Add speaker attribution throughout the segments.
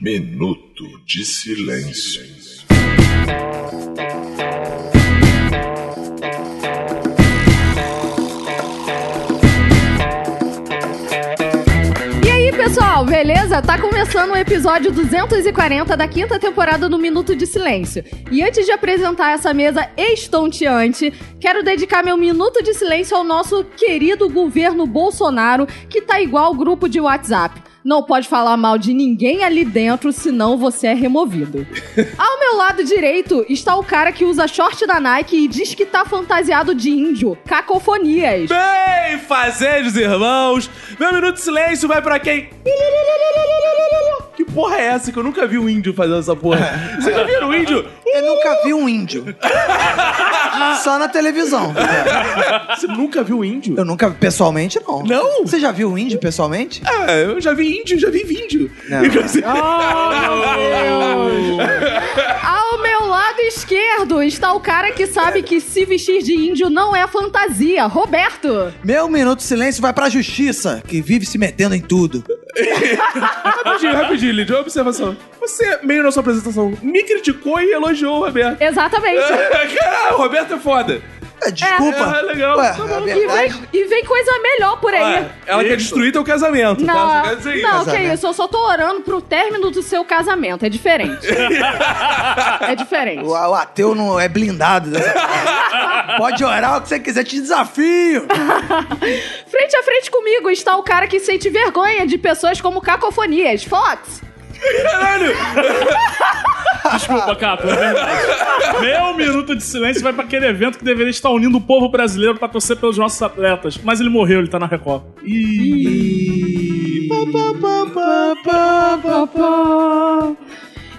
Speaker 1: Minuto de Silêncio.
Speaker 2: E aí, pessoal, beleza? Tá começando o episódio 240 da quinta temporada do Minuto de Silêncio. E antes de apresentar essa mesa estonteante, quero dedicar meu minuto de silêncio ao nosso querido governo Bolsonaro, que tá igual o grupo de WhatsApp. Não pode falar mal de ninguém ali dentro, senão você é removido. Ao meu lado direito está o cara que usa short da Nike e diz que tá fantasiado de índio. Cacofonias.
Speaker 3: Bem, fazejos, irmãos! Meu minuto de silêncio vai pra quem? Que porra é essa que eu nunca vi um índio fazendo essa porra? Vocês já viram o índio?
Speaker 4: Eu nunca vi um índio. Só na televisão.
Speaker 3: Você nunca viu o índio?
Speaker 4: Eu nunca pessoalmente não.
Speaker 3: Não?
Speaker 4: Você já viu um índio pessoalmente?
Speaker 3: Ah, eu já vi índio, já vi índio.
Speaker 4: Não.
Speaker 3: Inclusive-
Speaker 2: Ao meu lado esquerdo está o cara que sabe que se vestir de índio não é fantasia, Roberto.
Speaker 4: Meu minuto de silêncio vai pra justiça, que vive se metendo em tudo.
Speaker 3: rapidinho, rapidinho, Lidia, uma observação. Você, meio na sua apresentação, me criticou e elogiou o Roberto. É.
Speaker 2: Exatamente.
Speaker 3: Caralho, o Roberto é foda.
Speaker 4: É, desculpa.
Speaker 3: É, é legal.
Speaker 4: Ué,
Speaker 3: Tá
Speaker 4: é
Speaker 3: maluco.
Speaker 2: E vem,
Speaker 4: verdade.
Speaker 2: e vem coisa melhor por aí.
Speaker 3: Ué, Ela quer destruir teu casamento, tá?
Speaker 2: Não,
Speaker 3: Você quer dizer
Speaker 2: não,
Speaker 4: isso.
Speaker 2: que isso, eu só tô orando pro término do seu casamento, é diferente. é diferente.
Speaker 4: O, o ateu não é blindado. dessa parada. Pode orar o que você quiser, te desafio.
Speaker 2: Frente a frente comigo está o cara que sente vergonha de pessoas como Cacofonias, Fox.
Speaker 3: Caralho!
Speaker 5: Desculpa, Capo, é verdade. Meu minuto de silêncio vai pra aquele evento que deveria estar unindo o povo brasileiro pra torcer pelos nossos atletas. Mas ele morreu, ele tá na Record.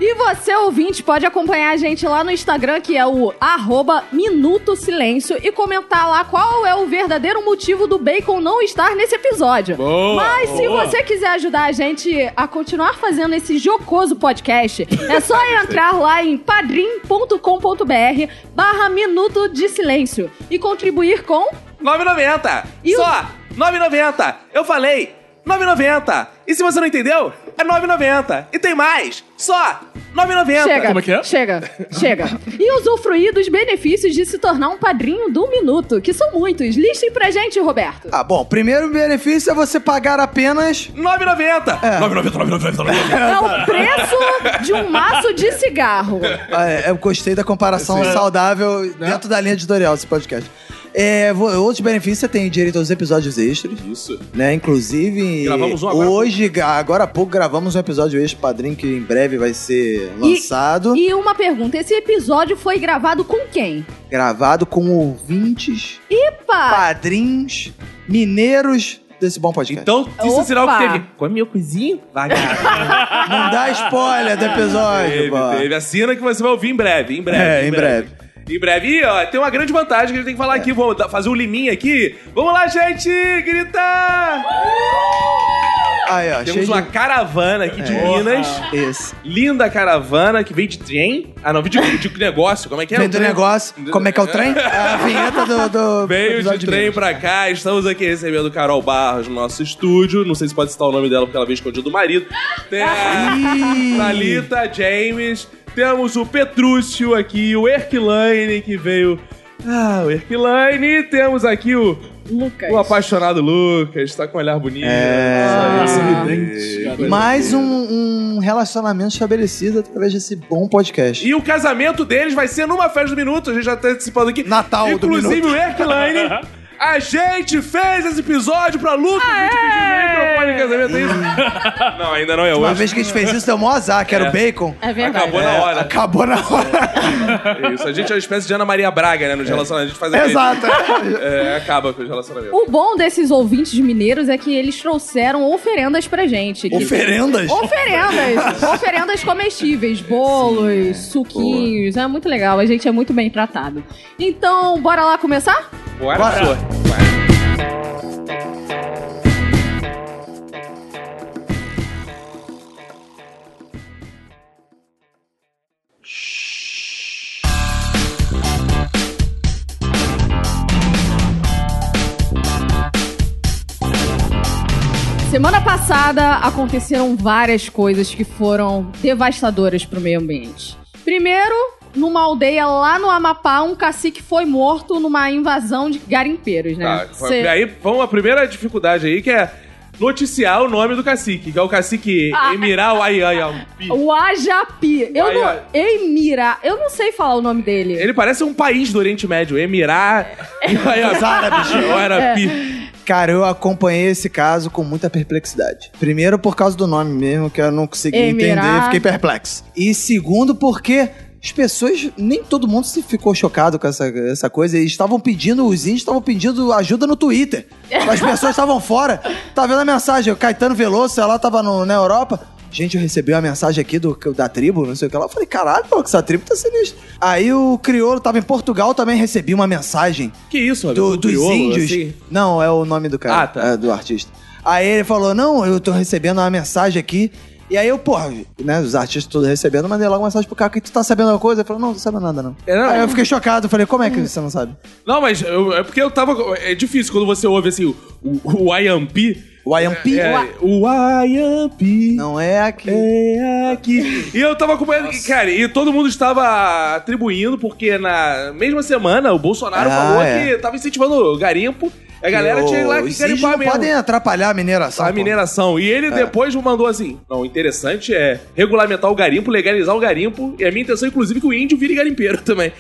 Speaker 2: E você, ouvinte, pode acompanhar a gente lá no Instagram, que é o arroba Minuto Silêncio, e comentar lá qual é o verdadeiro motivo do Bacon não estar nesse episódio. Mas se você quiser ajudar a gente a continuar fazendo esse jocoso podcast, é só entrar lá em padrim.com.br barra Minuto de Silêncio e contribuir com...
Speaker 3: 9,90.
Speaker 2: E
Speaker 3: Só 9,90. Eu falei 9,90. E se você não entendeu, é 9,90. E tem mais. Só 9,90.
Speaker 2: Chega,
Speaker 5: Como é que é?
Speaker 2: chega, chega. E usufruir dos benefícios de se tornar um padrinho do Minuto, que são muitos. Listem pra gente, Roberto.
Speaker 4: Ah, bom, primeiro benefício é você pagar apenas
Speaker 3: 9,90. 9,90, 9,90, 9,90.
Speaker 2: É o preço de um maço de cigarro.
Speaker 4: Ah, é, eu gostei da comparação saudável
Speaker 3: Né?
Speaker 4: dentro da linha editorial desse podcast. É, vo- outros benefícios, você tem direito aos episódios extras. Isso. Né? Inclusive,
Speaker 3: Gravamos um agora.
Speaker 4: hoje, ga- agora há pouco, gravamos um episódio extra padrinho que em breve vai ser lançado.
Speaker 2: E uma pergunta: esse episódio foi gravado com quem?
Speaker 4: Gravado com ouvintes,
Speaker 2: Epa!
Speaker 4: padrinhos, mineiros desse bom podcast.
Speaker 3: Então, isso
Speaker 2: Opa.
Speaker 3: será o que teve. Come meu cozinho. Vagabundo.
Speaker 4: não dá spoiler do episódio, pô.
Speaker 3: teve, teve. Assina que você vai ouvir em breve, em breve.
Speaker 4: É, em breve. É.
Speaker 3: Em breve, E, ó, tem uma grande vantagem que a gente tem que falar aqui. Vou dar- fazer um liminha aqui. Vamos lá, gente, gritar!
Speaker 4: Aí, ó, cheio
Speaker 3: Temos uma
Speaker 4: de...
Speaker 3: caravana aqui de
Speaker 4: É.
Speaker 3: Minas.
Speaker 4: Esse.
Speaker 3: Linda caravana que vem de trem. Ah, não, vem de, de negócio. Como é que é?
Speaker 4: Vem do negócio. Como é que é o trem? É a vinheta do, do
Speaker 3: Veio
Speaker 4: episódio
Speaker 3: de trem
Speaker 4: Minas.
Speaker 3: pra cá, estamos aqui recebendo Carol Barros no nosso estúdio. Não sei se pode citar o nome dela porque ela veio escondida do marido. Tem a
Speaker 4: Ih.
Speaker 3: Thalita James. Temos o Petrúcio aqui, o Erquilaine que veio. Ah, o Erquilaine. Temos aqui o,
Speaker 2: Lucas.
Speaker 3: o apaixonado Lucas, tá com um olhar bonito.
Speaker 4: É.
Speaker 5: Ah,
Speaker 3: Nossa,
Speaker 5: sorridente, cara.
Speaker 4: Mais um, um relacionamento estabelecido através desse bom podcast.
Speaker 3: E o casamento deles vai ser numa festa do minuto, a gente já tá antecipando aqui.
Speaker 4: Natal do
Speaker 3: Inclusive o Erkline. A gente fez esse episódio pra Lucas a gente pediu microfone de casamento, é isso? Não, ainda não é
Speaker 4: Uma
Speaker 3: hoje.
Speaker 4: vez que a gente fez isso, deu mó azar, que era o bacon.
Speaker 2: É verdade.
Speaker 3: Acabou na hora.
Speaker 4: Acabou na hora.
Speaker 3: É Isso, a gente é uma espécie de Ana Maria Braga, né, nos relacionamentos. A gente faz aquele-
Speaker 4: É. Exato.
Speaker 3: É, acaba com os relacionamentos.
Speaker 2: O bom desses ouvintes mineiros é que eles trouxeram oferendas pra gente. que-
Speaker 4: Oferendas?
Speaker 2: Oferendas! oferendas comestíveis, bolos, suquinhos. É muito legal, a gente é muito bem tratado. Então, bora lá começar?
Speaker 3: Bora,
Speaker 4: Bora.
Speaker 3: Bora.
Speaker 2: Se Semana passada aconteceram várias coisas que foram devastadoras pro meio ambiente. Primeiro, numa aldeia lá no Amapá, um cacique foi morto numa invasão de garimpeiros, né?
Speaker 3: Tá,
Speaker 2: Cê-
Speaker 3: E aí, vamos a primeira dificuldade aí, que é noticiar o nome do cacique, que é o cacique
Speaker 2: Ah.
Speaker 3: Emiral Ayayampi.
Speaker 2: O Ajapi. Eu
Speaker 3: Ai,
Speaker 2: não.
Speaker 3: ai.
Speaker 2: Emira. Eu não sei falar o nome dele.
Speaker 3: Ele parece um país do Oriente Médio, Emirá
Speaker 2: É.
Speaker 4: Os árabes.
Speaker 3: Ayayampi.
Speaker 4: Cara, eu acompanhei esse caso com muita perplexidade. Primeiro, por causa do nome mesmo, que eu não consegui
Speaker 2: Emirá.
Speaker 4: entender, fiquei perplexo. E segundo, porque as pessoas, nem todo mundo se ficou chocado com essa, essa coisa. E estavam pedindo, os índios estavam pedindo ajuda no Twitter. As pessoas estavam fora. Tava vendo a mensagem, o Caetano Veloso, sei lá, tava no- na Europa. Gente, eu recebi uma mensagem aqui do, da tribo, não sei o que lá. Eu falei, caralho, maluco, essa tribo tá sinistra. Aí o crioulo tava em Portugal, também recebi uma mensagem
Speaker 3: Que isso, Roberto?
Speaker 4: do,
Speaker 3: Um
Speaker 4: dos
Speaker 3: crioulo,
Speaker 4: índios.
Speaker 3: assim?
Speaker 4: Não, é o nome do cara,
Speaker 3: Ah, tá.
Speaker 4: é, do artista. Aí ele falou: Não, eu tô recebendo uma mensagem aqui. E aí eu, porra, né, os artistas todos recebendo, mandei logo uma mensagem pro cara que tu tá sabendo alguma coisa. Ele falou: Não, não sabe nada, não.
Speaker 3: É, não. Hum.
Speaker 4: Aí eu fiquei chocado, falei: Como é que você não sabe?
Speaker 3: Não, mas eu- é porque eu tava. É difícil quando você ouve assim o, o, o Ayampi.
Speaker 4: O IMP?
Speaker 3: É, o Ayampi.
Speaker 4: Não é aqui.
Speaker 3: É aqui. E eu tava acompanhando, cara, e todo mundo estava atribuindo, porque na mesma semana o Bolsonaro
Speaker 4: Ah,
Speaker 3: falou
Speaker 4: é.
Speaker 3: que tava incentivando o garimpo. A galera tinha lá que
Speaker 4: Os índios
Speaker 3: garimpar
Speaker 4: não
Speaker 3: mesmo.
Speaker 4: podem atrapalhar a mineração.
Speaker 3: A
Speaker 4: pô. É.
Speaker 3: mineração. E ele depois mandou assim: Não, o interessante é regulamentar o garimpo, legalizar o garimpo. E a minha intenção, inclusive, é que o índio vire garimpeiro também.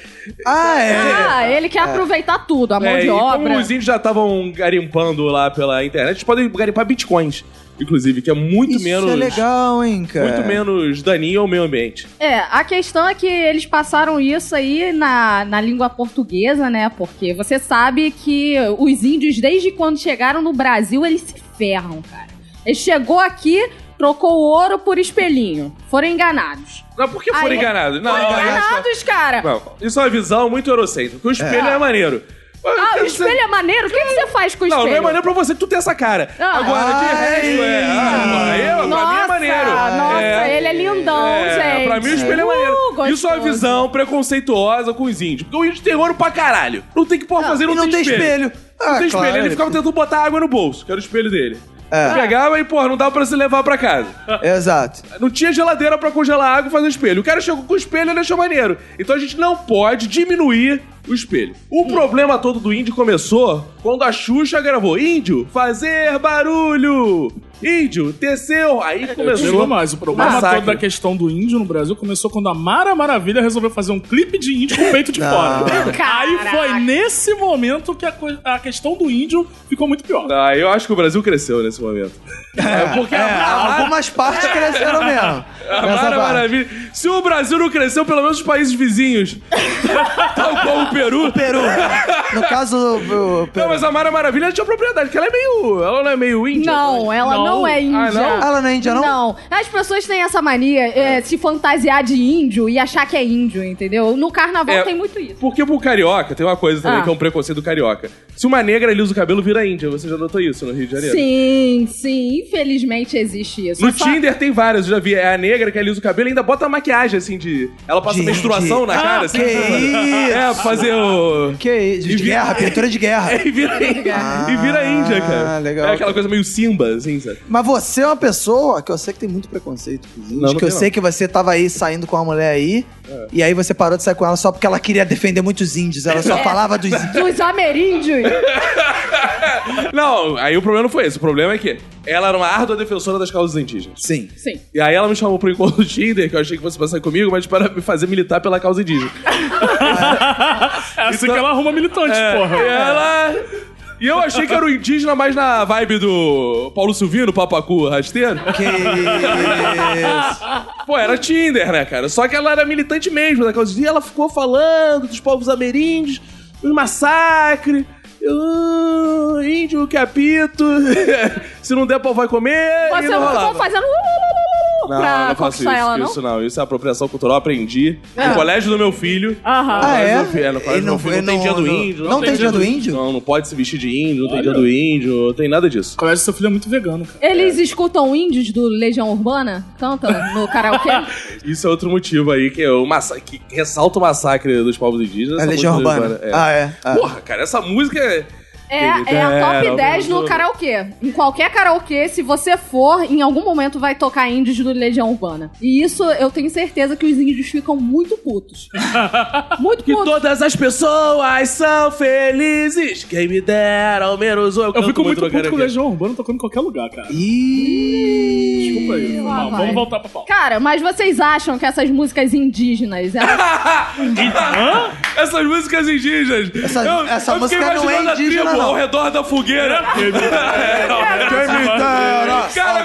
Speaker 4: Ah, é.
Speaker 2: Ah, ele quer aproveitar tudo, a mão
Speaker 3: É,
Speaker 2: de
Speaker 3: e
Speaker 2: obra.
Speaker 3: como os índios já estavam garimpando lá pela internet, eles podem garimpar bitcoins, inclusive, que é muito
Speaker 4: Isso
Speaker 3: menos.
Speaker 4: é legal, hein, cara.
Speaker 3: Muito menos daninho ao meio ambiente.
Speaker 2: É, a questão é que eles passaram isso aí na, na língua portuguesa, né? Porque você sabe que os índios, desde quando chegaram no Brasil, eles se ferram, cara. Ele chegou aqui, trocou ouro por espelhinho. Foram enganados.
Speaker 3: Não, por que foram
Speaker 2: Aí-
Speaker 3: enganados? Não,
Speaker 2: Foram
Speaker 3: eu acho-
Speaker 2: enganados, cara.
Speaker 3: Não, isso é uma visão muito eurocêntrica. O espelho é, maneiro.
Speaker 2: Ah, o espelho é maneiro? O que, que você faz com o
Speaker 3: Não,
Speaker 2: espelho?
Speaker 3: não é maneiro pra você que tu tem essa cara.
Speaker 2: Não.
Speaker 3: Agora, de
Speaker 4: Ai.
Speaker 3: resto, é. Ah, eu, pra mim é
Speaker 2: Nossa,
Speaker 3: maneiro.
Speaker 2: Nossa,
Speaker 3: É.
Speaker 2: ele é lindão,
Speaker 3: É,
Speaker 2: gente.
Speaker 3: Pra mim o espelho é
Speaker 2: Uh,
Speaker 3: maneiro. Isso é uma
Speaker 2: gostoso.
Speaker 3: visão preconceituosa com os índios. Porque o índio tem ouro pra caralho. Não tem que porra fazer, não,
Speaker 4: e não tem espelho.
Speaker 3: Não
Speaker 4: Ah,
Speaker 3: tem espelho,
Speaker 4: claro.
Speaker 3: ele ficava tentando botar água no bolso, que era o espelho dele.
Speaker 4: É.
Speaker 3: Pegava e, porra, não dava pra se levar pra casa.
Speaker 4: Exato.
Speaker 3: Não tinha geladeira pra congelar água e fazer um espelho. O cara chegou com o espelho e ele achou maneiro. Então a gente não pode diminuir o espelho.
Speaker 5: Hum.
Speaker 3: O problema todo do índio começou quando a Xuxa gravou Índio, fazer barulho! Índio, teceu! Aí
Speaker 5: Eu digo
Speaker 3: começou.
Speaker 5: mais, o problema
Speaker 3: Massacre.
Speaker 5: todo é da questão do índio no Brasil começou quando a Mara Maravilha resolveu fazer um clipe de índio com o peito de
Speaker 4: Não.
Speaker 5: fora. Aí
Speaker 2: Caraca.
Speaker 5: foi nesse momento que a, coi- a questão do índio ficou muito pior.
Speaker 3: Ah, eu acho que o Brasil cresceu nesse momento. É, porque a,
Speaker 4: É,
Speaker 3: a, a-
Speaker 4: algumas partes cresceram mesmo.
Speaker 3: a
Speaker 5: é
Speaker 4: Nessa
Speaker 3: Mara é
Speaker 4: parte.
Speaker 3: Maravilha. Se o Brasil não cresceu, pelo menos os países vizinhos. tal como o Peru.
Speaker 4: Peru. No caso, o- o Peru.
Speaker 3: Não, mas a Mara Maravilha ela tinha propriedade, porque ela é meio. Ela não é meio índia.
Speaker 2: Não, ela não,
Speaker 5: Não.
Speaker 2: é índia.
Speaker 3: Ah, não?
Speaker 4: Ela não é índia, não?
Speaker 2: Não. As pessoas têm essa mania, é, se fantasiar de índio e achar que é índio, entendeu? No carnaval
Speaker 3: É.
Speaker 2: tem muito isso.
Speaker 3: Porque pro carioca, tem uma coisa também
Speaker 2: Ah.
Speaker 3: que é um preconceito do carioca. Se uma negra lisa o cabelo, vira índia. Você já notou isso no Rio de Janeiro?
Speaker 2: Sim, sim, infelizmente existe isso.
Speaker 3: No
Speaker 2: Essa-
Speaker 3: Tinder tem várias, eu já vi. É a negra que alisa o cabelo e ainda bota maquiagem, assim, de... Ela passa
Speaker 4: De-
Speaker 3: menstruação
Speaker 4: de-
Speaker 3: na cara, assim.
Speaker 4: Ah, que
Speaker 3: É,
Speaker 4: isso!
Speaker 3: fazer o...
Speaker 4: Que isso? De
Speaker 3: E vi-
Speaker 4: guerra, pintura de guerra.
Speaker 3: E vira índia. e vira índia, cara.
Speaker 4: Ah, legal,
Speaker 3: É aquela
Speaker 4: cara.
Speaker 3: coisa meio Simba, assim, sabe?
Speaker 4: Mas você é uma pessoa que eu sei que tem muito preconceito com os índios,
Speaker 3: Não, É. não
Speaker 4: que eu
Speaker 3: tem,
Speaker 4: sei que você tava aí saindo com uma mulher aí, e aí você parou de sair com ela só porque ela queria defender muito os índios. Ela
Speaker 3: É.
Speaker 4: só falava dos índios.
Speaker 2: Dos ameríndios.
Speaker 3: Não, aí o problema não foi esse. O problema é que ela era uma árdua defensora das causas indígenas.
Speaker 4: Sim.
Speaker 2: Sim.
Speaker 3: E aí ela me chamou pro encontro do Tinder, que eu achei que fosse passar comigo, mas para me fazer militar pela causa indígena.
Speaker 5: É assim que ela arruma militante,
Speaker 3: É,
Speaker 5: porra.
Speaker 3: E ela. E eu achei que era o indígena, mas na vibe do Paulo Silvino, Papacu Rasteiro.
Speaker 4: Que isso.
Speaker 3: Pô, era Tinder, né, cara? Só que ela era militante mesmo da causa. E ela ficou falando dos povos ameríndios, um dos massacres. Uh, índio que apito. Se não der, pau vai comer. e
Speaker 2: Você
Speaker 3: não
Speaker 2: não
Speaker 3: rolava.
Speaker 2: ficou fazendo uh,
Speaker 3: Não,
Speaker 2: um pra
Speaker 3: não faço isso.
Speaker 2: conquistar ela, não?
Speaker 3: Isso não, isso é apropriação cultural, aprendi.
Speaker 2: Ah.
Speaker 3: No colégio do meu filho.
Speaker 2: Aham.
Speaker 4: Ah, é?
Speaker 3: Mas, é, no colégio
Speaker 4: Ele não
Speaker 3: do meu filho não
Speaker 4: foi-
Speaker 3: tem
Speaker 4: não-
Speaker 3: dia do
Speaker 4: não-
Speaker 3: índio.
Speaker 4: não tem dia do índio?
Speaker 3: Não, não pode se vestir de índio, não tem dia do índio, não tem nada disso.
Speaker 5: O colégio do seu filho é muito vegano, cara.
Speaker 2: Eles escutam índios do Legião Urbana? Cantam no karaokê?
Speaker 3: Isso é outro motivo aí que, é o massa que ressalta o massacre dos povos indígenas.
Speaker 4: A
Speaker 3: essa
Speaker 4: É Legião
Speaker 3: música
Speaker 4: Urbana.
Speaker 3: É.
Speaker 4: Ah, é. Ah.
Speaker 3: Porra, cara, essa música é-
Speaker 2: É, é a top 10 no karaokê. Em qualquer karaokê, se você for, em algum momento vai tocar índios do Legião Urbana. E isso eu tenho certeza que os índios ficam muito putos. muito
Speaker 3: Que
Speaker 2: putos.
Speaker 3: todas as pessoas são felizes. Quem me dera, ao menos eu
Speaker 5: Eu
Speaker 3: canto
Speaker 5: fico muito
Speaker 3: no
Speaker 5: puto com o
Speaker 3: karaokê.
Speaker 5: Legião Urbano tocando em qualquer lugar, cara.
Speaker 4: Ih!
Speaker 5: Desculpa aí. foi
Speaker 2: Lá
Speaker 5: mal.
Speaker 2: vai.
Speaker 5: Vamos voltar pra pau.
Speaker 2: Cara, mas vocês acham que essas músicas indígenas,
Speaker 3: Ah,
Speaker 2: elas-
Speaker 3: Essas músicas indígenas.
Speaker 4: Essa- essa
Speaker 3: fiquei
Speaker 4: música não é
Speaker 3: imaginando a
Speaker 4: indígena,
Speaker 3: tribo
Speaker 4: não.
Speaker 3: ao redor da fogueira. Cara, agora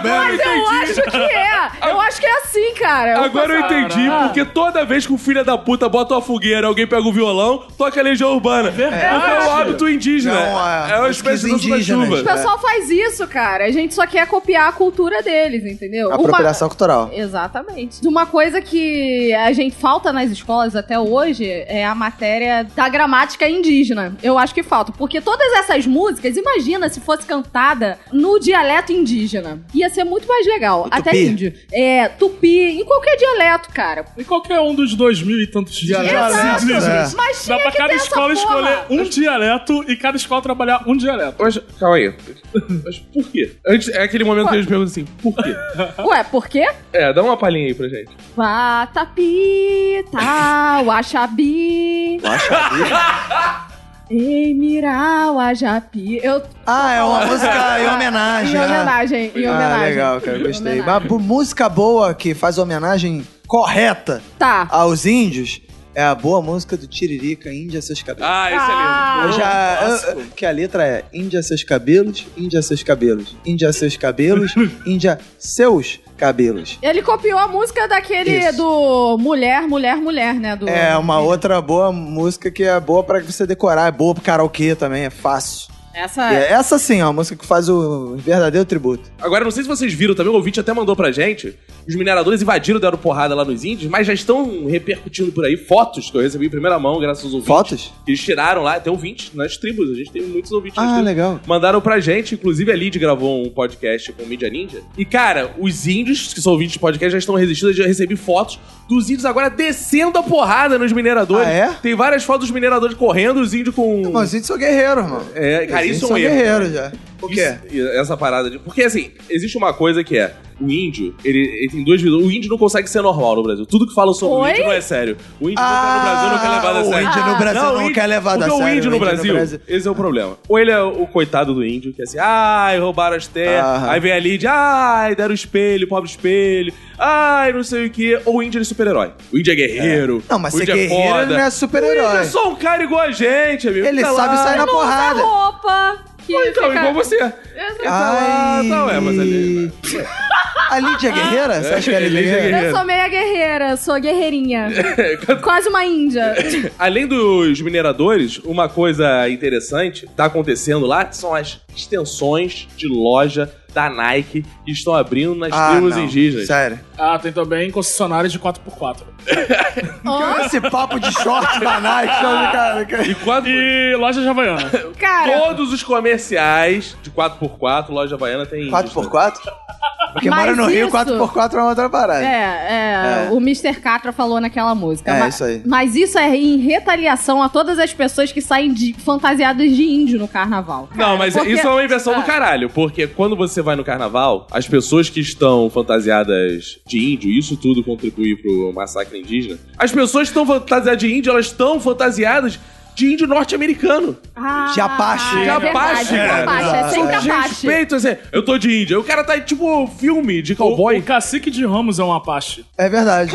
Speaker 3: eu
Speaker 2: mas eu
Speaker 3: entendi.
Speaker 2: acho que é. Eu acho que é assim, cara.
Speaker 3: Agora eu
Speaker 2: pessoal-
Speaker 3: entendi porque toda vez que o filho da puta bota uma fogueira, alguém pega o violão, toca a Legião Urbana. Porque É, o hábito indígena.
Speaker 4: Não, é,
Speaker 3: é uma
Speaker 4: músicas
Speaker 3: espécie de dança da
Speaker 4: indígenas.
Speaker 3: chuva.
Speaker 2: O pessoal faz isso, cara. A gente só quer copiar a cultura deles,
Speaker 3: é
Speaker 2: entendeu? Uma-
Speaker 4: Apropriação cultural.
Speaker 2: Exatamente. Uma coisa que a gente falta nas escolas até hoje é a matéria da gramática indígena. Eu acho que falta. Porque todas essas músicas, imagina se fosse cantada no dialeto indígena. Ia ser muito mais legal. Até
Speaker 4: tupi?
Speaker 2: índio. É, tupi, em qualquer dialeto, cara.
Speaker 5: Em qualquer um dos dois mil e tantos dialetos.
Speaker 4: Exato.
Speaker 5: indígenas.
Speaker 4: É.
Speaker 2: Mas tinha
Speaker 5: Dá pra
Speaker 2: que
Speaker 5: cada
Speaker 2: ter essa
Speaker 5: escola escolher
Speaker 2: porra.
Speaker 5: um dialeto e cada escola trabalhar um dialeto.
Speaker 3: Mas, calma aí. Mas por quê? Antes, é aquele momento que a gente pergunta assim, por quê?
Speaker 2: Ué, por quê?
Speaker 3: É, dá uma palhinha aí pra gente.
Speaker 2: Vatapita, Washabi. tá. Ei, Mirá, Wajapi. Eu
Speaker 4: Ah, é uma música em homenagem.
Speaker 2: Em
Speaker 4: ah.
Speaker 2: homenagem, em
Speaker 4: Ah,
Speaker 2: homenagem.
Speaker 4: legal, cara,
Speaker 2: Em
Speaker 4: gostei.
Speaker 2: homenagem.
Speaker 4: Mas bu- música boa que faz homenagem correta
Speaker 2: Tá.
Speaker 4: aos índios é a boa música do Tiririca, Índia Seus Cabelos.
Speaker 3: Ah,
Speaker 2: Ah.
Speaker 4: Eu já, eu- eu- que a letra é Índia seus cabelos, Índia seus cabelos, Índia seus cabelos, Índia seus cabelos.
Speaker 2: Ele copiou a música daquele
Speaker 4: Isso.
Speaker 2: do Mulher, Mulher, Mulher, né? Do...
Speaker 4: É uma outra boa música que é boa pra você decorar, é boa pro karaokê também, é fácil.
Speaker 2: Essa
Speaker 4: E é essa sim é uma música que faz o verdadeiro tributo.
Speaker 3: Agora, não sei se vocês viram também, o ouvinte até mandou pra gente. Os mineradores invadiram, deram porrada lá nos índios, mas já estão repercutindo por aí fotos que eu recebi em primeira mão, graças aos ouvintes.
Speaker 4: Fotos?
Speaker 3: Eles tiraram lá, tem ouvintes nas tribos, a gente tem muitos ouvintes nas
Speaker 4: Ah,
Speaker 3: tribos.
Speaker 4: legal.
Speaker 3: Mandaram pra gente, inclusive a Lid gravou um podcast com o Mídia Ninja. E, cara, os índios, que são ouvintes de podcast, já estão resistindo, eu já recebi fotos dos índios agora descendo a porrada nos mineradores.
Speaker 4: Ah, é?
Speaker 3: Tem várias fotos dos mineradores correndo, os índios com.
Speaker 4: Mas os índios são guerreiros, mano.
Speaker 3: É, cara, isso é um
Speaker 4: são
Speaker 3: erro.
Speaker 4: guerreiros já. O quê?
Speaker 3: Isso- é e essa parada de. Porque assim, existe uma coisa que é. O índio, ele, ele tem duas visões. O índio não consegue ser normal no Brasil. Tudo que falam sobre
Speaker 2: Oi?
Speaker 3: o índio não é sério. O índio não quer no Brasil não quer levar a
Speaker 4: Ah, o
Speaker 3: sério.
Speaker 4: índio no Brasil
Speaker 3: Não,
Speaker 4: não,
Speaker 3: o índio-
Speaker 4: quer levar
Speaker 3: Porque
Speaker 4: da sério.
Speaker 3: o índio no Brasil,
Speaker 4: Brasil-
Speaker 3: esse é o problema. Ou ele é o coitado do índio, que é assim, ai, roubaram as terras.
Speaker 4: Aham.
Speaker 3: Aí vem a Lídia, ai, deram o espelho, pobre espelho. Ai, não sei o quê. Ou o índio ele é super-herói. O índio é guerreiro.
Speaker 4: Não, mas
Speaker 3: o
Speaker 4: ser
Speaker 3: índio é
Speaker 4: guerreiro
Speaker 3: foda.
Speaker 4: não é
Speaker 3: O índio é
Speaker 4: super-herói.
Speaker 3: só um cara igual a gente, amigo.
Speaker 4: Ele
Speaker 3: Tá
Speaker 4: sabe
Speaker 3: lá.
Speaker 4: sair na
Speaker 2: não usa
Speaker 4: porrada.
Speaker 2: roupa. Que
Speaker 3: Então,
Speaker 2: fica-
Speaker 3: igual você. Ele
Speaker 4: Ah,
Speaker 3: tá lá,
Speaker 4: Ai.
Speaker 3: tá, ué, mas ali...
Speaker 4: A Lídia é guerreira? Você acha que a Lídia é
Speaker 3: Lídia é
Speaker 4: guerreira? É.
Speaker 2: Eu sou meia guerreira, sou guerreirinha. Quase uma índia.
Speaker 3: Além dos mineradores, uma coisa interessante tá acontecendo lá são as extensões de loja da Nike que estão abrindo nas
Speaker 4: Ah,
Speaker 3: tribos
Speaker 4: não.
Speaker 3: indígenas.
Speaker 4: Sério.
Speaker 5: Ah, tem também concessionárias de 4x4.
Speaker 2: Ó,
Speaker 4: Esse papo de short da Nike, cara, cara.
Speaker 3: E quando
Speaker 5: E loja de Havaiana.
Speaker 2: cara,
Speaker 3: todos os comerciais de 4x4, loja baiana tem índios, né?
Speaker 4: 4x4? Porque
Speaker 2: Mas
Speaker 4: mora no Rio,
Speaker 2: isso-
Speaker 4: 4x4 é uma outra
Speaker 2: é,
Speaker 4: parada.
Speaker 2: é,
Speaker 4: É.
Speaker 2: o Mr. Catra falou naquela música.
Speaker 4: É,
Speaker 2: Ma-
Speaker 4: isso aí.
Speaker 2: Mas isso é em retaliação a todas as pessoas que saem de, fantasiadas de índio no carnaval.
Speaker 3: Não, mas
Speaker 2: Porque-
Speaker 3: isso é uma invenção
Speaker 2: Ah.
Speaker 3: do caralho, porque quando você vai no carnaval, as pessoas que estão fantasiadas de índio, isso tudo contribui pro massacre indígena, as pessoas que estão fantasiadas de índio, elas estão fantasiadas de índio norte-americano.
Speaker 2: Ah,
Speaker 4: De Apache.
Speaker 2: É
Speaker 3: De
Speaker 2: verdade,
Speaker 3: Apache,
Speaker 2: de
Speaker 3: cara.
Speaker 2: Apache, é sempre
Speaker 3: De
Speaker 2: Apache.
Speaker 3: respeito, assim, eu tô de índia. O cara tá tipo filme de
Speaker 5: O,
Speaker 3: cowboy.
Speaker 5: o cacique de Ramos é um Apache.
Speaker 4: É verdade.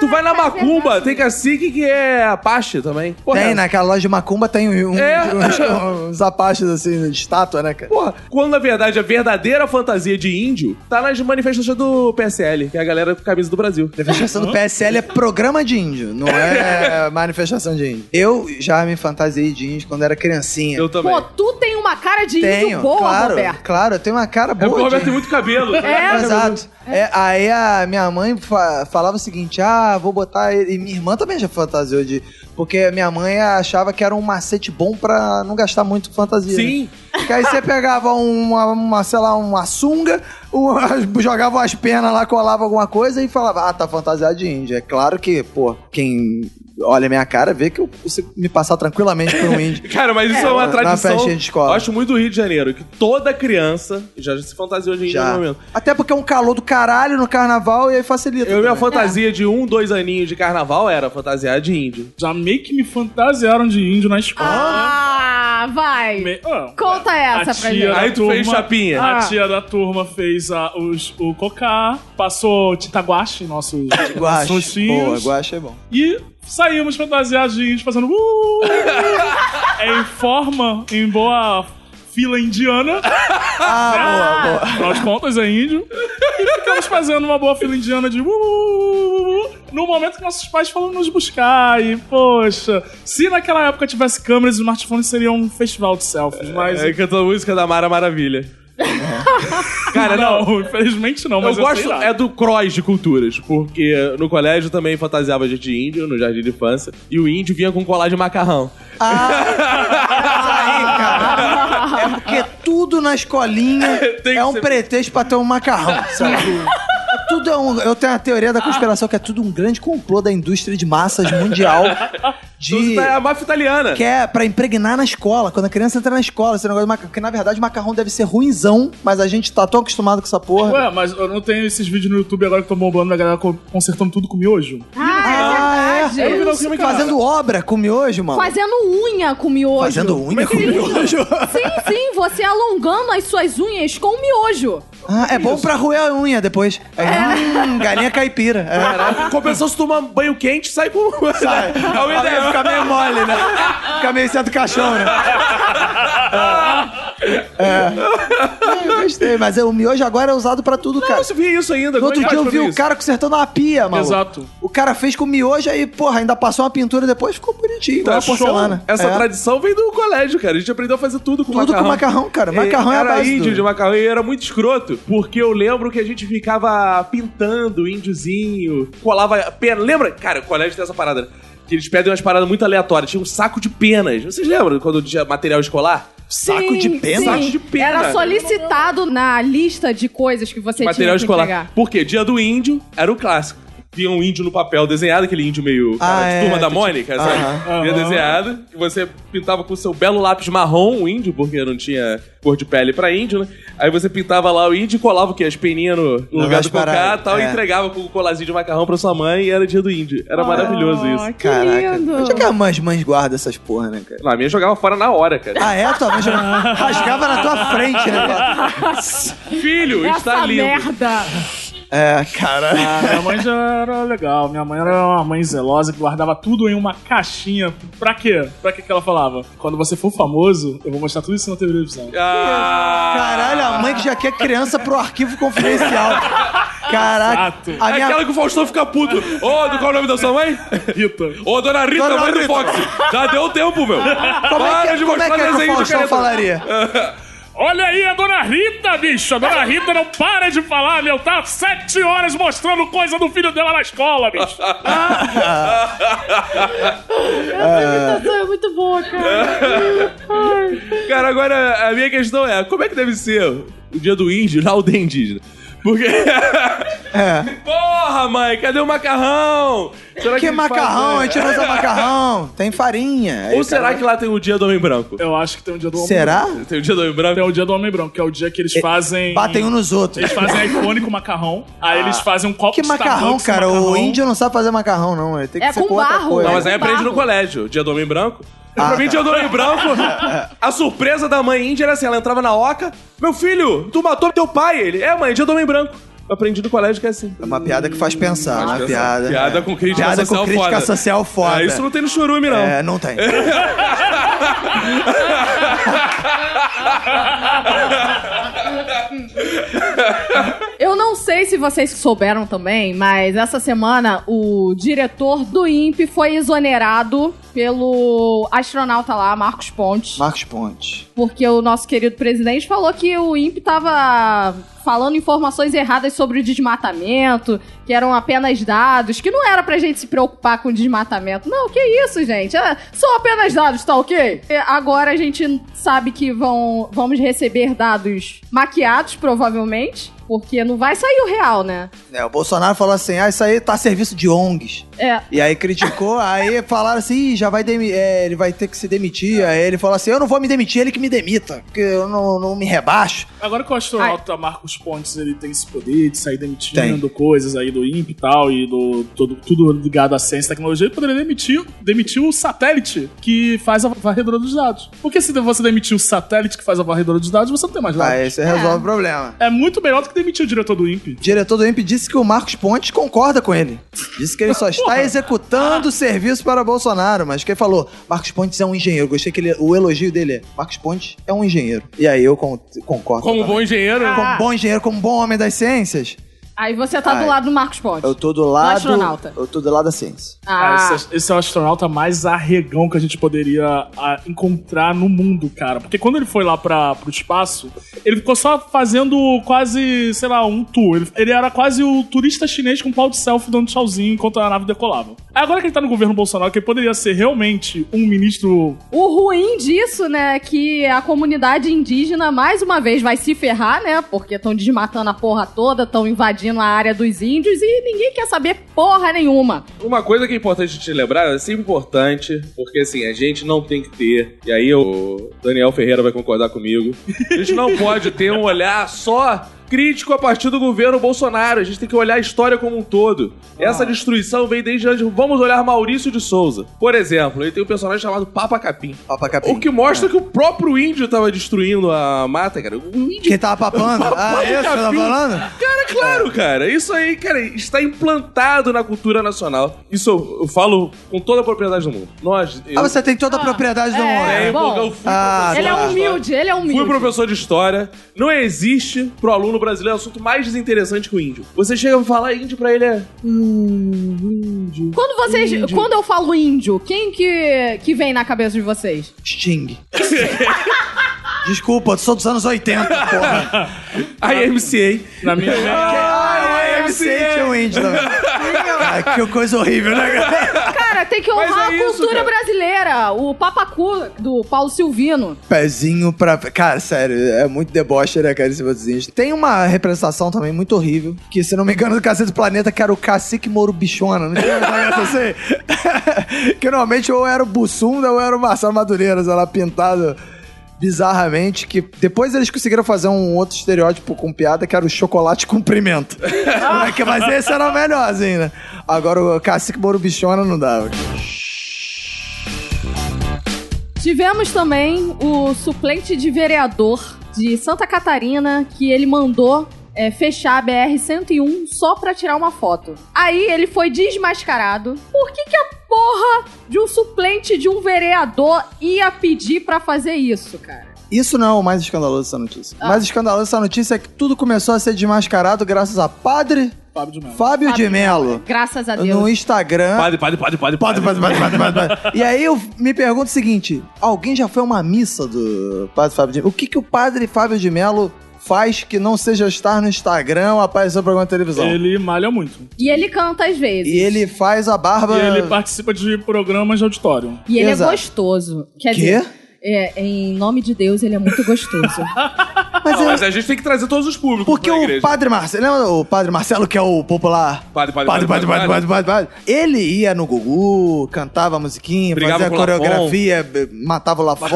Speaker 3: tu vai
Speaker 2: é
Speaker 3: na macumba, tem cacique que é apache também. Porra,
Speaker 4: Tem, né? naquela loja de Macumba tem um, um-
Speaker 3: É.
Speaker 4: uns, uns apaches assim, de estátua, né, cara?
Speaker 3: Porra, quando na verdade a verdadeira fantasia de índio tá nas manifestações do PSL, que é a galera com camisa do Brasil.
Speaker 4: Manifestação do PSL é programa de índio, não é manifestação de índio. Eu já me fantasiei de índio quando era criancinha.
Speaker 3: Eu também. É
Speaker 2: Pô, tu tem uma cara de
Speaker 4: tenho,
Speaker 2: índio boa,
Speaker 4: claro,
Speaker 2: Roberto.
Speaker 4: claro, eu tenho uma cara
Speaker 3: é
Speaker 4: boa.
Speaker 3: porque o
Speaker 4: de
Speaker 3: Roberto
Speaker 4: índio.
Speaker 3: tem muito né? cabelo.
Speaker 2: É.
Speaker 4: Exato. É, aí a minha mãe fa- falava o seguinte: ah, vou botar. ele- E minha irmã também já fantasiou de. Porque minha mãe achava que era um macete bom pra não gastar muito com fantasia. né?
Speaker 3: Sim.
Speaker 4: Porque aí você pegava uma, uma, sei lá, uma sunga, uma- jogava umas pernas lá, colava alguma coisa e falava, ah, tá fantasiado de índia. É claro que, pô, quem olha a minha cara, vê que eu consigo me passar tranquilamente por um índio.
Speaker 3: Cara, mas isso é, uma
Speaker 4: na
Speaker 3: tradição.
Speaker 4: festinha de escola.
Speaker 3: Eu acho muito do Rio de Janeiro, que toda criança já se fantasiou de índio no
Speaker 4: Já.
Speaker 3: momento.
Speaker 4: Até porque é um calor do caralho no carnaval e aí facilita.
Speaker 2: É.
Speaker 3: Eu, minha
Speaker 4: também.
Speaker 3: fantasia de um, dois aninhos de carnaval era fantasiar de índio.
Speaker 5: Já meio que me fantasiaram de índio na escola.
Speaker 2: Ah, vai.
Speaker 5: Me- ah,
Speaker 2: Conta essa pra gente.
Speaker 5: da
Speaker 3: Aí tu fez chapinha.
Speaker 5: A
Speaker 2: Ah.
Speaker 5: tia da turma fez a- os- o cocá, passou titaguache, nossos,
Speaker 4: Guache.
Speaker 5: nossos
Speaker 4: Boa,
Speaker 5: fios.
Speaker 4: guache é bom.
Speaker 5: E saímos fantasiados de índio fazendo. Uh, em forma, em boa fila indiana.
Speaker 4: Ah, boa, boa.
Speaker 5: Afinal de contas, é índio. E ficamos fazendo uma boa fila indiana de. uh, uh, uh, uh, No momento que nossos pais foram nos buscar. E, poxa, se naquela época tivesse câmeras e smartphones, seria um festival de
Speaker 3: É,
Speaker 5: selfies. Mas.
Speaker 3: Aí cantou a música da Mara Maravilha. Cara, não.
Speaker 5: infelizmente não.
Speaker 3: Eu
Speaker 5: Mas eu,
Speaker 3: gosto
Speaker 5: sei lá.
Speaker 3: é do cross de culturas, porque no colégio também fantasiava a gente de índio, no jardim de infância, e o índio vinha com um colar de macarrão.
Speaker 4: Ah, aí, cara. É porque tudo na escolinha
Speaker 3: Tem que
Speaker 4: é um
Speaker 3: ser-
Speaker 4: pretexto pra ter um macarrão, sabe? É Tudo é um, eu tenho a teoria da conspiração que é tudo um grande complô da indústria de massas mundial de
Speaker 3: Isso é a máfia italiana.
Speaker 4: que é pra impregnar na escola, quando a criança entra na escola, esse negócio de macarrão, porque na verdade o macarrão deve ser ruinzão, mas a gente tá tão acostumado com essa porra.
Speaker 5: Ué, mas eu não tenho esses vídeos no YouTube agora que tô bombando da galera co- consertando tudo com miojo.
Speaker 2: Ah, é
Speaker 4: Ah,
Speaker 2: verdade.
Speaker 3: vi no filme, cara.
Speaker 4: Fazendo obra com miojo, mano.
Speaker 2: Fazendo unha com miojo.
Speaker 4: Fazendo
Speaker 3: é
Speaker 4: unha com miojo.
Speaker 2: Sim, sim, você alongando as suas unhas com miojo.
Speaker 4: Ah, é bom pra roer a unha depois. Aí, hum, galinha caipira. É.
Speaker 3: Caraca, compensou se tomar banho quente, sai com. Sai. É uma ideia.
Speaker 4: Fica meio mole, né? Fica meio sendo caixão, né? É. É, eu gostei, mas é, o miojo agora é usado pra tudo,
Speaker 3: Eu
Speaker 4: cara.
Speaker 3: não vi isso ainda.
Speaker 4: No outro dia eu vi o
Speaker 3: cara.
Speaker 4: cara consertando uma pia, mano.
Speaker 5: Exato.
Speaker 4: O cara fez com miojo aí, porra, ainda passou uma pintura depois, ficou bonitinho, igual
Speaker 3: Tá
Speaker 4: a porcelana.
Speaker 3: show. Essa
Speaker 4: é.
Speaker 3: tradição vem do colégio, cara. A gente aprendeu a fazer tudo com
Speaker 4: Tudo
Speaker 3: macarrão.
Speaker 4: com macarrão, cara. Macarrão
Speaker 3: E
Speaker 4: é a
Speaker 3: era
Speaker 4: base
Speaker 3: índio
Speaker 4: do-
Speaker 3: de macarrão e era muito escroto, porque eu lembro que a gente ficava pintando o índiozinho, colava pena. Lembra? Cara, o colégio tem essa parada, né? que eles pedem umas paradas muito aleatórias. Tinha um saco de penas. Vocês lembram quando tinha material escolar?
Speaker 4: Saco
Speaker 2: Sim,
Speaker 4: de pena?
Speaker 2: sim.
Speaker 3: Saco de pena.
Speaker 2: Era solicitado na lista de coisas que você
Speaker 3: material
Speaker 2: tinha que
Speaker 3: escolar.
Speaker 2: entregar.
Speaker 3: Por quê? Dia do índio era o clássico. Vinha um índio no papel desenhado, aquele índio meio cara,
Speaker 4: Ah,
Speaker 3: de
Speaker 4: é,
Speaker 3: turma da
Speaker 4: tipo-
Speaker 3: Mônica, sabe?
Speaker 4: Aham.
Speaker 3: Vinha
Speaker 5: Aham.
Speaker 3: desenhado, que você pintava com o seu belo lápis marrom o índio, porque não tinha cor de pele pra índio, né? Aí você pintava lá o índio, colava o quê? As peninhas no, no
Speaker 4: Nas
Speaker 3: lugar do cocá
Speaker 4: paradas,
Speaker 3: e tal, e
Speaker 4: é.
Speaker 3: entregava com o colazinho de macarrão pra sua mãe e era dia do índio. Era maravilhoso
Speaker 2: Ah,
Speaker 3: isso.
Speaker 2: que
Speaker 4: Caraca.
Speaker 2: lindo.
Speaker 4: Onde é que as mães, mães guardam essas porra, né, cara?
Speaker 3: Na minha jogava fora na hora, cara.
Speaker 4: Ah, é? Tua mãe já rasgava na tua frente, né?
Speaker 3: Filho, está
Speaker 2: Essa
Speaker 3: lindo.
Speaker 2: merda.
Speaker 4: É, cara.
Speaker 5: Ah, minha mãe já era legal. Minha mãe era uma mãe zelosa que guardava tudo em uma caixinha. Pra quê? Pra quê que ela falava? Quando você for famoso, eu vou mostrar tudo isso na televisão.
Speaker 3: Ah,
Speaker 4: Caralho, a mãe que já quer criança pro arquivo confidencial. Caraca.
Speaker 5: Exato.
Speaker 4: A minha...
Speaker 3: é Aquela que o Faustão fica puto. Ô, do qual é o nome da sua mãe?
Speaker 5: Rita.
Speaker 3: Ô, dona Rita,
Speaker 4: Dona
Speaker 3: mãe do
Speaker 4: Rita.
Speaker 3: Fox, já deu tempo, meu.
Speaker 4: Como é que,
Speaker 3: de
Speaker 4: como é,
Speaker 3: mostrar
Speaker 4: que, é que
Speaker 3: desenho
Speaker 4: o
Speaker 3: de
Speaker 4: Faustão
Speaker 3: careta.
Speaker 4: falaria?
Speaker 5: Olha aí a dona Rita, bicho. A dona Rita não para de falar, meu. Tá sete horas mostrando coisa do filho dela na escola, bicho.
Speaker 2: Essa imitação é muito boa, cara. Ai.
Speaker 3: Cara, agora a minha questão é, como é que deve ser o dia do índio na aldeia indígena? Porque...
Speaker 4: É.
Speaker 3: Porra, mãe, cadê o macarrão? Será
Speaker 4: Que
Speaker 3: eles
Speaker 4: macarrão, a
Speaker 3: fazem-
Speaker 4: gente é não usa macarrão. Tem farinha.
Speaker 3: né? Ou será que lá tem o dia do homem branco?
Speaker 5: Eu acho que tem um dia do homem
Speaker 4: Será?
Speaker 3: Tem o dia do homem branco?
Speaker 5: Tem o dia do homem branco, que é o dia que eles fazem...
Speaker 4: Batem um nos outros.
Speaker 5: Eles fazem iPhone com macarrão. Aí eles fazem um copo
Speaker 4: Que
Speaker 5: de
Speaker 4: macarrão,
Speaker 5: Starbucks com
Speaker 4: cara? O
Speaker 5: macarrão.
Speaker 4: índio não sabe fazer macarrão, não. Ele tem que
Speaker 2: É
Speaker 4: ser
Speaker 2: com
Speaker 4: com outra
Speaker 2: barro.
Speaker 4: coisa.
Speaker 3: Não, mas aí
Speaker 2: É um
Speaker 3: aprende
Speaker 2: barro.
Speaker 3: no colégio, o dia do homem branco.
Speaker 4: Ah,
Speaker 3: pra mim,
Speaker 4: tá.
Speaker 3: dia do homem branco, a surpresa da mãe índia era assim, ela entrava na oca, meu filho, tu matou teu pai, ele, é mãe, dia do homem branco. Eu aprendi no colégio que é assim.
Speaker 4: É uma piada que faz pensar. uma piada. né?
Speaker 3: Piada com crítica
Speaker 4: Piada
Speaker 3: social
Speaker 4: com crítica
Speaker 3: foda.
Speaker 4: social foda.
Speaker 3: Ah, isso não tem no churume, não.
Speaker 4: É, não tem.
Speaker 2: Eu não sei se vocês souberam também, mas essa semana o diretor do INPE foi exonerado pelo astronauta lá, Marcos Pontes.
Speaker 4: Marcos Ponte.
Speaker 2: Porque o nosso querido presidente falou que o INPE tava falando informações erradas sobre o desmatamento, que eram apenas dados, que não era pra gente se preocupar com o desmatamento. Não, que isso, gente? É, são apenas dados, tá ok? E agora a gente sabe que vão, vamos receber dados maquiados, provavelmente. Porque não vai sair o real, né?
Speaker 4: É, o Bolsonaro falou assim: ah, isso aí tá a serviço de ONGs.
Speaker 2: É.
Speaker 4: E aí criticou, aí falaram assim: "Ih, já vai demi- é, ele vai ter que se demitir. Aí ele falou assim: eu não vou me demitir, ele que me demita, porque eu não, não me rebaixo.
Speaker 5: Agora que o astronauta Marcos Pontes ele tem esse poder de sair demitindo
Speaker 4: Tem.
Speaker 5: coisas aí do INPE e tal, e do todo, tudo ligado à ciência e tecnologia, ele poderia demitir, demitir o satélite que faz a varredura dos dados. Porque se você demitir o satélite que faz a varredura dos dados, você não tem mais dados.
Speaker 4: Aí você resolve o problema.
Speaker 5: É muito melhor do que demitir o diretor do INPE.
Speaker 4: O diretor do INPE disse que o Marcos Pontes concorda com ele. Disse que ele só está
Speaker 3: Ah.
Speaker 4: executando o serviço para Bolsonaro, mas que ele falou: Marcos Pontes é um engenheiro. Gostei que ele- o elogio dele é: Marcos Pontes é um engenheiro. E aí eu con- concordo.
Speaker 3: Como um
Speaker 4: também.
Speaker 3: bom engenheiro, né?
Speaker 4: Como bom engenheiro, como bom homem das ciências,
Speaker 2: Aí você tá
Speaker 4: Ai.
Speaker 2: do lado do Marcos Pontes.
Speaker 4: eu tô do
Speaker 3: Um
Speaker 4: lado.
Speaker 2: astronauta.
Speaker 4: Eu tô do lado da ciência.
Speaker 5: Cara,
Speaker 2: Ah,
Speaker 5: esse, esse é o astronauta mais arregão que a gente poderia ah, encontrar no mundo, cara. Porque quando ele foi lá pra, pro espaço, ele ficou só fazendo quase, sei lá, um tour. Ele, ele era quase o turista chinês com pau de selfie dando tchauzinho enquanto a nave decolava. Agora que ele tá no governo Bolsonaro, que ele poderia ser realmente um ministro
Speaker 2: o ruim disso, né, é que a comunidade indígena mais uma vez vai se ferrar, né? Porque estão desmatando a porra toda, estão invadindo a área dos índios e ninguém quer saber porra nenhuma.
Speaker 3: Uma coisa que é importante te lembrar, é sempre importante, porque assim, a gente não tem que ter, e aí o Daniel Ferreira vai concordar comigo, a gente não pode ter um olhar só crítico a partir do governo Bolsonaro, a gente tem que olhar a história como um todo.
Speaker 4: Ah.
Speaker 3: Essa destruição vem desde antes, vamos olhar Maurício de Souza. Por exemplo, ele tem um personagem chamado Papa Capim,
Speaker 4: Papa Capim.
Speaker 3: o que mostra que o próprio índio tava destruindo a mata, cara. O índio
Speaker 4: Quem tava papando? ah, isso que tá
Speaker 3: Capim.
Speaker 4: falando?
Speaker 3: Cara, claro, cara. Isso aí, cara, está implantado na cultura nacional. Isso eu, eu falo com toda a propriedade do mundo. Nós. Eu,
Speaker 4: Ah, você tem toda a
Speaker 2: Ah,
Speaker 4: propriedade do
Speaker 2: é.
Speaker 4: mundo.
Speaker 3: é,
Speaker 2: bom.
Speaker 3: porque eu fui
Speaker 4: Ah,
Speaker 2: ele é
Speaker 3: professor
Speaker 4: tá.
Speaker 3: de história.
Speaker 2: humilde, ele é humilde.
Speaker 3: Fui professor de história. Não existe pro aluno brasileiro assunto mais desinteressante que o índio. Você chega a falar índio pra ele é. Hum, índio.
Speaker 2: Quando vocês, quando eu falo índio, quem que que vem na cabeça de vocês?
Speaker 4: Sting. Desculpa, eu sou dos anos 80, porra.
Speaker 3: IMCA.
Speaker 5: na minha mente.
Speaker 4: Ah, é, eu sei que é um índio também. Ah, que coisa horrível, né, cara?
Speaker 2: Cara, tem que
Speaker 3: Mas
Speaker 2: honrar
Speaker 3: é
Speaker 2: a
Speaker 3: isso,
Speaker 2: cultura
Speaker 3: cara.
Speaker 2: brasileira. O papacu do Paulo Silvino.
Speaker 4: Pezinho pra. Cara, sério, é muito deboche, né, cara, esse índios. Tem uma representação também muito horrível, que se não me engano, do Cacete do Planeta, que era o Cacique Moro Bichona, não tinha um negócio assim? que normalmente ou era o Bussunda ou era o Marcelo Madureira, sei lá, pintado bizarramente, que depois eles conseguiram fazer um outro estereótipo com piada, que era o chocolate cumprimento. Moleque, Mas esse era o melhorzinho, né? Agora o Cacique Moro Bichona não dava.
Speaker 2: Tivemos também o suplente de vereador de Santa Catarina, que ele mandou é, fechar a BR-101 só pra tirar uma foto. Aí ele foi desmascarado. Por que, que a porra de um suplente de um vereador ia pedir pra fazer isso, cara?
Speaker 4: Isso não é o mais escandaloso dessa notícia. O mais escandaloso dessa notícia é que tudo começou a ser desmascarado graças a Padre
Speaker 5: Fábio de Mello.
Speaker 4: Fábio de Mello
Speaker 2: Graças a Deus.
Speaker 4: no Instagram.
Speaker 3: Padre, padre, padre, padre,
Speaker 4: Padre, padre, padre, padre, padre, padre. E aí eu me pergunto o seguinte: alguém já foi a uma missa do Padre Fábio de Mello? O que, que o Padre Fábio de Mello faz que não seja estar no Instagram ou aparecer no programa de televisão?
Speaker 5: Ele malha muito.
Speaker 2: E ele canta às vezes.
Speaker 4: E ele faz a barba.
Speaker 5: E ele participa de programas de auditório.
Speaker 2: E ele
Speaker 4: Exato.
Speaker 2: é gostoso. Quer
Speaker 4: Quê?
Speaker 2: dizer, é, em nome de Deus, ele é muito gostoso.
Speaker 4: Mas
Speaker 3: Não,
Speaker 4: ele-
Speaker 3: mas a gente tem que trazer todos os públicos.
Speaker 4: Porque
Speaker 3: pra
Speaker 4: o
Speaker 3: igreja.
Speaker 4: Padre Marcelo. Lembra o Padre Marcelo, que é o popular
Speaker 3: Padre, padre,
Speaker 4: Padre, padre, padre, padre, padre, padre. Ele ia no Gugu, cantava a musiquinha,
Speaker 3: Brigava
Speaker 4: fazia
Speaker 3: com o Lafon.
Speaker 4: coreografia, b- matava o Lafon,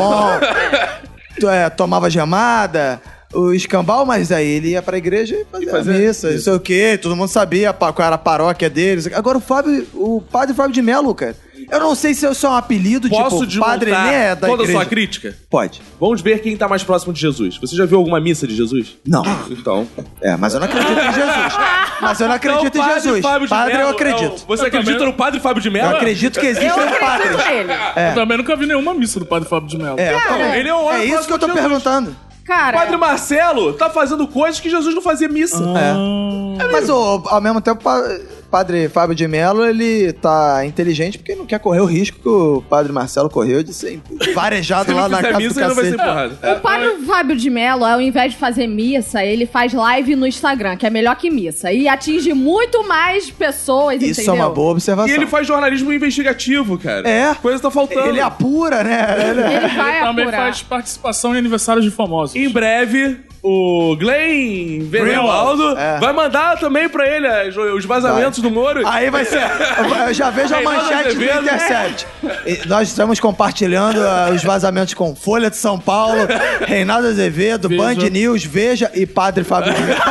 Speaker 4: to- é, tomava gemada, o escambau, mas aí ele ia pra igreja e fazia,
Speaker 3: fazia
Speaker 4: a missa, não sei o quê, todo mundo sabia pa- qual era a paróquia dele. não sei o quê. Agora o Fábio, o padre Fábio de Melo, cara. Eu não sei se isso é um apelido,
Speaker 3: Posso
Speaker 4: tipo, padre
Speaker 3: desmontar
Speaker 4: né, é da
Speaker 3: toda a
Speaker 4: igreja.
Speaker 3: sua crítica?
Speaker 4: Pode.
Speaker 3: Vamos ver quem tá mais próximo de Jesus. Você já viu alguma missa de Jesus?
Speaker 4: Não.
Speaker 3: Então.
Speaker 4: É, mas eu não acredito em Jesus. Mas eu não acredito
Speaker 3: Então,
Speaker 4: em Jesus.
Speaker 3: Fábio de
Speaker 4: padre, eu
Speaker 3: Mello, é
Speaker 4: acredito.
Speaker 3: o- Você acredita no Padre Fábio de
Speaker 4: Eu
Speaker 3: Mello?
Speaker 4: acredito que existe
Speaker 2: Eu
Speaker 4: um padre.
Speaker 2: acredito nele.
Speaker 5: Eu também nunca vi nenhuma missa do Padre Fábio de Mello.
Speaker 4: É,
Speaker 2: Cara,
Speaker 4: tá bom.
Speaker 3: Ele é o
Speaker 4: é
Speaker 3: homem
Speaker 4: isso que eu tô
Speaker 3: próximo de Jesus.
Speaker 4: perguntando.
Speaker 2: Cara,
Speaker 3: Padre Marcelo tá fazendo coisas que Jesus não fazia missa. Tá,
Speaker 4: É. Mas ô, ao mesmo tempo, pa- padre Fábio de Mello, ele tá inteligente porque não quer correr o risco que o padre Marcelo correu de ser varejado
Speaker 3: Se
Speaker 4: lá
Speaker 3: ele não fizer
Speaker 4: na casa
Speaker 3: missa,
Speaker 4: do
Speaker 3: ele não vai ser
Speaker 4: cacete.
Speaker 3: empurrado.
Speaker 2: O padre Fábio de Mello, ao invés de fazer missa, ele faz live no Instagram, que é melhor que missa. E atinge muito mais pessoas,
Speaker 4: Isso
Speaker 2: entendeu?
Speaker 4: é uma boa observação.
Speaker 3: E ele faz jornalismo investigativo, cara.
Speaker 4: É.
Speaker 3: Coisa tá faltando.
Speaker 4: Ele apura, né? Ele-
Speaker 2: Ele vai
Speaker 5: Também
Speaker 2: apurar.
Speaker 5: faz participação em aniversários de famosos.
Speaker 3: Em breve, o Glenn Venevaldo
Speaker 4: É.
Speaker 3: vai mandar também pra ele as- os vazamentos do Moro.
Speaker 4: Aí vai ser. Eu já vejo a
Speaker 3: Reinaldo
Speaker 4: manchete do
Speaker 3: Azevedo.
Speaker 4: Intercept. E Nós estamos compartilhando ah, os vazamentos com Folha de São Paulo, Reinaldo Azevedo, Band News, Veja e Padre Fábio. de Melo.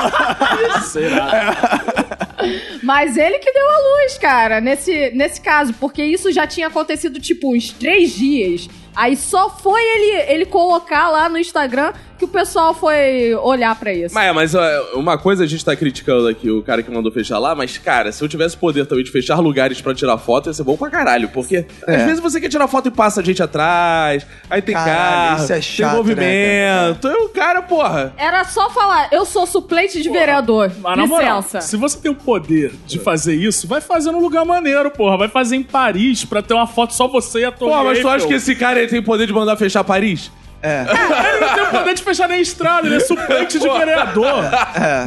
Speaker 2: Mas ele que deu a luz, cara, nesse, nesse caso, porque isso já tinha acontecido, tipo, uns três dias. Aí só foi ele, ele colocar lá no Instagram que o pessoal foi olhar pra isso.
Speaker 3: Mas, é, mas ó, uma coisa a gente tá criticando aqui o cara que mandou fechar lá, mas, cara, se eu tivesse poder também de fechar lugares pra tirar foto, ia ser bom pra caralho. Porque
Speaker 4: É.
Speaker 3: às vezes você quer tirar foto e passa a gente atrás, aí tem
Speaker 4: Caralho,
Speaker 3: carro,
Speaker 4: isso é chato,
Speaker 3: tem
Speaker 4: né,
Speaker 3: movimento. E o cara, porra.
Speaker 2: Era só falar, eu sou suplente de vereador.
Speaker 5: Mas na moral,
Speaker 2: Licença.
Speaker 5: se você tem o poder de fazer isso, vai fazer num lugar maneiro, porra. Vai fazer em Paris pra ter uma foto só você e a Torre
Speaker 3: Porra, mas tu
Speaker 5: Eiffel.
Speaker 3: acha que esse cara ele tem poder de mandar fechar Paris?
Speaker 5: Ele não tem o poder é de fechar nem estrada, ele é suplente de vereador.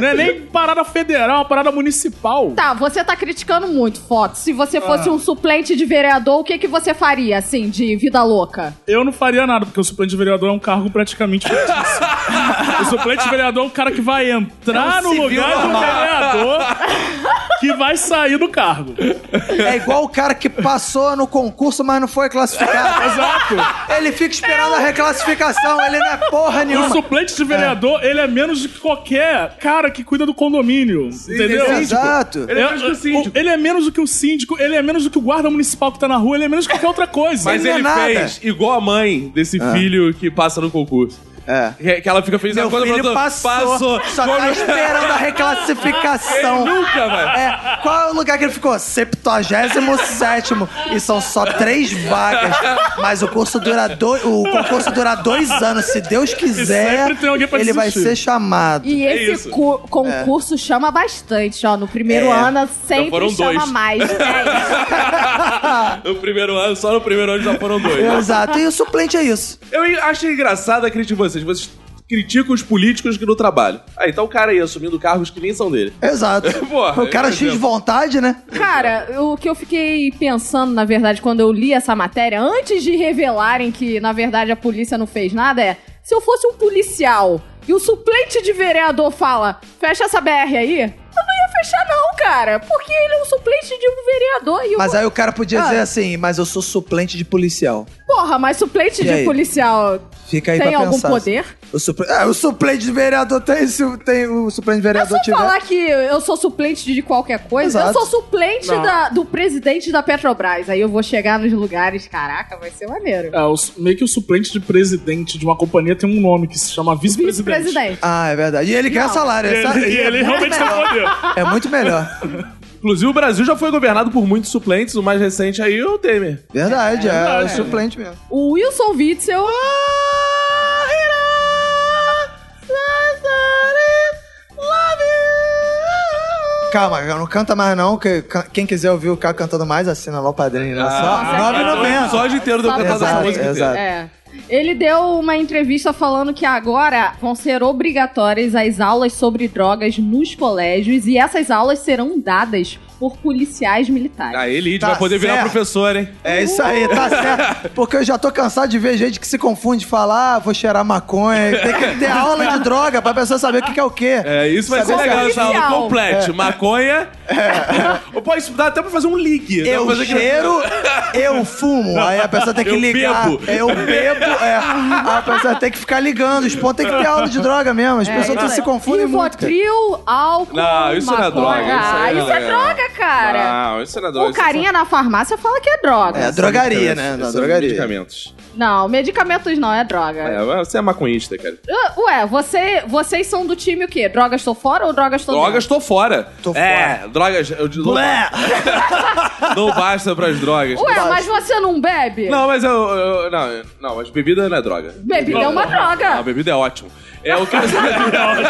Speaker 5: Não é nem parada federal, é uma parada municipal.
Speaker 2: Tá, você tá criticando muito foto. Se
Speaker 3: Ah.
Speaker 2: você fosse um suplente de vereador, o que, que você faria, assim, de vida louca?
Speaker 5: Eu não faria nada, porque o suplente de vereador é um cargo praticamente fictício. o suplente de vereador é um cara que vai entrar
Speaker 4: É um
Speaker 5: no
Speaker 4: civil
Speaker 5: lugar
Speaker 4: normal.
Speaker 5: do vereador que vai sair do cargo.
Speaker 4: É igual o cara que passou no concurso, mas não foi classificado.
Speaker 5: Exato.
Speaker 4: Ele fica esperando a reclassificação, ele não é porra
Speaker 5: O
Speaker 4: nenhuma.
Speaker 5: suplente de vereador, ele é menos de qualquer cara que cuida do condomínio. entendeu?
Speaker 4: Exato.
Speaker 3: Ele é menos que o síndico.
Speaker 5: ele é menos do que o síndico, ele é menos do que o guarda municipal que tá na rua, ele é menos que qualquer outra coisa.
Speaker 3: Mas
Speaker 4: não é
Speaker 3: ele
Speaker 4: nada.
Speaker 3: fez igual a mãe desse filho que passa no concurso.
Speaker 4: É.
Speaker 3: Que que ela fica feliz
Speaker 4: Meu
Speaker 3: quando
Speaker 4: filho
Speaker 3: mandou-
Speaker 4: passou, só tá esperando a reclassificação.
Speaker 3: Nunca, velho.
Speaker 4: É, qual é o lugar que ele ficou? 77 e são só três vagas. Mas o curso dura dois, o concurso dura dois anos. Se Deus quiser,
Speaker 5: sempre tem alguém pra
Speaker 4: ele vai
Speaker 5: desistir.
Speaker 4: ser chamado.
Speaker 2: E
Speaker 3: É
Speaker 2: esse
Speaker 3: isso.
Speaker 2: cu- concurso chama bastante, ó. No primeiro
Speaker 4: É.
Speaker 2: ano sempre
Speaker 3: Então foram
Speaker 2: chama
Speaker 3: dois.
Speaker 2: mais. É isso.
Speaker 4: É.
Speaker 3: No primeiro ano, só no primeiro ano já foram dois.
Speaker 4: Exato. E o suplente é isso.
Speaker 3: Eu acho engraçado a crítica de vocês. Vocês criticam os políticos que não trabalham. Ah, então o cara aí assumindo cargos que nem são dele.
Speaker 4: Exato.
Speaker 3: Porra,
Speaker 4: o cara
Speaker 3: por
Speaker 4: cheio de
Speaker 3: exemplo.
Speaker 4: vontade, né?
Speaker 2: Cara, o que eu fiquei pensando, na verdade, quando eu li essa matéria, antes de revelarem que, na verdade, a polícia não fez nada, é se eu fosse um policial e o suplente de vereador fala, fecha essa BR aí, eu não ia fechar, não, cara. Porque ele é um suplente de um vereador e o.
Speaker 4: Mas aí o cara podia
Speaker 2: Ah.
Speaker 4: dizer assim, mas eu sou suplente de policial.
Speaker 2: Porra, mas suplente
Speaker 4: E
Speaker 2: de
Speaker 4: aí?
Speaker 2: policial
Speaker 4: Fica aí
Speaker 2: tem
Speaker 4: pra
Speaker 2: algum
Speaker 4: pensar.
Speaker 2: poder?
Speaker 4: O, suple... ah, o suplente de vereador tem, se tem o suplente de
Speaker 2: É
Speaker 4: vereador
Speaker 2: só
Speaker 4: tiver.
Speaker 2: falar que eu sou suplente de qualquer coisa.
Speaker 4: Exato.
Speaker 2: Eu sou suplente da- do presidente da Petrobras. Aí eu vou chegar nos lugares. Caraca, vai ser maneiro.
Speaker 5: É, o su- meio que o suplente de presidente de uma companhia tem um nome que se chama vice-presidente.
Speaker 2: Vice-presidente.
Speaker 4: Ah, é verdade. E ele ganha
Speaker 2: Não.
Speaker 4: salário.
Speaker 5: E
Speaker 4: sabe?
Speaker 5: ele, e ele realmente tem poder.
Speaker 4: É muito melhor.
Speaker 3: Inclusive, o Brasil já foi governado por muitos suplentes. O mais recente aí é o Temer.
Speaker 4: Verdade, é, é suplente mesmo.
Speaker 2: O Wilson Witzel. Ah,
Speaker 4: Calma, não canta mais não, que ca- quem quiser ouvir o cara cantando mais, assina lá o padrinho, né?
Speaker 2: Ah,
Speaker 4: Só R$9,90.
Speaker 3: Só de um inteiro deu
Speaker 2: Só
Speaker 3: pra
Speaker 2: pra
Speaker 3: cantar essa
Speaker 2: saber.
Speaker 3: música inteira.
Speaker 4: Exato.
Speaker 2: É. Ele deu uma entrevista falando que agora vão ser obrigatórias as aulas sobre drogas nos colégios e essas aulas serão dadas por policiais militares.
Speaker 3: Ah, ele
Speaker 4: Tá
Speaker 3: vai poder virar
Speaker 4: certo.
Speaker 3: professor, hein?
Speaker 4: É isso aí, tá certo. Porque eu já tô cansado de ver gente que se confunde, falar, ah, vou cheirar maconha. Tem que ter aula de droga pra pessoa saber o que que é o quê.
Speaker 3: É, isso vai
Speaker 4: Sabe
Speaker 3: ser
Speaker 4: essa
Speaker 3: legal essa
Speaker 2: inicial.
Speaker 3: aula completa.
Speaker 4: É.
Speaker 3: Maconha. Ou pode estudar até pra fazer um ligue. Dá pra
Speaker 4: Eu
Speaker 3: fazer aqui-
Speaker 4: cheiro, eu fumo. Aí a pessoa tem que
Speaker 3: Eu
Speaker 4: ligar.
Speaker 3: bebo.
Speaker 4: Eu bebo, é. A pessoa tem que ficar ligando. Os pontos tem que ter aula de droga mesmo. As pessoas
Speaker 2: isso
Speaker 4: se
Speaker 2: aí.
Speaker 4: confundem muito. cara.
Speaker 2: Rivotril, álcool,
Speaker 3: Não, isso não é
Speaker 2: maconha.
Speaker 3: droga, isso
Speaker 2: Ah,
Speaker 3: aí
Speaker 2: isso
Speaker 3: não
Speaker 2: é
Speaker 3: é.
Speaker 2: droga, cara.
Speaker 3: Não, isso não é droga.
Speaker 2: O carinha na farmácia fala que é droga.
Speaker 4: É, drogaria, né?
Speaker 3: Na
Speaker 4: Na drogaria.
Speaker 3: Medicamentos.
Speaker 2: Não, medicamentos não, é droga.
Speaker 3: É, você é maconhista, cara.
Speaker 2: Ah, Ué, você, vocês são do time o quê? Drogas tô fora ou drogas tô
Speaker 3: Drogas,
Speaker 2: dentro?
Speaker 3: tô fora.
Speaker 4: Tô
Speaker 3: É, drogas. Eu, não,
Speaker 4: Blé!
Speaker 3: não basta pras drogas.
Speaker 2: Ué, mas você não bebe?
Speaker 3: Não, mas eu, eu- não, não, mas bebida não é droga.
Speaker 2: Bebida é uma droga.
Speaker 3: Não, bebida é ótimo. É o que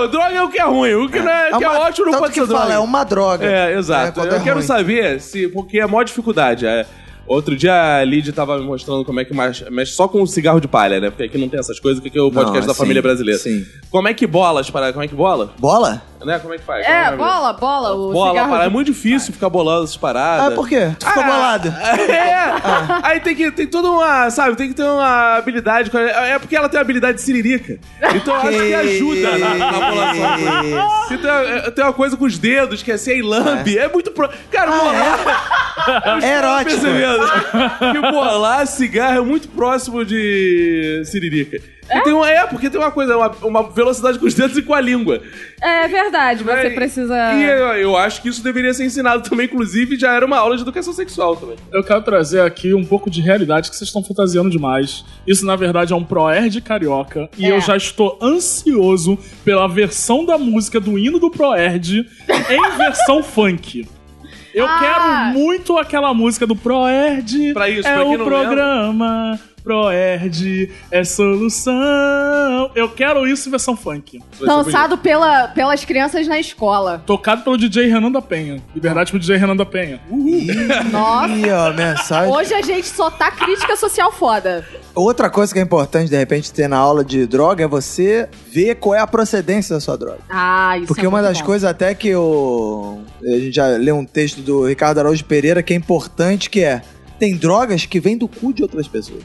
Speaker 3: Ué, droga é o que é ruim, o que não é, o que é
Speaker 4: uma-
Speaker 3: ótimo não
Speaker 4: tanto
Speaker 3: pode
Speaker 4: que
Speaker 3: ser
Speaker 4: fala,
Speaker 3: droga.
Speaker 4: é uma droga.
Speaker 3: É, exato.
Speaker 4: quando
Speaker 3: eu
Speaker 4: é
Speaker 3: quero
Speaker 4: ruim.
Speaker 3: saber se porque é a maior dificuldade. é. Outro dia a Lid tava me mostrando como é que mas- mexe só com o cigarro de palha, né? Porque aqui não tem essas coisas, porque aqui é o podcast da
Speaker 4: sim,
Speaker 3: família brasileira.
Speaker 4: sim.
Speaker 3: Como é que bola as paradas? Como é que bola?
Speaker 4: Bola?
Speaker 3: né? Como é que faz? Qual o
Speaker 2: É,
Speaker 3: nome?
Speaker 2: bola, bola, o
Speaker 3: Bola,
Speaker 2: cigarro.
Speaker 3: parada. É muito difícil ficar bolando essas paradas.
Speaker 4: Ah, por quê? Tu ficou
Speaker 3: Ah,
Speaker 4: bolado.
Speaker 3: É. Aí tem que tem toda uma, sabe, tem que ter uma habilidade. com a- É porque ela tem a habilidade siririca. Então eu acho que ajuda na, na bolação. Se tem, é, tem uma coisa com os dedos, que é sem lambe, é tipo muito pro. Cara, bolar.
Speaker 4: É erótico.
Speaker 3: Percebendo? que bolar cigarro é muito próximo de siririca. E tem uma, é, porque tem uma coisa, uma, uma velocidade com os dedos e com a língua.
Speaker 2: É verdade, você
Speaker 3: É,
Speaker 2: precisa.
Speaker 3: E eu, eu acho que isso deveria ser ensinado também, inclusive, já era uma aula de educação sexual também.
Speaker 5: Eu quero trazer aqui um pouco de realidade que vocês estão fantasiando demais. Isso, na verdade, é um Proerd carioca. E
Speaker 2: É.
Speaker 5: eu já estou ansioso pela versão da música do hino do Proerd em versão funk. Eu
Speaker 2: Ah.
Speaker 5: quero muito aquela música do Proerd.
Speaker 3: Pra isso,
Speaker 5: é
Speaker 3: pra quem
Speaker 5: o
Speaker 3: não
Speaker 5: programa. Proerd é solução. Eu quero isso em versão funk.
Speaker 2: Dançado pela, pelas crianças na escola.
Speaker 5: Tocado pelo DJ Renan da Penha. Liberdade pro DJ Renan da Penha.
Speaker 2: Nossa.
Speaker 4: Ih, ó, mensagem.
Speaker 2: Hoje a gente só tá crítica social foda.
Speaker 4: Outra coisa que é importante, de repente, ter na aula de droga é você ver qual é a procedência da sua droga.
Speaker 2: Ah, isso
Speaker 4: Porque
Speaker 2: é
Speaker 4: uma
Speaker 2: muito
Speaker 4: das
Speaker 2: bom.
Speaker 4: coisas até que eu... A gente já leu um texto do Ricardo Araújo Pereira que é importante, que é... Tem drogas que vêm do cu de outras pessoas.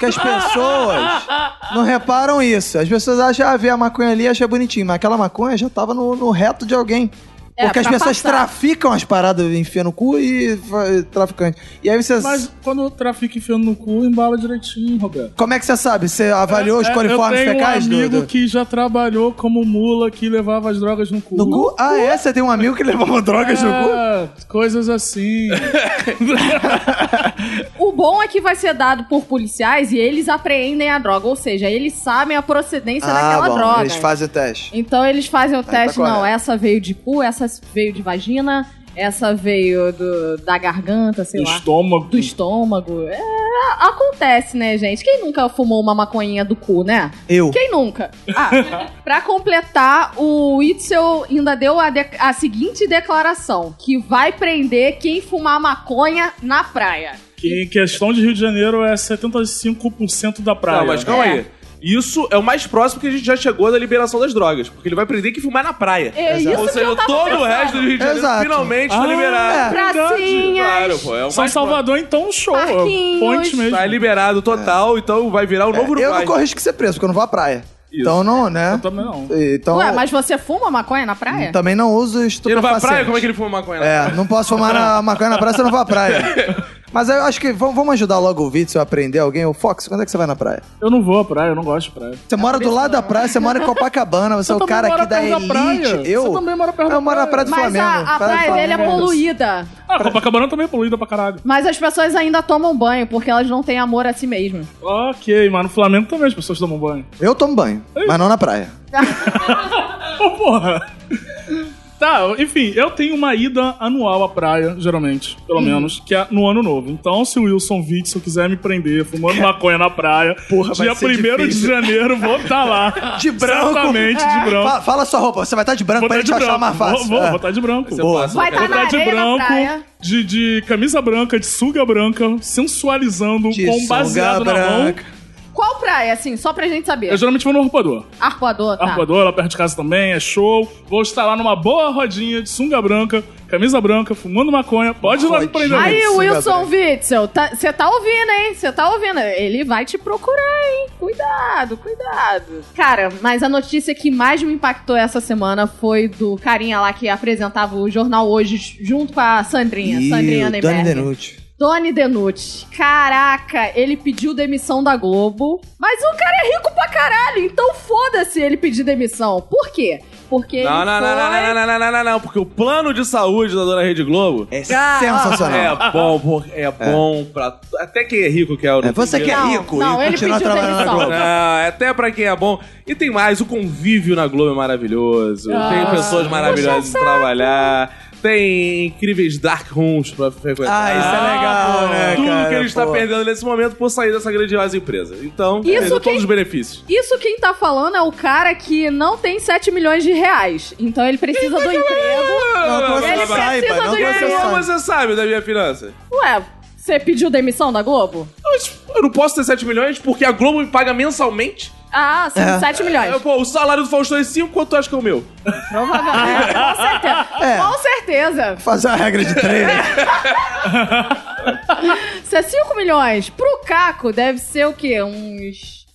Speaker 4: que as pessoas não reparam isso. As pessoas acham, ah, vê a maconha ali, acha bonitinho. Mas aquela maconha já tava no, no reto de alguém.
Speaker 2: É,
Speaker 4: Porque as
Speaker 2: pra
Speaker 4: pessoas
Speaker 2: passar.
Speaker 4: traficam as paradas, enfia no cu e fa- traficante. E aí você...
Speaker 5: Mas quando o trafica enfiando no cu, embala direitinho, Roberto.
Speaker 4: Como é que você sabe? Você avaliou os
Speaker 5: É,
Speaker 4: coliformes
Speaker 5: eu tenho
Speaker 4: fecais
Speaker 5: um
Speaker 4: do-
Speaker 5: amigo
Speaker 4: do-
Speaker 5: que já trabalhou como mula que levava as drogas no cu.
Speaker 4: no cu? Ah, é? Você tem um amigo que levava drogas no
Speaker 2: Ah,
Speaker 4: cu?
Speaker 5: É, coisas assim.
Speaker 2: O bom é que vai ser dado por policiais e eles apreendem a droga, ou seja, eles sabem a procedência é daquela
Speaker 4: Ah, bom,
Speaker 2: droga.
Speaker 4: eles fazem o teste.
Speaker 2: Então eles fazem o
Speaker 4: tá
Speaker 2: teste, não,
Speaker 4: correto.
Speaker 2: essa veio de cu, essa veio de vagina, essa veio do- da garganta, sei
Speaker 5: Do
Speaker 2: lá.
Speaker 5: estômago.
Speaker 2: Do estômago. É, acontece, né, gente? Quem nunca fumou uma maconhinha do cu, né?
Speaker 4: Eu.
Speaker 2: Quem nunca? Ah, pra completar, o Itzel ainda deu a, de- a seguinte declaração: que vai prender quem fumar maconha na praia.
Speaker 5: Que em questão de Rio de Janeiro é 75% da praia.
Speaker 3: Não,
Speaker 4: né?
Speaker 3: mas calma
Speaker 2: É.
Speaker 3: aí. Isso é o mais próximo que a gente já chegou da liberação das drogas, porque ele vai prender que fumar na praia.
Speaker 2: É
Speaker 4: Exato.
Speaker 2: isso
Speaker 3: Ou
Speaker 2: que
Speaker 3: seja,
Speaker 2: eu tava
Speaker 3: todo
Speaker 2: pensando.
Speaker 3: o resto do Rio de Janeiro
Speaker 4: Exato.
Speaker 3: finalmente
Speaker 5: Ah,
Speaker 3: tá liberado.
Speaker 5: é. Verdade.
Speaker 2: Pracinhas,
Speaker 3: Claro, pô. É o
Speaker 5: São
Speaker 3: mais
Speaker 5: Salvador, então, show. é
Speaker 2: Parquinhos.
Speaker 5: Ponte mesmo.
Speaker 3: próximo. Tá liberado total, então vai virar o novo
Speaker 4: É, eu
Speaker 3: Uruguai.
Speaker 4: não corro risco de ser preso, porque eu não vou à praia.
Speaker 3: Isso.
Speaker 4: Então não, né?
Speaker 5: Eu também não.
Speaker 4: Então,
Speaker 2: Ué, mas você fuma maconha na praia?
Speaker 4: também não tá uso
Speaker 3: Ele não vai à
Speaker 4: estupefacientes.
Speaker 3: praia? Como é que ele fuma maconha? lá?
Speaker 4: É, não posso fumar na maconha na praia se eu não vou à praia. Mas eu acho que vamos, vamos ajudar logo o Vitz a aprender alguém. Ô, Fox, quando é que você vai na praia?
Speaker 5: Eu não vou à praia, eu não gosto de praia.
Speaker 4: Você mora do lado da praia, você mora em Copacabana, você, é o
Speaker 5: também
Speaker 4: cara
Speaker 5: mora
Speaker 4: aqui da
Speaker 5: perto
Speaker 4: elite.
Speaker 5: praia.
Speaker 4: Eu,
Speaker 5: Você tá também mora perto
Speaker 4: eu
Speaker 5: da
Speaker 4: moro na praia do
Speaker 2: Mas
Speaker 4: Flamengo.
Speaker 2: a, a
Speaker 4: do
Speaker 2: praia dele é
Speaker 4: Flamengo.
Speaker 2: poluída.
Speaker 5: Ah, Copacabana também é poluída pra caralho.
Speaker 2: Mas as pessoas ainda tomam banho porque elas não têm amor a si mesmas.
Speaker 5: Ok, mas no Flamengo também as pessoas tomam banho.
Speaker 4: Eu tomo banho, mas não na praia.
Speaker 5: Ô, porra! Tá, enfim, eu tenho uma ida anual à praia, geralmente,
Speaker 4: Hum.
Speaker 5: pelo menos, que é no ano novo. Então, se o Wilson Witzel quiser me prender fumando maconha na praia,
Speaker 4: Porra, vai
Speaker 5: dia
Speaker 4: ser
Speaker 5: 1 de
Speaker 4: difícil.
Speaker 5: janeiro, vou estar lá.
Speaker 4: De branco. É.
Speaker 5: Certamente, de branco.
Speaker 4: Fala, fala sua roupa, você vai estar de branco
Speaker 5: Vou
Speaker 4: pra
Speaker 5: tá
Speaker 4: gente
Speaker 5: de
Speaker 4: achar
Speaker 5: branco.
Speaker 4: mais
Speaker 5: Vou,
Speaker 4: fácil.
Speaker 5: vou,
Speaker 4: É.
Speaker 5: vou tá de branco.
Speaker 3: Você
Speaker 5: Vou
Speaker 3: passa,
Speaker 2: Vai tá
Speaker 3: cara.
Speaker 2: na
Speaker 5: tá de
Speaker 2: areia da
Speaker 5: branco,
Speaker 2: praia.
Speaker 5: de, de camisa branca, de sunga branca, sensualizando
Speaker 4: De
Speaker 5: com um baseado
Speaker 4: sunga
Speaker 5: na mão.
Speaker 4: branca.
Speaker 2: Qual praia, assim, só pra gente saber?
Speaker 5: Eu geralmente vou no arpoador.
Speaker 2: Arpoador, tá.
Speaker 5: Arpoador, lá perto de casa também, é show. Vou estar lá numa boa rodinha de sunga branca, camisa branca, fumando maconha. Pode ir lá me
Speaker 4: Rodinha.
Speaker 5: prender.
Speaker 2: Aí,
Speaker 4: Isso, um
Speaker 2: Wilson
Speaker 4: Gabriel.
Speaker 2: Witzel, você tá, ouvindo, hein? Você tá ouvindo. Ele vai te procurar, hein? Cuidado, cuidado. Cara, mas a notícia que mais me impactou essa semana foi do carinha lá que apresentava o jornal hoje junto com a Sandrinha.
Speaker 4: Ih,
Speaker 2: Sandrinha
Speaker 4: o
Speaker 2: Neberg.
Speaker 4: Dani Denucci.
Speaker 2: Tony Denucci. Caraca, ele pediu demissão da Globo. Mas o cara é rico pra caralho, então foda-se ele pedir demissão. Por quê? Porque
Speaker 3: Não,
Speaker 2: ele
Speaker 3: não, não,
Speaker 2: foi...
Speaker 3: não, não, não, não, não, não, não, porque o plano de saúde da dona Rede Globo
Speaker 4: É
Speaker 2: Ah,
Speaker 4: sensacional.
Speaker 3: é bom, pô, é bom pra. Até quem é rico que é o.
Speaker 4: É, você que é
Speaker 2: Não,
Speaker 4: rico
Speaker 2: não,
Speaker 4: e
Speaker 2: ele
Speaker 4: continua
Speaker 2: pediu
Speaker 4: trabalhando na
Speaker 2: demissão.
Speaker 4: Globo.
Speaker 3: Não, até pra quem é bom. E tem mais, o convívio na Globo é maravilhoso. tem pessoas maravilhosas pra trabalhar. Tem incríveis dark rooms pra frequentar.
Speaker 4: Ah, isso é legal, né,
Speaker 3: Tudo
Speaker 4: cara,
Speaker 3: que ele está
Speaker 4: pô.
Speaker 3: perdendo nesse momento por sair dessa grandiosa empresa. Então,
Speaker 2: Isso
Speaker 3: perdeu
Speaker 2: quem-
Speaker 3: todos os benefícios.
Speaker 2: Isso quem tá falando é o cara que não tem 7 milhões de reais. Então ele precisa do emprego.
Speaker 4: Não que
Speaker 2: Ele
Speaker 4: você
Speaker 2: precisa
Speaker 4: saiba,
Speaker 2: do
Speaker 4: não que você
Speaker 2: dinheiro.
Speaker 3: Como
Speaker 4: saiba.
Speaker 3: você sabe da minha finança?
Speaker 2: Ué, você pediu demissão da Globo?
Speaker 3: Mas Eu não posso ter 7 milhões porque a Globo me paga mensalmente
Speaker 2: Ah, são
Speaker 4: É.
Speaker 2: 7 milhões.
Speaker 3: É, Pô, o salário do Faustão é 5, quanto tu acha que é o meu?
Speaker 2: Provavelmente. com certeza.
Speaker 4: É.
Speaker 2: Com certeza.
Speaker 4: Fazer a regra de três.
Speaker 2: Se é 5 milhões, pro Caco deve ser o quê? Uns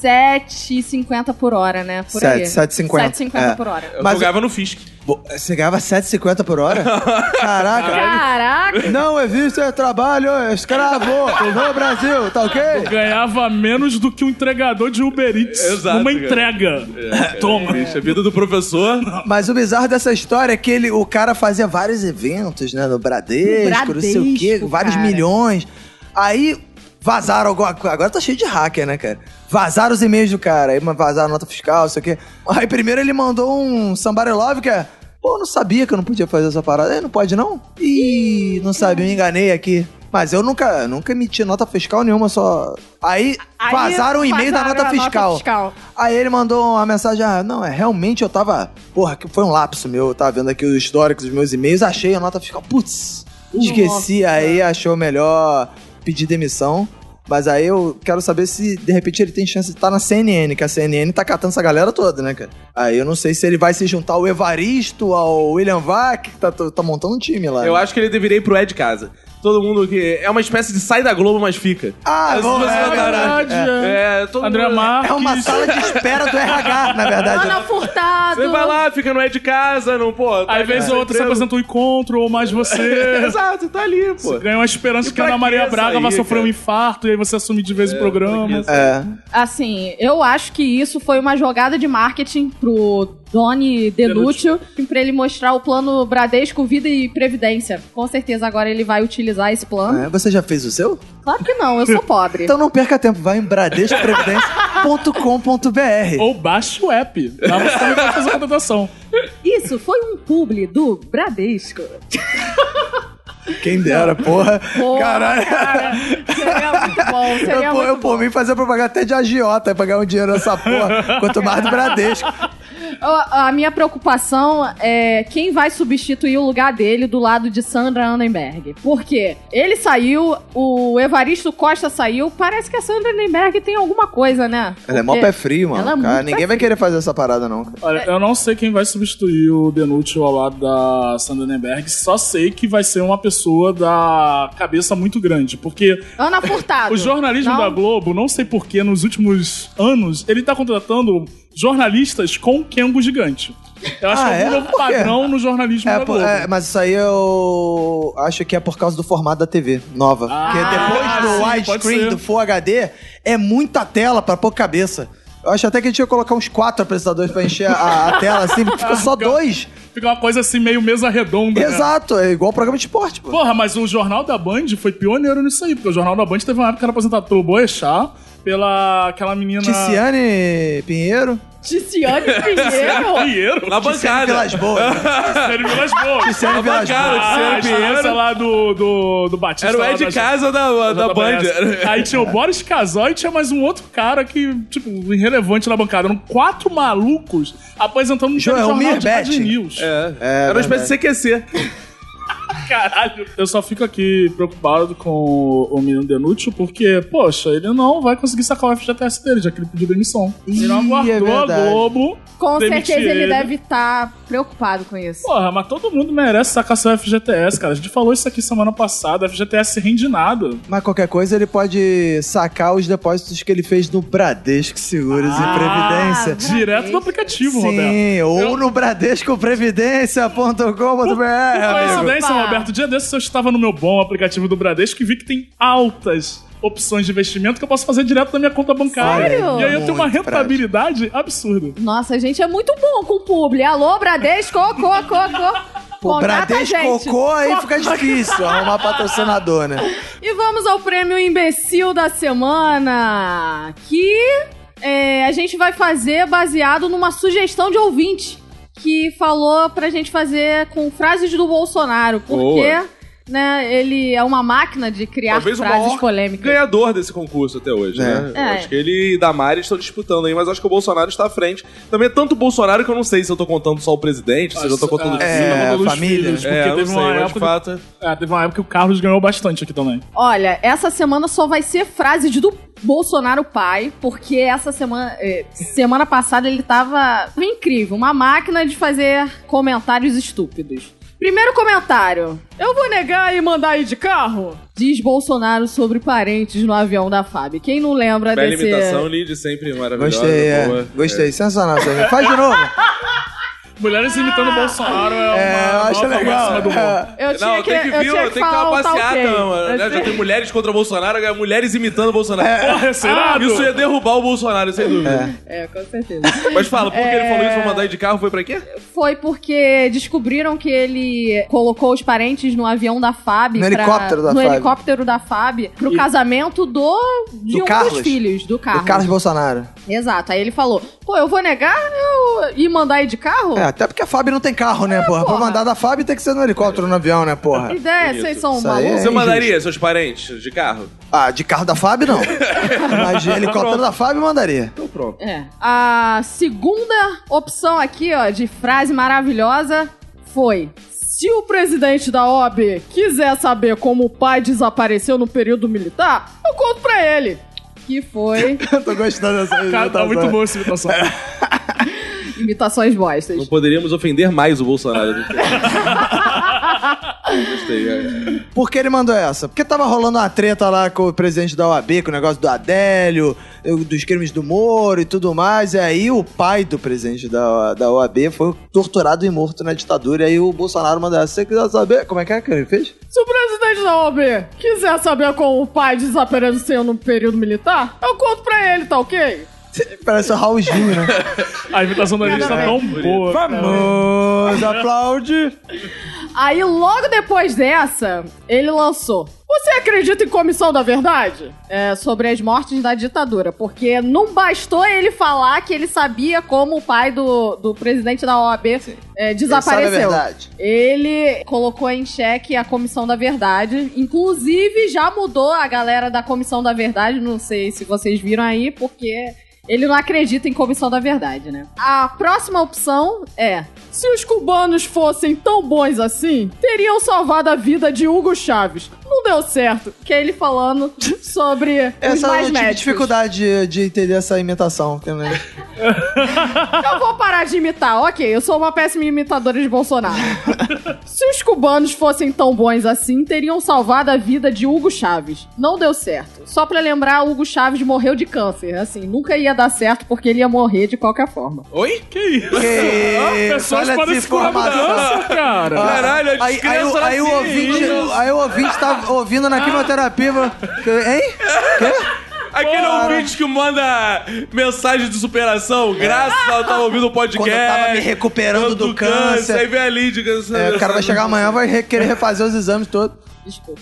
Speaker 2: 7,50 por hora, né? Por aí.
Speaker 4: 7,50.
Speaker 2: 7,50
Speaker 4: É.
Speaker 2: por hora.
Speaker 3: Eu
Speaker 4: Mas-
Speaker 3: jogava no Fisk.
Speaker 4: Bo- Você ganhava 7,50 por hora? Caraca.
Speaker 2: Caraca!
Speaker 4: Não existe trabalho escravo no Brasil, tá ok?
Speaker 5: Ganhava menos do que um entregador de Uber Eats.
Speaker 3: Exato,
Speaker 5: Uma
Speaker 3: cara. É,
Speaker 5: entrega. Toma.
Speaker 3: Bicho, a vida do professor.
Speaker 4: Mas o bizarro dessa história é que ele, o cara fazia vários eventos, né? No Bradesco,
Speaker 2: No
Speaker 4: não sei o quê,
Speaker 2: Bradesco,
Speaker 4: vários
Speaker 2: cara.
Speaker 4: milhões. Aí vazaram alguma coisa. Agora tá cheio de hacker, né, cara? Vazaram os e-mails do cara, aí vazaram a nota fiscal, não sei o quê. Aí primeiro ele mandou um somebody love que é. Pô, não sabia que eu não podia fazer essa parada. É, não pode não? Ih, não sabia, me enganei aqui. Mas eu nunca, nunca emiti nota fiscal nenhuma, só. Aí,
Speaker 2: Aí
Speaker 4: vazaram o e-mail da
Speaker 2: vazaram
Speaker 4: nota
Speaker 2: a nota
Speaker 4: fiscal.
Speaker 2: fiscal.
Speaker 4: Aí ele mandou uma mensagem, ah, não, é realmente eu tava. Porra, que foi um lapso meu, eu tava vendo aqui o histórico dos meus e-mails, achei a nota fiscal, putz, esqueci, aí achou melhor pedir demissão. Mas aí eu quero saber se, de repente, ele tem chance de estar na CNN, que a CNN tá catando essa galera toda, né, cara? Aí eu não sei se ele vai se juntar ao Evaristo, ao William Vac, que tá, tá montando um time lá.
Speaker 3: Eu
Speaker 4: né?
Speaker 3: acho que ele deveria ir pro Ed Casa. Todo mundo que. É uma espécie de sai da Globo, mas fica.
Speaker 4: Ah,
Speaker 3: As
Speaker 4: bom,
Speaker 3: duas
Speaker 4: é,
Speaker 3: mandaram-
Speaker 5: verdade,
Speaker 3: É, todo
Speaker 5: André
Speaker 3: mundo.
Speaker 5: Marques.
Speaker 4: É uma sala de espera do RH, na verdade. né?
Speaker 2: Ana Furtado!
Speaker 3: Você vai lá, fica no Ed Casa, não, pô. tá
Speaker 5: Aí, vez
Speaker 3: aqui,
Speaker 5: ou outra, você
Speaker 3: emprego.
Speaker 5: apresenta um encontro ou mais você.
Speaker 3: Exato, tá ali, pô.
Speaker 5: Ganha uma esperança
Speaker 3: E
Speaker 5: que a
Speaker 3: pra
Speaker 5: Ana
Speaker 3: que
Speaker 5: Maria
Speaker 3: essa
Speaker 5: Braga
Speaker 3: aí,
Speaker 5: vai sofrer
Speaker 3: cara?
Speaker 5: um infarto e aí você assume de vez o programa.
Speaker 4: É.
Speaker 2: Assim, eu acho que isso foi uma jogada de marketing pro Doni Denúcio pra ele mostrar o plano Bradesco Vida e Previdência. Com certeza agora ele vai utilizar esse plano.
Speaker 4: É, Você já fez o seu?
Speaker 2: Claro que não, eu sou pobre.
Speaker 4: Então não perca tempo, vai em bradescoprevidência.com.br.
Speaker 5: Ou baixa o app. Lá você também pode fazer a contratação.
Speaker 2: Isso foi um publi do Bradesco.
Speaker 4: Quem dera, porra.
Speaker 2: Porra,
Speaker 4: Caralho.
Speaker 2: cara. Seria muito bom, seria
Speaker 4: Eu, por-
Speaker 2: muito
Speaker 4: eu por
Speaker 2: bom.
Speaker 4: mim fazer propaganda até de agiota, ia pagar um dinheiro nessa porra, quanto mais do Bradesco.
Speaker 2: A, a minha preocupação é quem vai substituir o lugar dele do lado de Sandra Annenberg. Porque ele saiu, o Evaristo Costa saiu, parece que a Sandra Annenberg tem alguma coisa, né?
Speaker 4: Ela é mó
Speaker 2: Porque-
Speaker 4: pé frio, mano.
Speaker 2: Ela é
Speaker 4: cara,
Speaker 2: muito
Speaker 4: ninguém vai querer fazer essa parada, não. cara.
Speaker 2: É.
Speaker 5: Olha, eu não sei quem vai substituir o Denútil ao lado da Sandenberg, só sei que vai ser uma pessoa da cabeça muito grande, porque
Speaker 2: Ana Furtado.
Speaker 5: o jornalismo
Speaker 2: Ah, Não?
Speaker 5: da Globo, não sei porquê, nos últimos anos, ele tá contratando jornalistas com Kengo gigante. Eu acho
Speaker 4: Ah,
Speaker 5: que é
Speaker 4: é?
Speaker 5: um novo
Speaker 4: Por quê?
Speaker 5: padrão no jornalismo
Speaker 4: É,
Speaker 5: da
Speaker 4: por-
Speaker 5: Globo.
Speaker 4: é, mas isso aí eu acho que é por causa do formato da TV nova.
Speaker 5: Ah,
Speaker 4: Porque depois do
Speaker 5: sim, pode
Speaker 4: widescreen,
Speaker 5: ser.
Speaker 4: do Full HD, é muita tela pra pouca cabeça. Eu acho até que a gente ia colocar uns quatro apresentadores pra encher a, a tela, assim, porque ficou só dois.
Speaker 5: Fica uma coisa assim, meio mesa redonda. né?
Speaker 4: Exato, é igual programa de esporte, pô.
Speaker 5: Porra, mas o Jornal da Band foi pioneiro nisso aí, porque o Jornal da Band teve uma época que era apresentado pelo Boechat, pela aquela menina...
Speaker 4: Ticiane Pinheiro.
Speaker 2: Ticiane Pinheiro.
Speaker 5: Pinheiro?
Speaker 3: Na bancada.
Speaker 4: Pelas boas.
Speaker 5: Ticiane Vilas Boas.
Speaker 4: Ticiane
Speaker 3: Na
Speaker 4: Vilas
Speaker 3: bancada,
Speaker 4: Boas.
Speaker 5: Ah, a
Speaker 3: Ticiane
Speaker 5: criança
Speaker 3: Pinheiro.
Speaker 5: lá do, do, do Batista.
Speaker 3: Era o
Speaker 5: lá
Speaker 3: Ed
Speaker 5: da-
Speaker 3: Casa da, da, Band.
Speaker 5: Band. Aí tinha o Boris Casol e tinha mais um outro cara que, tipo, irrelevante na bancada. Eram quatro malucos apresentando um
Speaker 4: Joelmir
Speaker 5: jornal de Band
Speaker 4: Betti.
Speaker 5: News.
Speaker 3: É,
Speaker 4: É,
Speaker 3: era uma espécie de CQC.
Speaker 5: Caralho. Eu só fico aqui preocupado com o o menino Denútil, porque, poxa, ele não vai conseguir sacar o FGTS dele, já que ele pediu demissão. Ele não
Speaker 4: Ih, é
Speaker 5: aguardou a
Speaker 4: verdade.
Speaker 5: Globo.
Speaker 2: Com
Speaker 5: demitir
Speaker 2: certeza ele deve estar preocupado com isso.
Speaker 5: Porra, mas todo mundo merece sacar seu FGTS, cara. A gente falou isso aqui semana passada. FGTS rende nada.
Speaker 4: Mas qualquer coisa ele pode sacar os depósitos que ele fez no Bradesco Seguros e
Speaker 5: Ah,
Speaker 4: Previdência.
Speaker 5: Direto do aplicativo, Roberto.
Speaker 4: Sim, ou no bradescoprevidência.com.br, É, amigo.
Speaker 5: Coincidência,
Speaker 2: Opa.
Speaker 5: Roberto. Dia desses eu estava no meu bom aplicativo do Bradesco e vi que tem altas opções de investimento que eu posso fazer direto da minha conta bancária.
Speaker 2: Sério?
Speaker 5: E aí eu tenho uma
Speaker 4: Muito
Speaker 5: rentabilidade absurda.
Speaker 2: Nossa, a gente é muito bom com o publi. Alô, Bradesco, co, co, co.
Speaker 4: Pô,
Speaker 2: Contrata a
Speaker 4: Bradesco
Speaker 2: gente.
Speaker 4: Cocô, aí fica difícil arrumar patrocinador, né?
Speaker 2: E vamos ao prêmio imbecil da semana, que é, a gente vai fazer baseado numa sugestão de ouvinte que falou pra gente fazer com frases do Bolsonaro, porque
Speaker 3: Boa.
Speaker 2: né, ele é uma máquina de criar
Speaker 3: Talvez o
Speaker 2: frases
Speaker 3: maior
Speaker 2: polêmicas.
Speaker 3: ganhador desse concurso até hoje,
Speaker 4: É.
Speaker 3: né? Eu
Speaker 2: É.
Speaker 3: Acho que ele e Damares estão disputando aí, mas acho que o Bolsonaro está à frente. Também é tanto o Bolsonaro que eu não sei se eu tô contando só o presidente, se eu já tô contando
Speaker 5: Ah,
Speaker 3: o
Speaker 4: é,
Speaker 5: sim,
Speaker 3: filho.
Speaker 5: tá contando os
Speaker 4: família.
Speaker 5: filhos, Porque
Speaker 3: É, eu não
Speaker 5: teve,
Speaker 3: sei,
Speaker 5: uma
Speaker 3: mas de
Speaker 5: época,
Speaker 3: fato...
Speaker 5: é, ah, teve uma época que o Carlos ganhou bastante aqui também.
Speaker 2: Olha, essa semana só vai ser frases do Bolsonaro pai, porque essa semana, eh, semana passada ele tava incrível, uma máquina de fazer comentários estúpidos. Primeiro comentário. Eu vou negar e mandar ir de carro? Diz Bolsonaro sobre parentes no avião da FAB. Quem não lembra
Speaker 3: Bela
Speaker 2: desse...
Speaker 3: imitação, Lid, sempre maravilhosa.
Speaker 4: Gostei, é.
Speaker 3: boa.
Speaker 4: Gostei, sensacional. sensacional. Faz de novo.
Speaker 5: Mulheres imitando Bolsonaro é uma
Speaker 4: É, eu acho
Speaker 5: nova máxima
Speaker 4: legal.
Speaker 5: do mundo.
Speaker 4: É.
Speaker 2: Eu tinha
Speaker 3: Não,
Speaker 2: que,
Speaker 3: tem que
Speaker 2: eu
Speaker 3: vir,
Speaker 2: tinha
Speaker 3: tem
Speaker 2: que
Speaker 3: que ter
Speaker 2: falar
Speaker 3: uma
Speaker 2: o tal
Speaker 3: passeata,
Speaker 2: quem.
Speaker 3: mano. né?
Speaker 2: Eu
Speaker 3: Já tem mulheres contra o Bolsonaro, agora mulheres imitando o Bolsonaro. Ah,
Speaker 5: Porra, é serado?
Speaker 3: Isso ia derrubar o Bolsonaro, sem dúvida.
Speaker 2: É, com certeza.
Speaker 3: Mas fala, por que
Speaker 2: É.
Speaker 3: ele falou isso pra mandar ir de carro? Foi pra
Speaker 4: É
Speaker 3: quê?
Speaker 2: Foi porque descobriram que ele colocou os parentes no avião da FAB.
Speaker 4: No helicóptero da
Speaker 2: no
Speaker 4: FAB.
Speaker 2: helicóptero da FAB pro casamento do, de
Speaker 4: Do
Speaker 2: um
Speaker 4: Carlos.
Speaker 2: dos filhos, do Carlos.
Speaker 4: O É Carlos Bolsonaro.
Speaker 2: Exato. Aí ele falou: pô, eu vou negar eu... e mandar ir de carro?
Speaker 4: É, até porque a Fábio não tem carro, né, porra? Pra
Speaker 2: É, porra.
Speaker 4: mandar da Fábio tem que ser no helicóptero, no avião, né, porra?
Speaker 2: Que ideia, "É, vocês são
Speaker 4: Isso aí
Speaker 2: malucos.
Speaker 3: Você
Speaker 4: injusto.
Speaker 3: mandaria seus parentes de carro?
Speaker 4: Ah, de carro da Fábio não. Mas de helicóptero da Fábio mandaria.
Speaker 3: Então pronto.
Speaker 2: É. A segunda opção aqui, ó, de frase maravilhosa foi: Se o presidente da OAB quiser saber como o pai desapareceu no período militar, eu conto pra ele. Que foi
Speaker 4: Eu tô gostando dessa
Speaker 5: Cara, tá
Speaker 4: imitação.
Speaker 5: muito boa essa imitação.
Speaker 2: imitações
Speaker 3: Não
Speaker 2: bostas.
Speaker 3: poderíamos ofender mais o Bolsonaro. né? Gostei. é.
Speaker 4: Por que ele mandou essa? Porque tava rolando uma treta lá com o presidente da OAB, com o negócio do Adélio, eu- dos crimes do Moro e tudo mais. E aí o pai do presidente da, da OAB foi torturado e morto na ditadura. E aí o Bolsonaro mandou essa. Se você quiser saber, como é que é que ele fez?
Speaker 2: Se o presidente da OAB quiser saber como o pai desapareceu no período militar, eu conto pra ele, tá ok?
Speaker 4: Parece o Raul Gil, né?
Speaker 5: A imitação da Lid tá tão boa.
Speaker 2: é.
Speaker 4: Famoso, aplaude.
Speaker 2: Aí, logo depois dessa, ele lançou. Você acredita em comissão da verdade? É, sobre as mortes da ditadura. Porque não bastou ele falar que ele sabia como o pai do, do presidente da OAB é,
Speaker 4: Sabe a
Speaker 2: desapareceu.
Speaker 4: verdade.
Speaker 2: Ele colocou em xeque a Comissão da Verdade. Inclusive, já mudou a galera da Comissão da Verdade. Não sei se vocês viram aí, porque ele não acredita em Comissão da Verdade, né? A próxima opção é: se os cubanos fossem tão bons assim, teriam salvado a vida de Hugo Chaves. Não deu certo. Que é ele falando sobre os
Speaker 4: Essa
Speaker 2: mais
Speaker 4: eu tive
Speaker 2: médicos.
Speaker 4: dificuldade de, de entender essa imitação. porque, né?
Speaker 2: Eu vou parar de imitar, ok. Eu sou uma péssima imitadora de Bolsonaro. Se os cubanos fossem tão bons assim, teriam salvado a vida de Hugo Chaves. Não deu certo. Só pra lembrar, Hugo Chaves morreu de câncer. Assim, nunca ia dar certo porque ele ia morrer de qualquer forma.
Speaker 3: Oi?
Speaker 5: Que isso?
Speaker 4: Que
Speaker 5: Ah,
Speaker 4: isso,
Speaker 5: pessoas
Speaker 4: olha a
Speaker 5: podem se curar da
Speaker 4: desinformação.
Speaker 5: dança, cara.
Speaker 3: Caralho, a
Speaker 4: aí, aí, o-
Speaker 3: descrença
Speaker 4: aí o
Speaker 3: na
Speaker 4: ouvinte,
Speaker 3: ciência.
Speaker 4: aí o ouvinte tá ouvindo na quimioterapia. que- Hein?
Speaker 3: Aquele ouvinte que manda mensagem de superação, graças a eu tava ouvindo o podcast.
Speaker 4: Quando eu tava me recuperando do câncer.
Speaker 3: Aí vem a Lid.
Speaker 4: É, o cara vai chegar amanhã vai re- querer refazer os exames todos.
Speaker 2: Desculpa.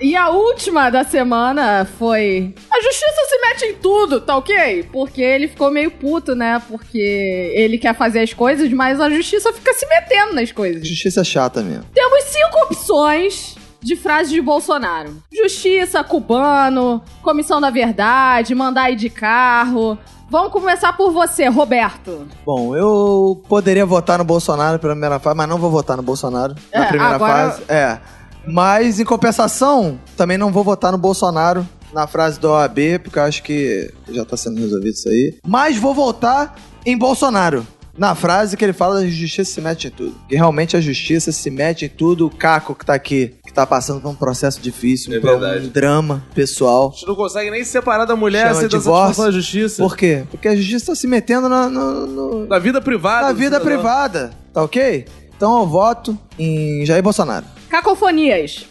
Speaker 2: E a última da semana foi. A justiça se mete em tudo, tá ok? Porque ele ficou meio puto, né? Porque ele quer fazer as coisas, mas a justiça fica se metendo nas coisas.
Speaker 4: Justiça é chata mesmo.
Speaker 2: Temos cinco opções de frases de Bolsonaro: Justiça, cubano, Comissão da Verdade, mandar ir de carro. Vamos começar por você, Roberto.
Speaker 4: Bom, eu poderia votar no Bolsonaro pela primeira fase, mas não vou votar no Bolsonaro na
Speaker 2: É,
Speaker 4: primeira
Speaker 2: agora-
Speaker 4: fase. É. Mas, em compensação, também não vou votar no Bolsonaro na frase do OAB, porque eu acho que já tá sendo resolvido isso aí. Mas vou votar em Bolsonaro. Na frase que ele fala da justiça se mete em tudo. Que realmente a justiça se mete em tudo. O Caco que tá aqui, que tá passando por um processo difícil,
Speaker 3: É
Speaker 4: por um
Speaker 3: verdade.
Speaker 4: drama pessoal.
Speaker 3: A gente não consegue nem separar da mulher, tá
Speaker 4: Chama
Speaker 3: sem dar
Speaker 4: divórcio.
Speaker 3: satisfação à justiça.
Speaker 4: Por quê? Porque a justiça tá se metendo na- no- no,
Speaker 3: Da vida privada.
Speaker 4: na
Speaker 3: do
Speaker 4: vida
Speaker 3: cidadão.
Speaker 4: privada, tá ok? Então eu voto em Jair Bolsonaro.
Speaker 2: Cacofonias.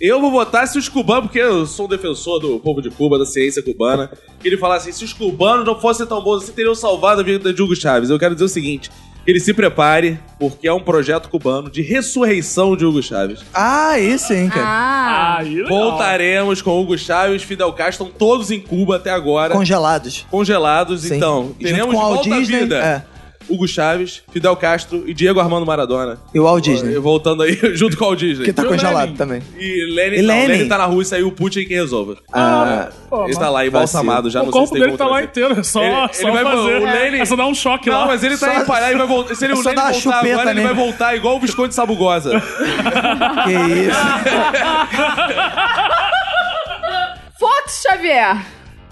Speaker 3: Eu vou votar se os cubanos, porque eu sou um defensor do povo de Cuba, da ciência cubana, que ele fala assim: se os cubanos não fossem tão bons assim, teriam salvado a vida de Hugo Chávez. Eu quero dizer o seguinte: ele se prepare, porque é um projeto cubano de ressurreição de Hugo Chávez.
Speaker 4: Ah, aí sim, cara.
Speaker 2: Ah,
Speaker 5: Aí, legal.
Speaker 3: Voltaremos com Hugo Chávez, Fidel Castro, estão todos em Cuba até agora,
Speaker 4: Ah. Congelados.
Speaker 3: congelados.
Speaker 4: Sim.
Speaker 3: Então,
Speaker 4: Junto
Speaker 3: teremos
Speaker 4: com o Walt
Speaker 3: volta à
Speaker 4: Disney,
Speaker 3: vida.
Speaker 4: é.
Speaker 3: Hugo Chávez, Fidel Castro e Diego Armando Maradona.
Speaker 4: E o Walt Disney,
Speaker 3: Voltando aí, junto com o Walt Disney.
Speaker 4: que tá
Speaker 5: E o
Speaker 4: congelado
Speaker 5: Lenin.
Speaker 4: também.
Speaker 3: E Lenin,
Speaker 4: E
Speaker 3: não,
Speaker 4: Lenin.
Speaker 3: Lenin tá na rua e saiu o Putin que resolva.
Speaker 4: Ah,
Speaker 5: Pô,
Speaker 3: ele
Speaker 5: mas
Speaker 3: tá lá embalsamado já,
Speaker 5: o
Speaker 3: não sei se
Speaker 5: corpo
Speaker 3: tem
Speaker 5: dele
Speaker 3: como
Speaker 5: tá lá
Speaker 3: trazer.
Speaker 5: inteiro, é só,
Speaker 3: Ele-
Speaker 5: só
Speaker 3: ele vai-
Speaker 5: fazer.
Speaker 3: o Lenin-
Speaker 5: é só dar um choque
Speaker 3: Não,
Speaker 5: lá.
Speaker 3: mas ele tá
Speaker 4: Só-
Speaker 3: empalhado e vai voltar. Se ele o
Speaker 4: só
Speaker 3: Lenin
Speaker 4: dá uma
Speaker 3: voltar
Speaker 4: chupeta
Speaker 3: agora, ele
Speaker 4: nele.
Speaker 3: vai voltar igual o Visconde Sabugosa. tá.
Speaker 4: que isso.
Speaker 2: Fox Xavier.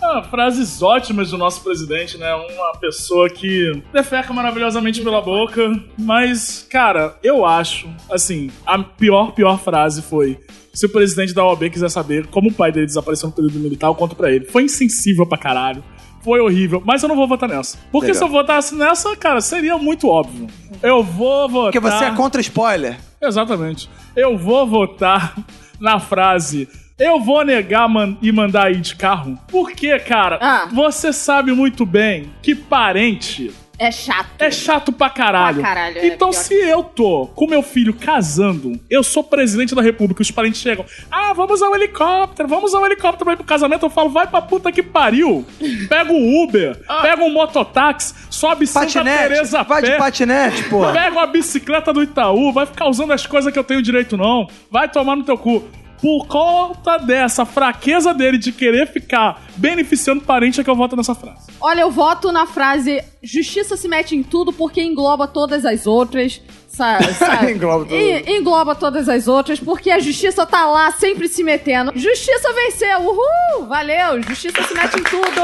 Speaker 5: Ah, frases ótimas do nosso presidente, né? Uma pessoa que defeca maravilhosamente pela boca. Mas, cara, eu acho, assim, a pior, pior frase foi. Se o presidente da OAB quiser saber como o pai dele desapareceu no período militar, eu conto pra ele. Foi insensível pra caralho. Foi horrível, mas eu não vou votar nessa. Porque
Speaker 4: Legal.
Speaker 5: se eu votasse nessa, cara, seria muito óbvio. Eu vou votar.
Speaker 4: Porque você é contra spoiler.
Speaker 5: Exatamente. Eu vou votar na frase. Eu vou negar man- e mandar ir de carro. Porque, cara,
Speaker 2: Ah.
Speaker 5: você sabe muito bem que parente
Speaker 2: É chato.
Speaker 5: é chato pra caralho.
Speaker 2: Pra caralho, é
Speaker 5: então,
Speaker 2: pior
Speaker 5: se eu tô com meu filho casando, eu sou presidente da república, os parentes chegam, ah, vamos ao helicóptero, vamos ao helicóptero pra ir pro casamento, eu falo, vai pra puta que pariu. Pega um Uber, pega um mototáxi, sobe Santa
Speaker 4: Ah. Patinete.
Speaker 5: Teresa a
Speaker 4: Vai de
Speaker 5: pé.
Speaker 4: patinete, pô.
Speaker 5: Pega uma bicicleta do Itaú, vai ficar usando as coisas que eu tenho direito, não. Vai tomar no teu cu. Por conta dessa fraqueza dele de querer ficar beneficiando parente, é que eu voto nessa frase.
Speaker 2: Olha, eu voto na frase justiça se mete em tudo porque engloba todas as outras. sa- sa-
Speaker 4: Engloba tudo.
Speaker 2: En- engloba todas as outras, porque a justiça tá lá sempre se metendo. Justiça venceu, uhul! Valeu! Justiça se mete em tudo!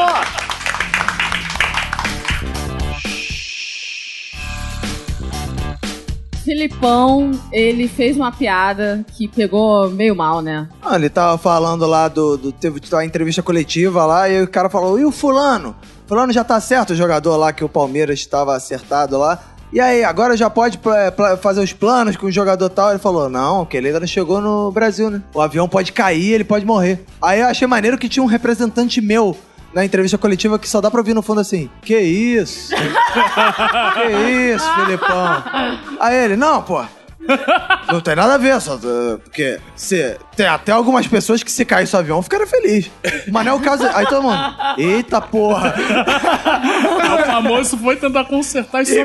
Speaker 2: Filipão, ele fez uma piada que pegou meio mal, né?
Speaker 4: Ah, ele tava falando lá do, do- Teve uma entrevista coletiva lá e o cara falou: e o Fulano? Fulano já tá certo, o jogador lá que o Palmeiras estava acertado lá. E aí, agora já pode pla- pla- fazer os planos com o jogador tal? Ele falou: não, que ele ainda não chegou no Brasil, né? O avião pode cair, ele pode morrer. Aí eu achei maneiro que tinha um representante meu na entrevista coletiva que só dá pra ouvir no fundo assim: que isso? que isso, Filipão? Aí ele: não, pô. Não tem nada a ver, só. eh, Porque se, tem até algumas pessoas que se caísse o avião ficaram felizes. Mas não é o caso. Aí todo mundo. Eita porra!
Speaker 5: É o famoso foi tentar consertar isso.
Speaker 4: E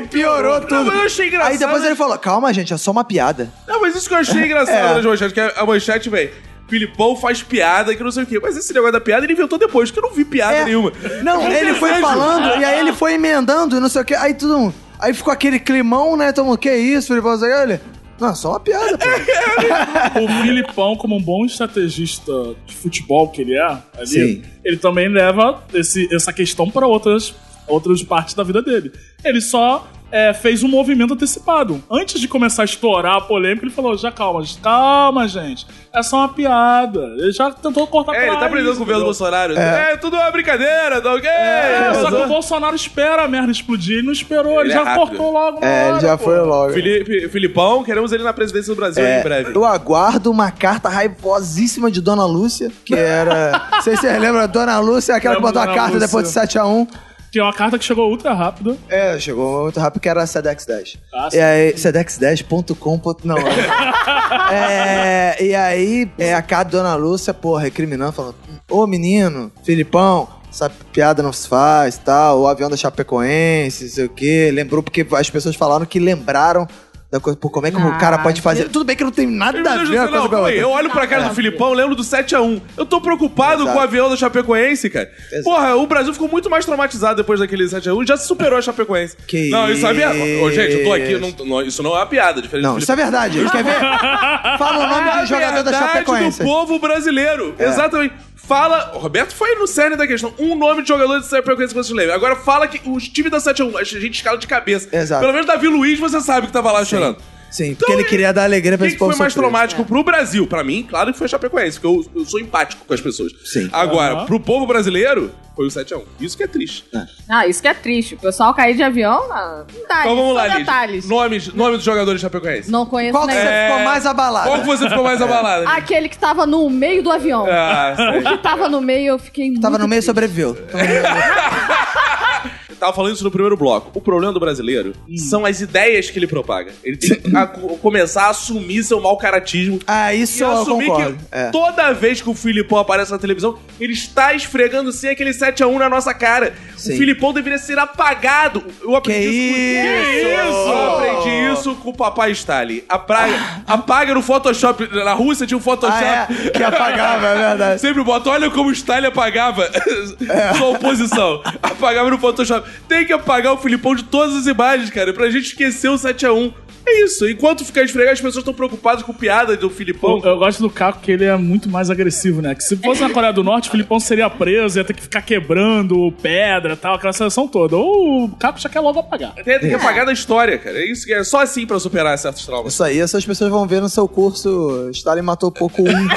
Speaker 3: Não,
Speaker 4: piorou tudo.
Speaker 3: mas eu achei engraçado. né?
Speaker 4: Aí depois ele falou: calma, gente, é só uma piada.
Speaker 3: Não, mas isso que eu achei
Speaker 4: É.
Speaker 3: engraçado das manchetes, que a manchete, velho. Filipão faz piada que não sei o quê. Mas esse negócio da piada ele inventou depois, que eu não vi piada
Speaker 4: É.
Speaker 3: nenhuma.
Speaker 4: Não, ele foi falando, e aí ele foi emendando, e não sei o que. Aí todo mundo. Aí ficou aquele climão, né? Todo mundo, que isso? Ele falou assim: olha. Não, é só uma piada, pô.
Speaker 5: O Filipão, como um bom estrategista de futebol que ele é, ali,
Speaker 4: Sim.
Speaker 5: ele também leva esse- essa questão para outras, outras partes da vida dele. Ele só é, fez um movimento antecipado. Antes de começar a estourar a polêmica, ele falou: já calma, gente, calma, gente. É só uma piada. Ele já tentou cortar
Speaker 3: É, ele tá prendendo o governo do Bolsonaro. É. tudo uma brincadeira, tá ok?
Speaker 5: É, só que o
Speaker 3: Bolsonaro-
Speaker 5: Bolsonaro espera a merda explodir. Ele não esperou,
Speaker 3: Ele
Speaker 5: ele,
Speaker 3: é
Speaker 5: já
Speaker 3: rápido.
Speaker 5: cortou logo. na
Speaker 4: É, ele
Speaker 5: hora,
Speaker 4: já
Speaker 5: pô.
Speaker 4: foi logo.
Speaker 3: Felipe, Filipão, queremos ele na presidência do Brasil
Speaker 4: É,
Speaker 3: em breve.
Speaker 4: Eu aguardo uma carta raivosíssima de Dona Lúcia, que era. não sei se vocês lembram, Dona Lúcia é aquela que
Speaker 5: Lembro
Speaker 4: botou a um.
Speaker 5: Dona
Speaker 4: carta
Speaker 5: Lúcia.
Speaker 4: depois de 7x1.
Speaker 5: Tem uma carta que chegou ultra rápida.
Speaker 4: É, chegou muito rápido que era a Sedex 10.
Speaker 5: Ah, sim.
Speaker 4: e aí, sedex10.com. Não, é. É, E aí, é, a carta da Dona Lúcia, porra, recriminando, falando: Ô menino, Filipão. Essa piada não se faz, tal, o avião da Chapecoense, não sei o quê. Lembrou porque as pessoas falaram que lembraram da coisa. Pô, como é que o
Speaker 2: Ah,
Speaker 4: cara pode fazer?
Speaker 2: meu-
Speaker 4: Tudo bem que não tem nada
Speaker 3: Meu
Speaker 4: a
Speaker 3: Deus do
Speaker 4: ver
Speaker 3: céu,
Speaker 4: a coisa
Speaker 3: não,
Speaker 4: com a
Speaker 3: calma aí,
Speaker 4: outra.
Speaker 3: eu olho pra cara do Filipão, lembro do 7x1. Eu tô preocupado
Speaker 4: Exato.
Speaker 3: com o avião da Chapecoense, cara.
Speaker 4: Exato.
Speaker 3: Porra, o Brasil ficou muito mais traumatizado depois daquele 7x1 já superou a Chapecoense.
Speaker 4: Que
Speaker 3: não, isso é verdade. Ô, gente, eu tô aqui,
Speaker 4: isso.
Speaker 3: não- não- isso não é uma piada, diferente
Speaker 4: Não,
Speaker 3: do
Speaker 4: isso é verdade. Quer ver? Fala o nome
Speaker 3: A
Speaker 4: do jogador da
Speaker 3: Ah, É verdade
Speaker 4: Chapecoense. É.
Speaker 3: do povo brasileiro. Exatamente. Fala. O Roberto foi no cerne da questão. Um nome de jogador de Chapecoense que você lembra. Agora fala que os times da 7x1, a gente escala de cabeça.
Speaker 4: Exato.
Speaker 3: Pelo menos Davi Luiz você sabe que tava lá chorando.
Speaker 4: Sim,
Speaker 3: Então,
Speaker 4: porque ele queria dar alegria
Speaker 3: O
Speaker 4: pra
Speaker 3: que,
Speaker 4: esse
Speaker 3: que
Speaker 4: é. povo
Speaker 3: foi mais
Speaker 4: sofrer.
Speaker 3: traumático pro Brasil? Pra mim, claro que foi a Chapecoense, porque eu, eu sou empático com as pessoas.
Speaker 4: Sim.
Speaker 3: Agora,
Speaker 5: Aham.
Speaker 3: pro povo brasileiro, foi o 7x1. Isso que é triste.
Speaker 2: Ah, isso que é triste. O pessoal cair de avião, não, não dá.
Speaker 3: Então vamos
Speaker 2: Ah, são
Speaker 3: lá,
Speaker 2: detalhes.
Speaker 3: Liz. Nomes, nome dos jogadores de Chapecoense.
Speaker 2: Não conheço
Speaker 4: Qual é, que
Speaker 2: nenhum.
Speaker 4: você
Speaker 3: É.
Speaker 4: ficou mais abalado?
Speaker 3: Qual que você ficou mais abalado? Liz?
Speaker 2: Aquele que tava no meio do avião.
Speaker 3: Ah, sei.
Speaker 2: Que tava no meio, eu fiquei muito...
Speaker 4: Tava no meio e sobreviveu.
Speaker 3: Tava falando isso no primeiro bloco. O problema do brasileiro
Speaker 4: Hum.
Speaker 3: são as ideias que ele propaga. Ele tem que a- co- começar a assumir seu mau caratismo.
Speaker 4: Ah,
Speaker 3: E
Speaker 4: isso eu
Speaker 3: assumir
Speaker 4: concordo.
Speaker 3: que
Speaker 4: É.
Speaker 3: toda vez que o Filipão aparece na televisão, ele está esfregando sem aquele 7x1 na nossa cara.
Speaker 4: Sim.
Speaker 3: O Filipão deveria ser apagado. Eu aprendi
Speaker 4: Que
Speaker 3: isso. com-
Speaker 4: isso!
Speaker 3: Eu aprendi isso com o papai Stalin. A praga, apaga no Photoshop. Na Rússia tinha um Photoshop.
Speaker 4: Ah, é? Que apagava, é verdade.
Speaker 3: Sempre bota, olha como o Stalin apagava sua oposição. Apagava no Photoshop. Tem que apagar o Filipão de todas as imagens, cara, pra gente esquecer o 7x1. É isso. Enquanto ficar esfregado, as pessoas estão preocupadas com piada do Filipão.
Speaker 5: Eu, eu gosto do Caco que ele é muito mais agressivo, né? Que se fosse na Coreia do Norte, o Filipão seria preso, ia ter que ficar quebrando pedra e tal, aquela seleção toda. Ou o Caco já quer logo apagar.
Speaker 3: Tem tem que apagar da história, cara. É isso que é só assim pra superar certos traumas.
Speaker 4: Isso aí, essas pessoas vão ver no seu curso Stalin matou pouco um.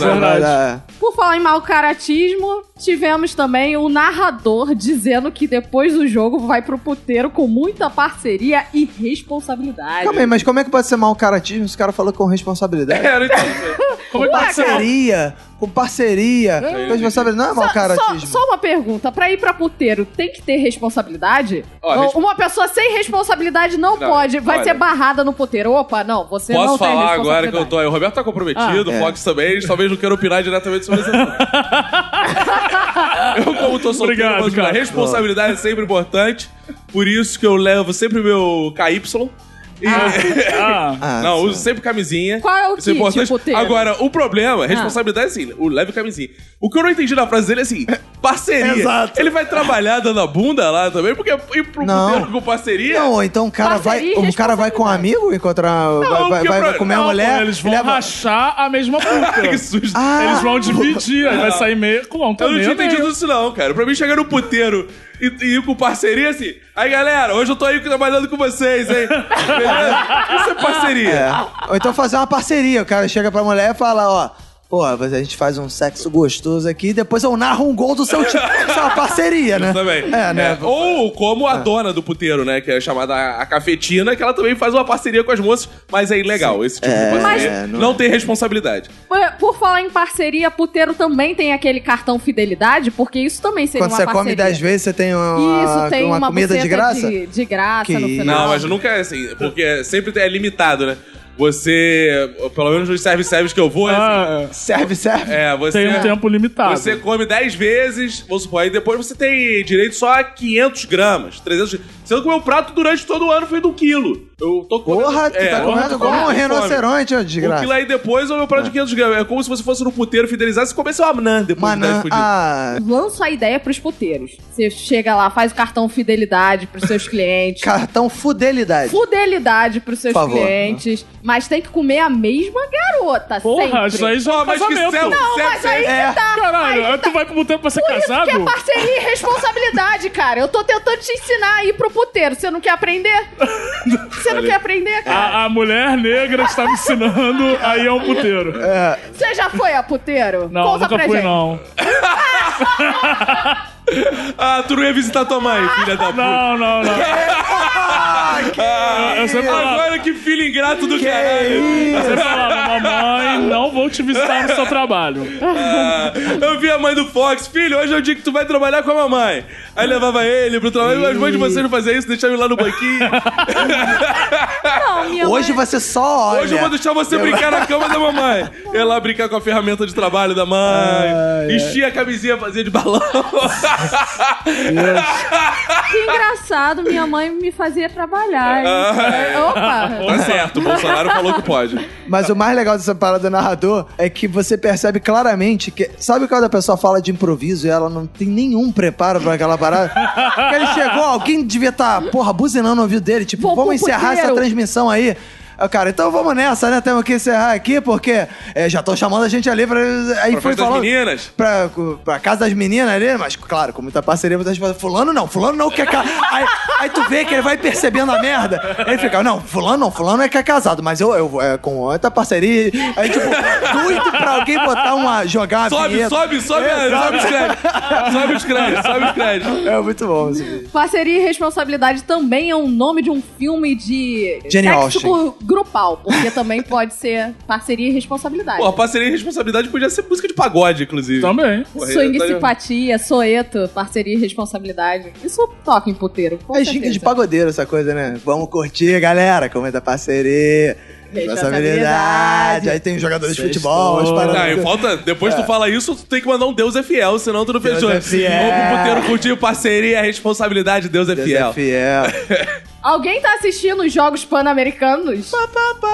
Speaker 4: Olha,
Speaker 2: Por falar em mau caratismo, tivemos também o narrador dizendo que depois do jogo vai pro puteiro com muita parceria e responsabilidade.
Speaker 4: Calma aí, mas como é que pode ser mau caratismo se o cara falou com responsabilidade?
Speaker 3: Era então.
Speaker 5: Como é que pode ser?
Speaker 4: Parceria, com parceria, com responsabilidade. Não é mau
Speaker 2: Só,
Speaker 4: caratismo.
Speaker 2: só uma pergunta, pra ir pra puteiro tem que ter responsabilidade?
Speaker 3: Ó,
Speaker 2: Ou
Speaker 3: resp-
Speaker 2: Uma pessoa sem responsabilidade não,
Speaker 3: Não,
Speaker 2: pode, vai
Speaker 3: olha.
Speaker 2: ser barrada no puteiro. Opa, não, você
Speaker 3: Posso
Speaker 2: não tem
Speaker 3: falar
Speaker 2: responsabilidade.
Speaker 3: agora que eu tô aí. O Roberto tá comprometido,
Speaker 4: Ah,
Speaker 3: o
Speaker 4: é.
Speaker 3: Fox também. Eles talvez não queiram opinar diretamente sobre esse assunto. eu, como tô solteiro,
Speaker 5: Obrigado,
Speaker 3: mas a
Speaker 5: cara.
Speaker 3: responsabilidade é sempre importante. Por isso que eu levo sempre meu KY. E...
Speaker 5: Ah,
Speaker 4: Ah,
Speaker 3: não,
Speaker 4: sim.
Speaker 3: uso sempre camisinha.
Speaker 2: Qual é o
Speaker 3: Isso é
Speaker 2: kit Ah.
Speaker 3: importante.
Speaker 2: puteiro?
Speaker 3: Agora, o problema, a responsabilidade é assim, o leve camisinha. O que eu não entendi na frase dele é assim, parceria.
Speaker 4: Exato.
Speaker 3: Ele vai trabalhar dando a bunda lá também, porque ir pro
Speaker 4: Não.
Speaker 3: puteiro com parceria...
Speaker 4: Não, ou então o cara vai,
Speaker 2: Parceria e
Speaker 4: um cara vai com um amigo encontrar, vai, vai,
Speaker 3: porque
Speaker 4: vai,
Speaker 3: pra-
Speaker 4: vai comer
Speaker 5: não,
Speaker 4: a mulher, é
Speaker 5: pô, eles vão
Speaker 4: leva-
Speaker 5: rachar a mesma puta.
Speaker 3: que susto.
Speaker 4: Ah,
Speaker 5: Eles vão dividir, aí vai sair meio. Com um
Speaker 3: Eu não
Speaker 5: também.
Speaker 3: tinha entendido
Speaker 5: meio.
Speaker 3: isso, não, cara. Pra mim, chegar no puteiro e, e ir com parceria assim. Aí, galera, hoje eu tô aí trabalhando com vocês, hein? Beleza? Isso é parceria.
Speaker 4: É. Ou então fazer uma parceria. O cara chega pra mulher e fala, ó. Pô, a gente faz um sexo gostoso aqui, depois eu narro um gol do seu time. Isso é uma parceria, né?
Speaker 3: Também.
Speaker 4: É, né?
Speaker 3: É. Ou como a dona do puteiro, né? Que é chamada a a cafetina, que ela também faz uma parceria com as moças, mas é ilegal esse tipo de parceria.
Speaker 4: Mas-
Speaker 3: não... tem responsabilidade.
Speaker 2: Por, por falar em parceria, puteiro também tem aquele cartão fidelidade, porque isso também seria
Speaker 4: Quando
Speaker 2: uma
Speaker 4: você
Speaker 2: parceria.
Speaker 4: come 10 vezes, você tem uma,
Speaker 2: Isso, tem
Speaker 4: Ah, uma
Speaker 2: uma,
Speaker 4: comida de
Speaker 2: buceta
Speaker 4: graça?
Speaker 2: De, de graça
Speaker 4: Que
Speaker 2: no
Speaker 4: isso.
Speaker 2: final.
Speaker 3: Não, mas nunca é assim, porque sempre é limitado, né? Você, pelo menos nos service-service que eu vou, é assim.
Speaker 5: Ah,
Speaker 4: Serve, serve.
Speaker 3: É, você.
Speaker 5: tem um tempo limitado.
Speaker 3: Você é come 10 vezes, vamos supor, aí depois você tem direito só a 500 gramas, 300 gramas. Sendo que o meu um prato durante todo o ano foi do quilo. Eu tô comendo...
Speaker 4: Porra, tu
Speaker 3: é,
Speaker 4: tá
Speaker 3: eu tô
Speaker 4: comendo como um
Speaker 3: com
Speaker 4: rinoceronte, ó, de
Speaker 3: fome. Um
Speaker 4: graça.
Speaker 3: quilo aí depois é o meu prato de 500 gramas. É como se você fosse no puteiro fidelizar e comesse uma anã depois de 10
Speaker 4: Manã,
Speaker 3: fudido.
Speaker 4: ah,
Speaker 2: Lança a ideia pros puteiros. Você chega lá, faz o cartão fidelidade pros seus clientes.
Speaker 4: cartão fidelidade.
Speaker 2: Fidelidade pros seus
Speaker 4: Por favor.
Speaker 2: clientes. Mas tem que comer a mesma garota,
Speaker 5: Porra,
Speaker 2: sempre.
Speaker 5: isso aí já é
Speaker 3: Ó,
Speaker 5: um
Speaker 3: mas que
Speaker 5: casamento.
Speaker 3: céu,
Speaker 2: Não, mas aí
Speaker 4: É.
Speaker 2: que tá.
Speaker 5: Caralho,
Speaker 2: aí
Speaker 5: aí
Speaker 2: que
Speaker 5: tu vai pro boteco pra ser
Speaker 2: Por isso que é
Speaker 5: casado?
Speaker 2: parceria e responsabilidade, cara. Eu tô tentando te ensinar a ir pro puteiro. Você não quer aprender? Você não quer aprender, cara?
Speaker 5: A, a mulher negra está me ensinando, aí é um puteiro.
Speaker 2: Você já foi a puteiro?
Speaker 5: Não,
Speaker 2: Conta
Speaker 5: nunca
Speaker 2: pra
Speaker 5: fui,
Speaker 2: gente.
Speaker 5: não.
Speaker 3: Ah, tu não ia visitar tua mãe, filha da puta.
Speaker 5: Não, não, não.
Speaker 2: Ah,
Speaker 5: Eu- eu sempre falava,
Speaker 3: Agora que filho ingrato do caralho.
Speaker 5: eu sempre falava, mamãe, não vou te visitar no seu trabalho.
Speaker 3: Ah, eu vi a mãe do Fox, filho, hoje é o dia que tu vai trabalhar com a mamãe. Aí levava ele pro trabalho, mas mãe de vocês não fazia isso, deixava ele lá no banquinho.
Speaker 2: Não, minha
Speaker 4: Hoje
Speaker 2: mãe...
Speaker 4: você só olha.
Speaker 3: Hoje eu vou deixar você brincar na cama da mamãe. Ir lá brincar com a ferramenta de trabalho da mãe. Encher a camisinha, fazer de balão. Tá
Speaker 2: Que engraçado, minha mãe me fazia trabalhar. hein?
Speaker 5: Ah.
Speaker 2: É, Opa!
Speaker 3: tá certo, o Bolsonaro falou que pode.
Speaker 4: Mas o mais legal dessa parada do narrador é que você percebe claramente que. Sabe quando a pessoa fala de improviso e ela não tem nenhum preparo pra aquela parada? Porque ele chegou, alguém devia estar, porra, buzinando no ouvido dele, tipo,
Speaker 2: Vou pro
Speaker 4: vamos encerrar
Speaker 2: puteiro."
Speaker 4: essa transmissão aí. Aí o Cara, então vamos nessa, né? Temos que encerrar aqui, porque é, já estão chamando a gente ali pra. eh, Aí
Speaker 3: Pra festa
Speaker 4: foi
Speaker 3: das
Speaker 4: falando.
Speaker 3: meninas.
Speaker 4: Pra, pra casa das meninas ali, mas claro, com muita parceria, muitas vezes, fulano não, fulano não quer casar. Aí, aí tu vê que ele vai percebendo a merda. Ele fica, não, fulano não, fulano é que é casado, mas eu, eu é, com outra parceria. Aí, tipo, doido pra alguém botar uma. jogar uma
Speaker 3: Sobe,
Speaker 4: vinheta.
Speaker 3: sobe, sobe,
Speaker 4: É,
Speaker 3: sobe os créditos. Sobe os créditos, sobe os créditos.
Speaker 4: É muito bom esse vídeo.
Speaker 2: Parceria e responsabilidade também é o nome de um filme de
Speaker 4: Jenny
Speaker 2: sexo
Speaker 4: Austin.
Speaker 2: gru- grupal, porque também pode ser parceria e responsabilidade.
Speaker 3: Pô, parceria e responsabilidade podia ser música de pagode, inclusive.
Speaker 5: Também.
Speaker 3: Porra,
Speaker 2: Swing
Speaker 3: tá-
Speaker 2: simpatia, soeto, parceria e responsabilidade. Isso toca em puteiro. com
Speaker 4: É ginga de
Speaker 2: certeza.
Speaker 4: pagodeiro essa coisa, né? Vamos curtir, galera, com muita parceria. Responsabilidade. Aí tem os jogadores de futebol, as paradas.
Speaker 3: Não, Ah, e falta, depois tu fala isso, tu tem que mandar um Deus é fiel, senão tu não
Speaker 4: É. Deus
Speaker 3: fechou.
Speaker 4: é fiel.
Speaker 3: Vamos pro puteiro curtir parceria, responsabilidade, Deus é
Speaker 4: Deus
Speaker 3: fiel.
Speaker 4: é fiel.
Speaker 2: Alguém tá assistindo os Jogos Pan-Americanos?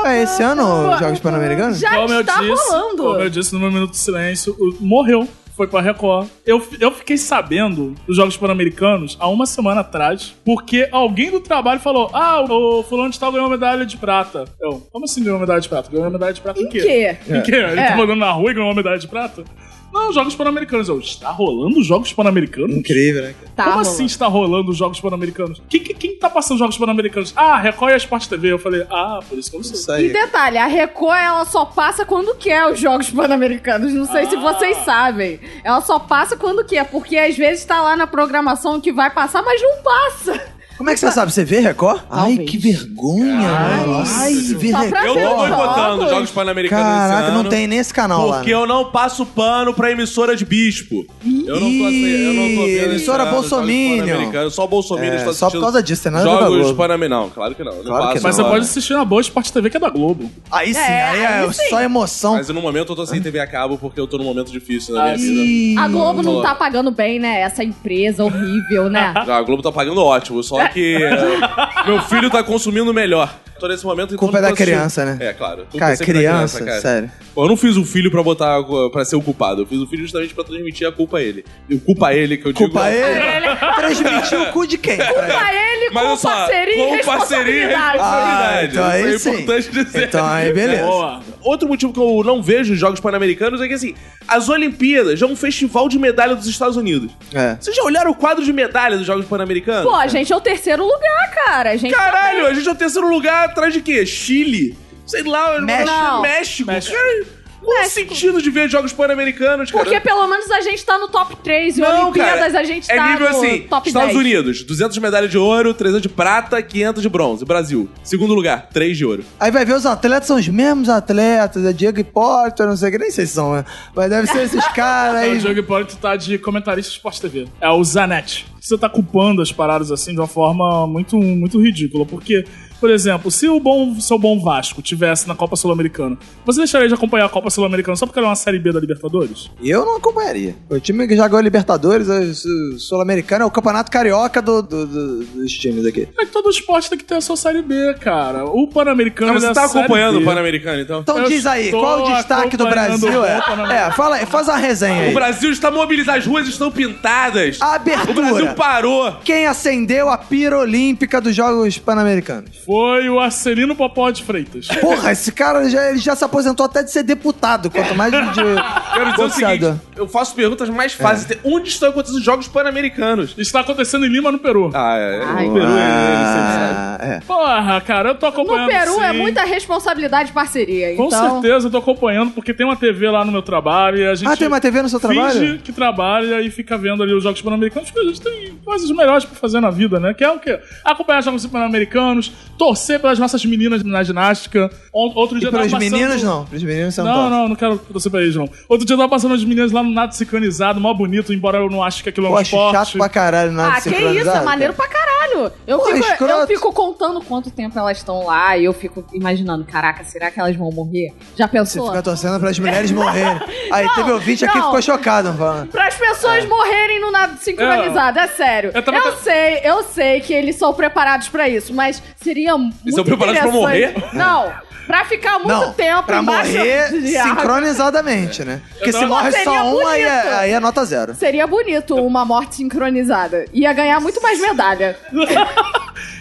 Speaker 4: Ah, esse ano, os Jogos Pan-Americanos?
Speaker 2: Já
Speaker 5: Como eu
Speaker 2: está
Speaker 5: disse,
Speaker 2: Tá, rolando.
Speaker 5: Como eu disse no meu minuto de silêncio, o- morreu foi pra Record. Eu, eu fiquei sabendo dos Jogos Pan-Americanos há uma semana atrás, porque alguém do trabalho falou: Ah, o o fulano de tal ganhou medalha de prata. Eu, como assim ganhou medalha de prata? Ganhou medalha de prata em
Speaker 2: Em
Speaker 5: quê?
Speaker 2: quê?
Speaker 5: Em quê? Ele
Speaker 2: É.
Speaker 5: tá andando na rua e ganhou uma medalha de prata? Não, Jogos Pan-Americanos. Eu, está rolando os Jogos Pan-Americanos?
Speaker 4: Incrível, né? cara?
Speaker 2: Tá,
Speaker 5: Como
Speaker 2: rolando.
Speaker 5: assim está rolando os Jogos Pan-Americanos? Quem, quem, quem tá passando os Jogos Pan-Americanos? Ah, Record e a Sport TV. Eu falei, ah, por isso que eu não sei.
Speaker 4: Isso
Speaker 2: E
Speaker 4: aí.
Speaker 2: detalhe, a Record ela só passa quando quer os Jogos Pan-Americanos. Não sei se
Speaker 5: Ah.
Speaker 2: vocês sabem. Ela só passa quando quer, porque às vezes tá lá na programação que vai passar, mas não passa.
Speaker 4: Como é que você sabe? Você vê Record? Ai,
Speaker 2: Talvez.
Speaker 4: que vergonha, mano. Ai, ver
Speaker 2: Só pra
Speaker 4: Record.
Speaker 3: Eu não tô
Speaker 2: Jogos.
Speaker 3: boicotando Jogos Pan-Americanos esse
Speaker 4: Caraca,
Speaker 3: ano,
Speaker 4: não tem nesse canal lá. né?
Speaker 3: Porque eu não passo pano pra emissora de bispo. Eu não tô, assim, eu não tô
Speaker 4: Ih,
Speaker 3: vendo
Speaker 4: emissora
Speaker 3: esse ano os Jogos
Speaker 4: bolsominion.
Speaker 3: Pan-Americanos. Só Bolsonaro
Speaker 4: É,
Speaker 3: está
Speaker 4: só por
Speaker 3: assistindo
Speaker 4: causa disso, tem nada a ver com a
Speaker 3: Jogos
Speaker 4: Globo.
Speaker 3: Pan-Americanos. Não, claro que não. eu não
Speaker 4: Claro que
Speaker 3: passo.
Speaker 5: Mas
Speaker 4: não.
Speaker 5: você pode assistir na boa Sport TV, que é da Globo.
Speaker 4: Aí sim,
Speaker 2: É,
Speaker 4: aí
Speaker 2: aí
Speaker 4: é
Speaker 2: sim.
Speaker 4: só
Speaker 5: um-
Speaker 4: emoção.
Speaker 3: Mas é, no momento eu tô sem TV a cabo porque eu tô num momento difícil na minha vida.
Speaker 4: Ih,
Speaker 2: A Globo não
Speaker 3: Globo.
Speaker 2: tá pagando bem, né? Essa empresa horrível, né?
Speaker 3: Ah, a Globo tá pagando ótimo, só que eh, meu filho tá consumindo melhor. Tô nesse momento então
Speaker 4: Culpa
Speaker 3: não tô
Speaker 4: da criança,
Speaker 3: assistindo.
Speaker 4: né?
Speaker 3: É, claro. Culpa
Speaker 4: Cara,
Speaker 3: sempre da
Speaker 4: criança, sério.
Speaker 3: Eu não fiz o filho pra botar para ser o culpado. Eu fiz o filho justamente pra transmitir a culpa a ele. E culpa a ele que eu digo. é
Speaker 4: Culpa
Speaker 2: é.
Speaker 4: ele. Transmitir o cu de quem? cara?
Speaker 2: Pra ele,
Speaker 3: Mas eu
Speaker 2: com
Speaker 3: só,
Speaker 2: parceria e
Speaker 3: com parceria e
Speaker 2: responsabilidade.
Speaker 4: Ah,
Speaker 3: responsabilidade.
Speaker 4: então
Speaker 3: Isso
Speaker 4: aí
Speaker 3: é
Speaker 4: sim.
Speaker 3: importante dizer.
Speaker 4: Então aí, beleza.
Speaker 5: Boa.
Speaker 3: Outro motivo que eu não vejo os Jogos Pan-Americanos é que, assim, as Olimpíadas é um festival de medalha dos Estados Unidos.
Speaker 4: É.
Speaker 3: Vocês já olharam o quadro de medalha dos Jogos Pan-Americanos?
Speaker 2: Pô, a gente tá é o terceiro lugar, cara. A gente
Speaker 3: Caralho, a gente é o terceiro lugar atrás de quê? Chile? Sei lá,
Speaker 4: México.
Speaker 3: Não. México.
Speaker 5: México.
Speaker 3: Cara, qual o
Speaker 2: México.
Speaker 3: sentido de ver Jogos Pan-Americanos, cara?
Speaker 2: Porque pelo menos a gente tá no top 3 e Olimpíadas a gente
Speaker 3: é
Speaker 2: tá
Speaker 3: nível
Speaker 2: no
Speaker 3: assim,
Speaker 2: top
Speaker 3: Estados
Speaker 2: 10.
Speaker 3: Unidos, 200 de medalha de ouro, 300 de prata, 500 de bronze. Brasil, segundo lugar, 3 de ouro.
Speaker 4: Aí vai ver os atletas, são os mesmos atletas, é Diego Hipólito, não sei o que, nem sei se são, né? Mas deve ser esses caras
Speaker 5: É, o
Speaker 4: aí.
Speaker 5: Diogo Hipólito tá de comentarista de Sport TV. É o Zanetti. Você tá culpando as paradas assim de uma forma muito, muito ridícula, porque, por exemplo, se o bom, seu bom Vasco tivesse na Copa Sul-Americana, você deixaria de acompanhar a Copa Sul-Americana só porque era uma Série B da Libertadores?
Speaker 4: Eu não acompanharia. O time que já ganhou Libertadores, é Su- Sul-Americano, é o campeonato carioca do- do- do- dos times aqui.
Speaker 5: É que todo esporte tem que ter a sua Série B, cara. O Pan-Americano
Speaker 3: Então, você
Speaker 5: é a
Speaker 3: tá
Speaker 5: Série
Speaker 3: acompanhando o
Speaker 5: B.
Speaker 3: Pan-Americano, então?
Speaker 4: Então
Speaker 5: Eu
Speaker 4: diz aí,
Speaker 5: estou
Speaker 4: qual o destaque do
Speaker 5: acompanhando
Speaker 4: Brasil? É,
Speaker 5: o Copa na-
Speaker 4: é fala, aí, faz a resenha
Speaker 3: O
Speaker 4: aí.
Speaker 3: Brasil está mobilizado, as ruas estão pintadas.
Speaker 4: A
Speaker 3: o Brasil
Speaker 4: abertura.
Speaker 3: parou.
Speaker 4: Quem acendeu a pira olímpica dos Jogos Pan-Americanos?
Speaker 5: Foi o Arcelino Popó de Freitas.
Speaker 4: Porra, esse cara já, ele já se aposentou até de ser deputado, quanto mais de...
Speaker 3: Quero dizer o
Speaker 4: boxeador.
Speaker 3: seguinte, eu faço perguntas mais fáceis. Onde estão acontecendo os Jogos Pan-Americanos?
Speaker 5: Está tá acontecendo em Lima, no Peru.
Speaker 3: Ah, é.
Speaker 2: Ai,
Speaker 3: o Peru, ele- ele sempre sabe.
Speaker 4: Ah, é.
Speaker 5: Porra, cara, eu tô acompanhando.
Speaker 2: No Peru é
Speaker 5: sim.
Speaker 2: muita responsabilidade e parceria,
Speaker 5: Com
Speaker 2: então...
Speaker 5: certeza, eu tô acompanhando, porque tem uma TV lá no meu trabalho e a gente.
Speaker 4: Ah, tem uma TV no seu
Speaker 5: Finge
Speaker 4: trabalho?
Speaker 5: que trabalha e fica vendo ali os Jogos Pan-Americanos, porque a gente tem coisas melhores pra fazer na vida, né? Que é o quê? Acompanhar os Jogos Pan-Americanos, torcer pelas nossas meninas na ginástica. On- Outro dia
Speaker 4: E
Speaker 5: eu tava
Speaker 4: pros
Speaker 5: tá passando-
Speaker 4: meninos, não. Pros meninos, você é um não
Speaker 5: Não,
Speaker 4: torce.
Speaker 5: não, não quero torcer pra eles, não. Outro dia eu tava passando as meninas lá no nado sincronizado, mó bonito, embora eu não ache que aquilo é um
Speaker 4: Pô, acho
Speaker 5: esporte.
Speaker 4: chato pra caralho né, nada
Speaker 2: Ah, que isso, é maneiro pra caralho. Eu,
Speaker 4: Porra,
Speaker 2: fico,
Speaker 4: escroto.
Speaker 2: eu fico contando quanto tempo elas estão lá e eu fico imaginando, caraca, será que elas vão morrer? Já
Speaker 4: Você
Speaker 2: pensou?
Speaker 4: fica torcendo pras mulheres morrerem. Aí
Speaker 2: Não,
Speaker 4: teve ouvinte aqui que
Speaker 2: não.
Speaker 4: ficou chocado. Falando.
Speaker 2: Para as
Speaker 4: É.
Speaker 2: pessoas morrerem no nada sincronizado, é sério.
Speaker 5: Eu
Speaker 2: Eu,
Speaker 5: tava pe-
Speaker 2: sei, eu sei que eles são preparados pra isso, mas seria muito
Speaker 3: são preparados pra
Speaker 2: interessante- Não, pra ficar muito
Speaker 4: Não,
Speaker 2: tempo
Speaker 4: pra
Speaker 2: embaixo
Speaker 4: morrer
Speaker 2: de água.
Speaker 4: sincronizadamente, né? Porque se
Speaker 5: tava-
Speaker 4: morre
Speaker 2: Seria
Speaker 4: só um, aí é,
Speaker 2: bonito.
Speaker 4: aí é nota zero.
Speaker 2: Seria bonito uma morte sincronizada. Ia ganhar muito mais medalha.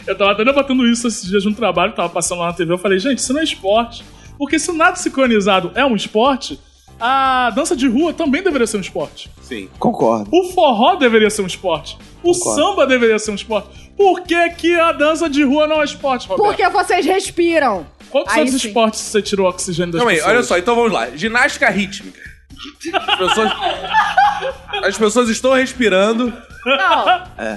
Speaker 5: Eu tava até debatendo isso esses dias no trabalho, tava passando lá na TV, eu falei, gente, isso não é esporte. Porque se o nado sincronizado é um esporte, a dança de rua também deveria ser um esporte.
Speaker 3: Sim.
Speaker 4: Concordo.
Speaker 5: O forró deveria ser um esporte. O
Speaker 4: Concordo.
Speaker 5: samba deveria ser um esporte. Por que, que a dança de rua não é esporte, Roberto?
Speaker 2: Porque vocês respiram.
Speaker 5: Quantos
Speaker 2: Aí
Speaker 5: outros
Speaker 2: sim.
Speaker 5: esportes você tirou o oxigênio das
Speaker 3: Calma aí,
Speaker 5: pessoas?
Speaker 3: olha só, então vamos lá. Ginástica rítmica. As pessoas, as pessoas estão respirando.
Speaker 2: Não,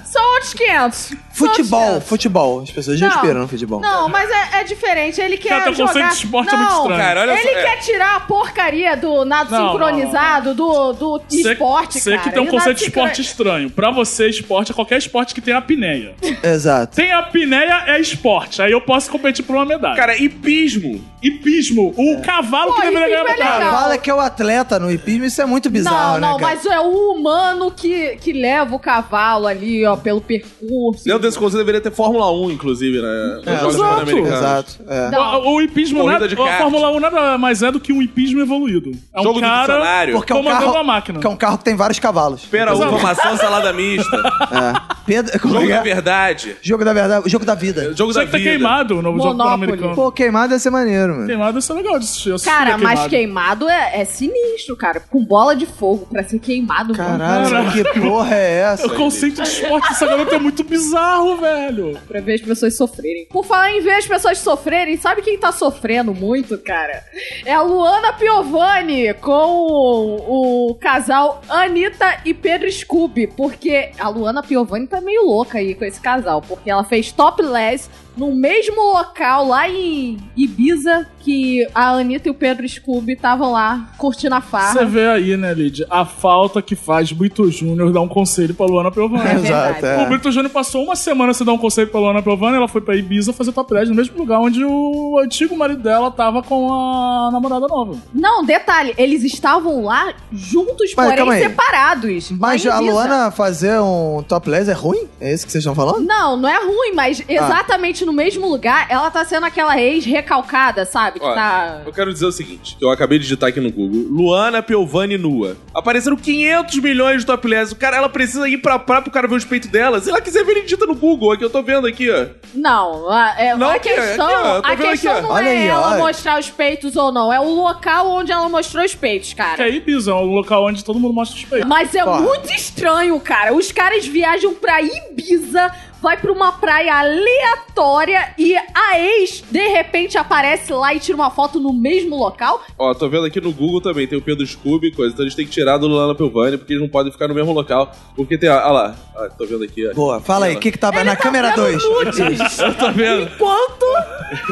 Speaker 2: são outros 500. São
Speaker 4: É. Futebol,
Speaker 2: outros 500.
Speaker 4: futebol. As pessoas
Speaker 2: Não.
Speaker 4: respiram no futebol.
Speaker 2: Não, mas é, é diferente. Ele quer
Speaker 5: Cara, teu
Speaker 2: jogar...
Speaker 5: conceito de esporte é
Speaker 2: não,
Speaker 5: muito estranho.
Speaker 3: Cara, olha
Speaker 2: ele
Speaker 3: só, é.
Speaker 2: quer tirar a porcaria do nado
Speaker 5: Não, não,
Speaker 2: sincronizado, do, do
Speaker 5: Sei-
Speaker 2: esporte,
Speaker 5: sei
Speaker 2: cara.
Speaker 5: que tem um
Speaker 2: E
Speaker 5: conceito
Speaker 2: nado
Speaker 5: de esporte
Speaker 2: sincro-
Speaker 5: estranho. Pra você, esporte é qualquer esporte que tem apneia.
Speaker 4: Exato.
Speaker 5: tem apneia é esporte. Aí eu posso competir por uma medalha.
Speaker 3: Cara, é. hipismo.
Speaker 5: hipismo, o cavalo
Speaker 2: Pô,
Speaker 5: que deveria ganhar
Speaker 2: hipismo
Speaker 5: a
Speaker 2: é
Speaker 5: medalha.
Speaker 2: legal.
Speaker 4: Fala que é o atleta no hipismo, isso é muito bizarro,
Speaker 2: não, não,
Speaker 4: né, cara?
Speaker 2: mas é o humano que, que leva o cavalo ali, ó, pelo percurso.
Speaker 3: Dentro desse conceito deveria ter Fórmula 1, inclusive, né? Nos
Speaker 4: É,
Speaker 3: Jogos
Speaker 5: exato.
Speaker 3: Pan-Americanos.
Speaker 4: Exato. É.
Speaker 2: Não.
Speaker 5: Ah, O, o hipismo
Speaker 3: Corrida
Speaker 5: nada,
Speaker 3: de
Speaker 5: a
Speaker 3: kart.
Speaker 5: Fórmula 1 nada mais é do que um hipismo evoluído. É um
Speaker 3: Jogo do
Speaker 5: cara
Speaker 3: dicionário.
Speaker 4: Porque é um
Speaker 5: comandando
Speaker 4: carro,
Speaker 5: a máquina.
Speaker 4: que é um carro que tem vários cavalos.
Speaker 3: Pera,
Speaker 5: Exato.
Speaker 3: uva, maçã, salada mista.
Speaker 4: É. Pedro, como
Speaker 3: Jogo
Speaker 4: é?
Speaker 3: da verdade.
Speaker 4: Jogo da verdade, jogo da vida.
Speaker 3: Jogo
Speaker 5: Só
Speaker 3: da
Speaker 5: que tá
Speaker 3: vida.
Speaker 5: queimado o novo jogo
Speaker 2: Monopoly.
Speaker 5: pan-americano.
Speaker 4: Pô, queimado ia ser maneiro, mano.
Speaker 5: Queimado isso é legal de assistir. eu assisti
Speaker 2: Cara,
Speaker 5: queimado.
Speaker 2: mas queimado é, é sinistro, cara. Com bola de fogo pra ser queimado. mano.
Speaker 4: Caralho, que porra é essa?
Speaker 5: O conceito de esporte dessa garota é muito bizarro, velho.
Speaker 2: Pra ver as pessoas sofrerem. Por falar em ver as pessoas sofrerem, sabe quem tá sofrendo muito, cara? É a Luana Piovani com o, o casal Anitta e Pedro Scooby. Porque a Luana Piovani tá meio louca aí com esse casal. Porque ela fez topless no mesmo local lá em Ibiza que a Anitta e o Pedro Scooby estavam lá curtindo a
Speaker 5: Você
Speaker 2: farra.
Speaker 5: vê aí, né, Lid, a falta que faz Brito Júnior dar um conselho pra Luana Piovani.
Speaker 4: Exato,
Speaker 5: O
Speaker 4: é.
Speaker 5: Brito Júnior passou uma semana sem dar um conselho pra Luana Piovani, ela foi pra Ibiza fazer top 10 no mesmo lugar onde o antigo marido dela tava com a namorada nova.
Speaker 2: Não, detalhe, eles estavam lá juntos,
Speaker 4: Mas, calma
Speaker 2: porém
Speaker 4: aí.
Speaker 2: separados. lá
Speaker 4: Mas
Speaker 2: em
Speaker 4: a
Speaker 2: Ibiza.
Speaker 4: Luana fazer um topless é ruim? É isso que vocês estão falando?
Speaker 2: Não, não é ruim, mas
Speaker 3: Ah.
Speaker 2: exatamente no mesmo lugar, ela tá sendo aquela ex recalcada, sabe? Que
Speaker 3: Olha,
Speaker 2: tá.
Speaker 3: Eu quero dizer o seguinte, que eu acabei de digitar aqui no Google. Luana Piovani nua. Apareceram 500 milhões de topless. O cara, ela precisa ir pra praia pro cara ver os peitos dela. Se ela quiser ver, ele digita no Google. Aqui eu tô vendo aqui, ó.
Speaker 2: Não, a, é-
Speaker 3: Não,
Speaker 2: a
Speaker 3: aqui,
Speaker 2: questão,
Speaker 3: aqui, ó, eu tô
Speaker 2: a
Speaker 3: vendo
Speaker 2: questão
Speaker 3: aqui, ó.
Speaker 2: não
Speaker 4: Olha
Speaker 2: é
Speaker 4: aí,
Speaker 2: ela
Speaker 4: olha.
Speaker 2: mostrar os peitos ou não, é o local onde ela mostrou os peitos,
Speaker 5: Que
Speaker 2: cara.
Speaker 5: é Ibiza, é um local onde todo mundo mostra os peitos.
Speaker 2: Mas é
Speaker 4: Porra.
Speaker 2: muito estranho, cara. Os caras viajam pra Ibiza, vai pra uma praia aleatória e a ex, de repente, aparece lá e tira uma foto no mesmo local.
Speaker 3: Ó, tô vendo aqui no Google também, tem o Pedro Scooby e coisa. Então a gente tem que tirar do Luana Piovani, porque eles não podem ficar no mesmo local. Porque tem, ó, ó lá. Ó, tô vendo aqui, ó.
Speaker 4: Boa, fala aí, o que que tá na câmera
Speaker 2: vendo
Speaker 4: 2?
Speaker 2: nudes.
Speaker 3: Eu tô vendo.
Speaker 2: Enquanto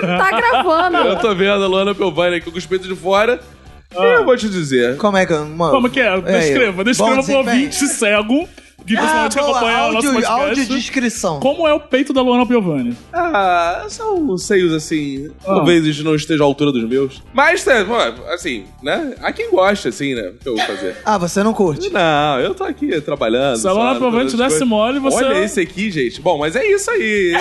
Speaker 2: tá gravando.
Speaker 3: Eu tô vendo a Luana Piovani aqui com os peitos de fora.
Speaker 5: Ah.
Speaker 3: E eu vou te dizer.
Speaker 4: Como é que, mano?
Speaker 5: Como que é? Descreva,
Speaker 4: aí.
Speaker 5: descreva
Speaker 4: Bom
Speaker 5: pro
Speaker 4: desempenho.
Speaker 5: ouvinte cego que
Speaker 4: Ah,
Speaker 5: principalmente
Speaker 4: boa,
Speaker 5: acompanha o nosso
Speaker 4: áudio, áudio
Speaker 5: podcast.
Speaker 4: descrição.
Speaker 5: Como é o peito da Luana Piovani?
Speaker 3: Ah, são seios assim.
Speaker 5: Ah.
Speaker 3: Talvez eles não estejam à altura dos meus. Mas, né, pô, assim, né? Há quem gosta, assim, né? O que eu vou fazer?
Speaker 4: Ah, você não curte?
Speaker 3: Não, eu tô aqui trabalhando.
Speaker 5: Se a Luana
Speaker 3: sabe,
Speaker 5: Piovani te
Speaker 3: fazendo as
Speaker 5: desse
Speaker 3: coisas.
Speaker 5: mole, você... é um
Speaker 3: Olha esse aqui, gente. Bom, mas é isso aí.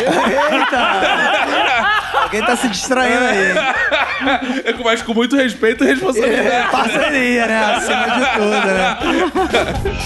Speaker 4: Alguém tá se distraindo aí. hein?
Speaker 3: Eu começo É com muito respeito e responsabilidade.
Speaker 4: É parceria, né? Acima de tudo, né?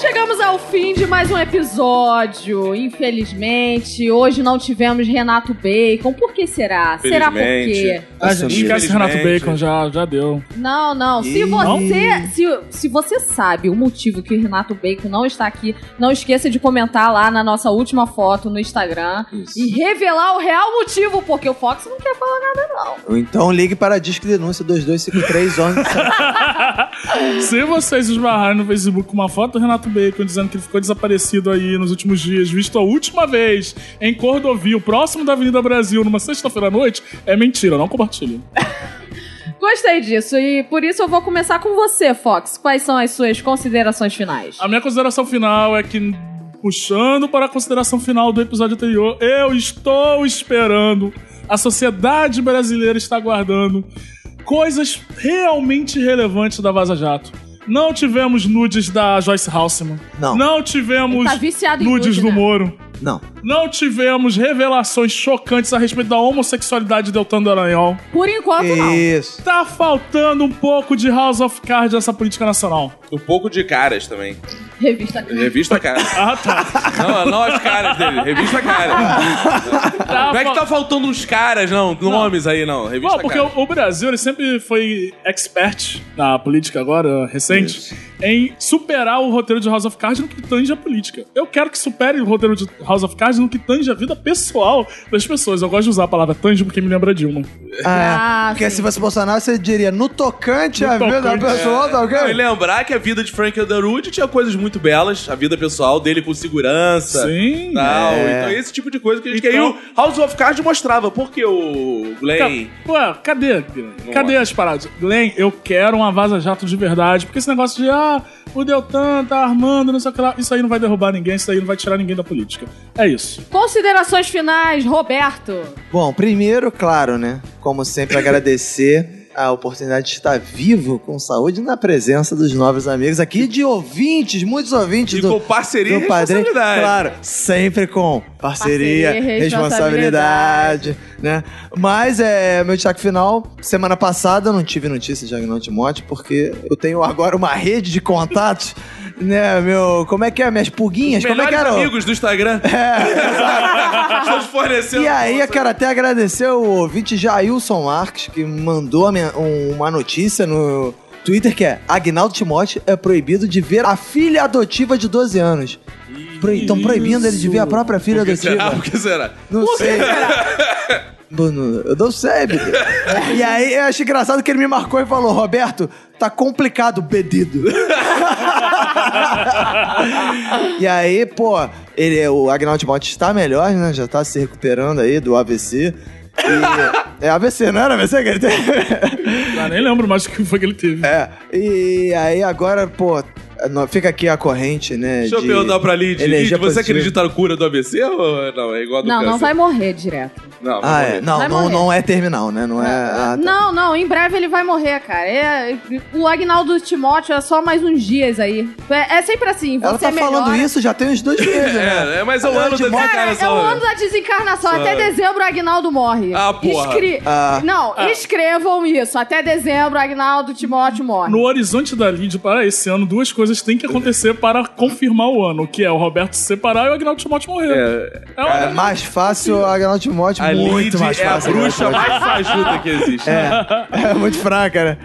Speaker 2: Chegamos ao fim de mais um episódio. Infelizmente, hoje não tivemos Renato Bacon. Por que será? Será por quê?
Speaker 3: Felizmente.
Speaker 5: Ah, gente, esquece
Speaker 3: Infelizmente.
Speaker 5: Renato Bacon, já, já deu.
Speaker 2: Não, não. Se
Speaker 4: Ih.
Speaker 2: você, se, se você sabe o motivo que o Renato Bacon não está aqui, não esqueça de comentar lá na nossa última foto no Instagram e revelar o real motivo, porque o Fox não quer falar nada, não.
Speaker 4: Ou então ligue para a Disque Denúncia 2253 11.
Speaker 5: Se vocês esbarrarem no Facebook com uma foto do Renato Bacon dizendo que ele ficou desaparecido aí nos últimos dias, visto a última vez em Cordovil, próximo da Avenida Brasil, numa sexta-feira à noite, é mentira, não compartilhe.
Speaker 2: Gostei disso e por isso eu vou começar com você, Fox. Quais são as suas considerações finais?
Speaker 5: A minha consideração final é que, puxando para a consideração final do episódio anterior, eu estou esperando, a sociedade brasileira está aguardando coisas realmente relevantes da Vaza Jato. Não tivemos nudes da Joyce Halseman.
Speaker 4: Não.
Speaker 5: Não tivemos
Speaker 2: Tá viciado em
Speaker 5: nudes
Speaker 2: nude,
Speaker 5: do
Speaker 2: né?
Speaker 5: Moro.
Speaker 4: Não.
Speaker 5: Não tivemos revelações chocantes a respeito da homossexualidade de Deltan Dallagnol.
Speaker 2: Por enquanto, não.
Speaker 4: Isso.
Speaker 5: Tá faltando um pouco de House of Cards nessa política nacional.
Speaker 3: Um pouco de caras também.
Speaker 2: Revista
Speaker 3: Revista caras.
Speaker 5: Ah, tá.
Speaker 3: Não, não as caras dele. Revista caras.
Speaker 5: Tá
Speaker 3: Não é que tá faltando uns caras, não. Nomes aí, não. Revista
Speaker 5: Bom, porque
Speaker 3: caras.
Speaker 5: o, o Brasil ele sempre foi expert na política agora, recente, em superar o roteiro de House of Cards no que tange a política. Eu quero que supere o roteiro de House of Cards no que tange a vida pessoal das pessoas. Eu gosto de usar a palavra tange porque me lembra de uma.
Speaker 4: Ah,
Speaker 2: Ah,
Speaker 4: porque
Speaker 2: sim.
Speaker 4: se fosse Bolsonaro, você diria no tocante
Speaker 5: No
Speaker 4: à vida da
Speaker 5: tocante, é.
Speaker 4: pessoa, tá ok?
Speaker 3: Não, e lembrar que a vida de Frank Underwood tinha coisas muito belas, a vida pessoal dele com segurança.
Speaker 5: Sim.
Speaker 3: Tal.
Speaker 4: É.
Speaker 3: Então, esse tipo de coisa que a gente
Speaker 5: Então- Então,
Speaker 3: queria. o House of Cards mostrava. Porque o Glenn.
Speaker 5: Ca- Ué, cadê? Glenn?
Speaker 3: Não
Speaker 5: Cadê
Speaker 3: acho.
Speaker 5: as paradas? Glenn, eu quero uma vaza-jato de verdade, porque esse negócio de, ah, o Deltan tá armando, não sei o que lá, isso aí não vai derrubar ninguém, isso aí não vai tirar ninguém da política. É isso.
Speaker 2: Considerações finais, Roberto.
Speaker 4: Bom, primeiro, claro, né? Como sempre, agradecer a oportunidade de estar vivo, com saúde, na presença dos novos amigos aqui, de ouvintes, muitos ouvintes
Speaker 3: E
Speaker 4: do,
Speaker 3: com parceria e
Speaker 4: do padrinho.
Speaker 3: responsabilidade.
Speaker 4: Claro, sempre com parceria,
Speaker 2: Parceria e
Speaker 4: responsabilidade, né? Mas é meu destaque final. Semana passada eu não tive notícia de Agnaldo Timóteo, porque eu tenho agora uma rede de contatos, né? Meu, como é que é? Minhas pulguinhas? Como é que
Speaker 3: Melhores
Speaker 4: era? o- É.
Speaker 3: amigos do Instagram. Estão fornecendo.
Speaker 4: E aí, eu quero até agradecer o ouvinte Jailson Marques, que mandou a minha- um- uma notícia no Twitter que é Agnaldo Timóteo é proibido de ver a filha adotiva de 12 anos. Estão proibindo ele de ver a própria filha
Speaker 3: Por que será?
Speaker 4: adotiva.
Speaker 3: Por que será?
Speaker 4: Não sei. Bruno, eu não sei, menino. E aí, eu achei engraçado que ele me marcou e falou: Roberto, tá complicado, pedido. e aí, pô, ele, o Agnaldo Timóteo está melhor, né? Já tá se recuperando aí do AVC. E- é AVC, não era AVC que ele teve?
Speaker 5: Ah, nem lembro mais o que foi que ele teve.
Speaker 4: é. E aí, agora, pô, não- fica aqui a corrente, né?
Speaker 3: Deixa eu
Speaker 4: de
Speaker 3: perguntar pra Lid. Lid,
Speaker 4: energia
Speaker 3: você
Speaker 4: positiva.
Speaker 3: acredita na cura do ABC ou não? É igual a do
Speaker 2: Não,
Speaker 3: câncer?
Speaker 2: não vai morrer direto.
Speaker 3: Não,
Speaker 4: Ah,
Speaker 3: vai
Speaker 4: é.
Speaker 3: morrer.
Speaker 4: Não,
Speaker 2: Vai
Speaker 4: não,
Speaker 2: morrer.
Speaker 4: não é terminal, né? Não é. ah, tá.
Speaker 2: Não, não, em breve ele vai morrer, cara. É- o Agnaldo Timóteo é só mais uns dias aí. É, é sempre assim, você
Speaker 4: Ela tá
Speaker 2: melhora.
Speaker 4: falando isso já tem uns dois meses, né?
Speaker 3: É, é, mas é o
Speaker 4: Ela
Speaker 3: ano
Speaker 4: de
Speaker 3: da
Speaker 4: moto-
Speaker 2: Cara, é o
Speaker 3: desencarnação.
Speaker 2: ano da desencarnação. Até
Speaker 3: Sabe.
Speaker 2: dezembro, o Agnaldo morre.
Speaker 3: Ah, porra.
Speaker 2: Escre-
Speaker 4: Ah.
Speaker 2: Não, escrevam isso. Até dezembro, Agnaldo Timóteo morre.
Speaker 5: No horizonte da Lid para esse ano, duas coisas têm que acontecer para confirmar o ano, que é o Roberto se separar e o Agnaldo Timóteo morrer.
Speaker 3: É,
Speaker 5: É, uma-
Speaker 4: É mais fácil a Agnaldo Timóteo,
Speaker 3: a
Speaker 4: muito mais
Speaker 3: Lid é a
Speaker 4: fácil. né?
Speaker 3: bruxa mais fajuta que existe.
Speaker 4: É muito fraca, né?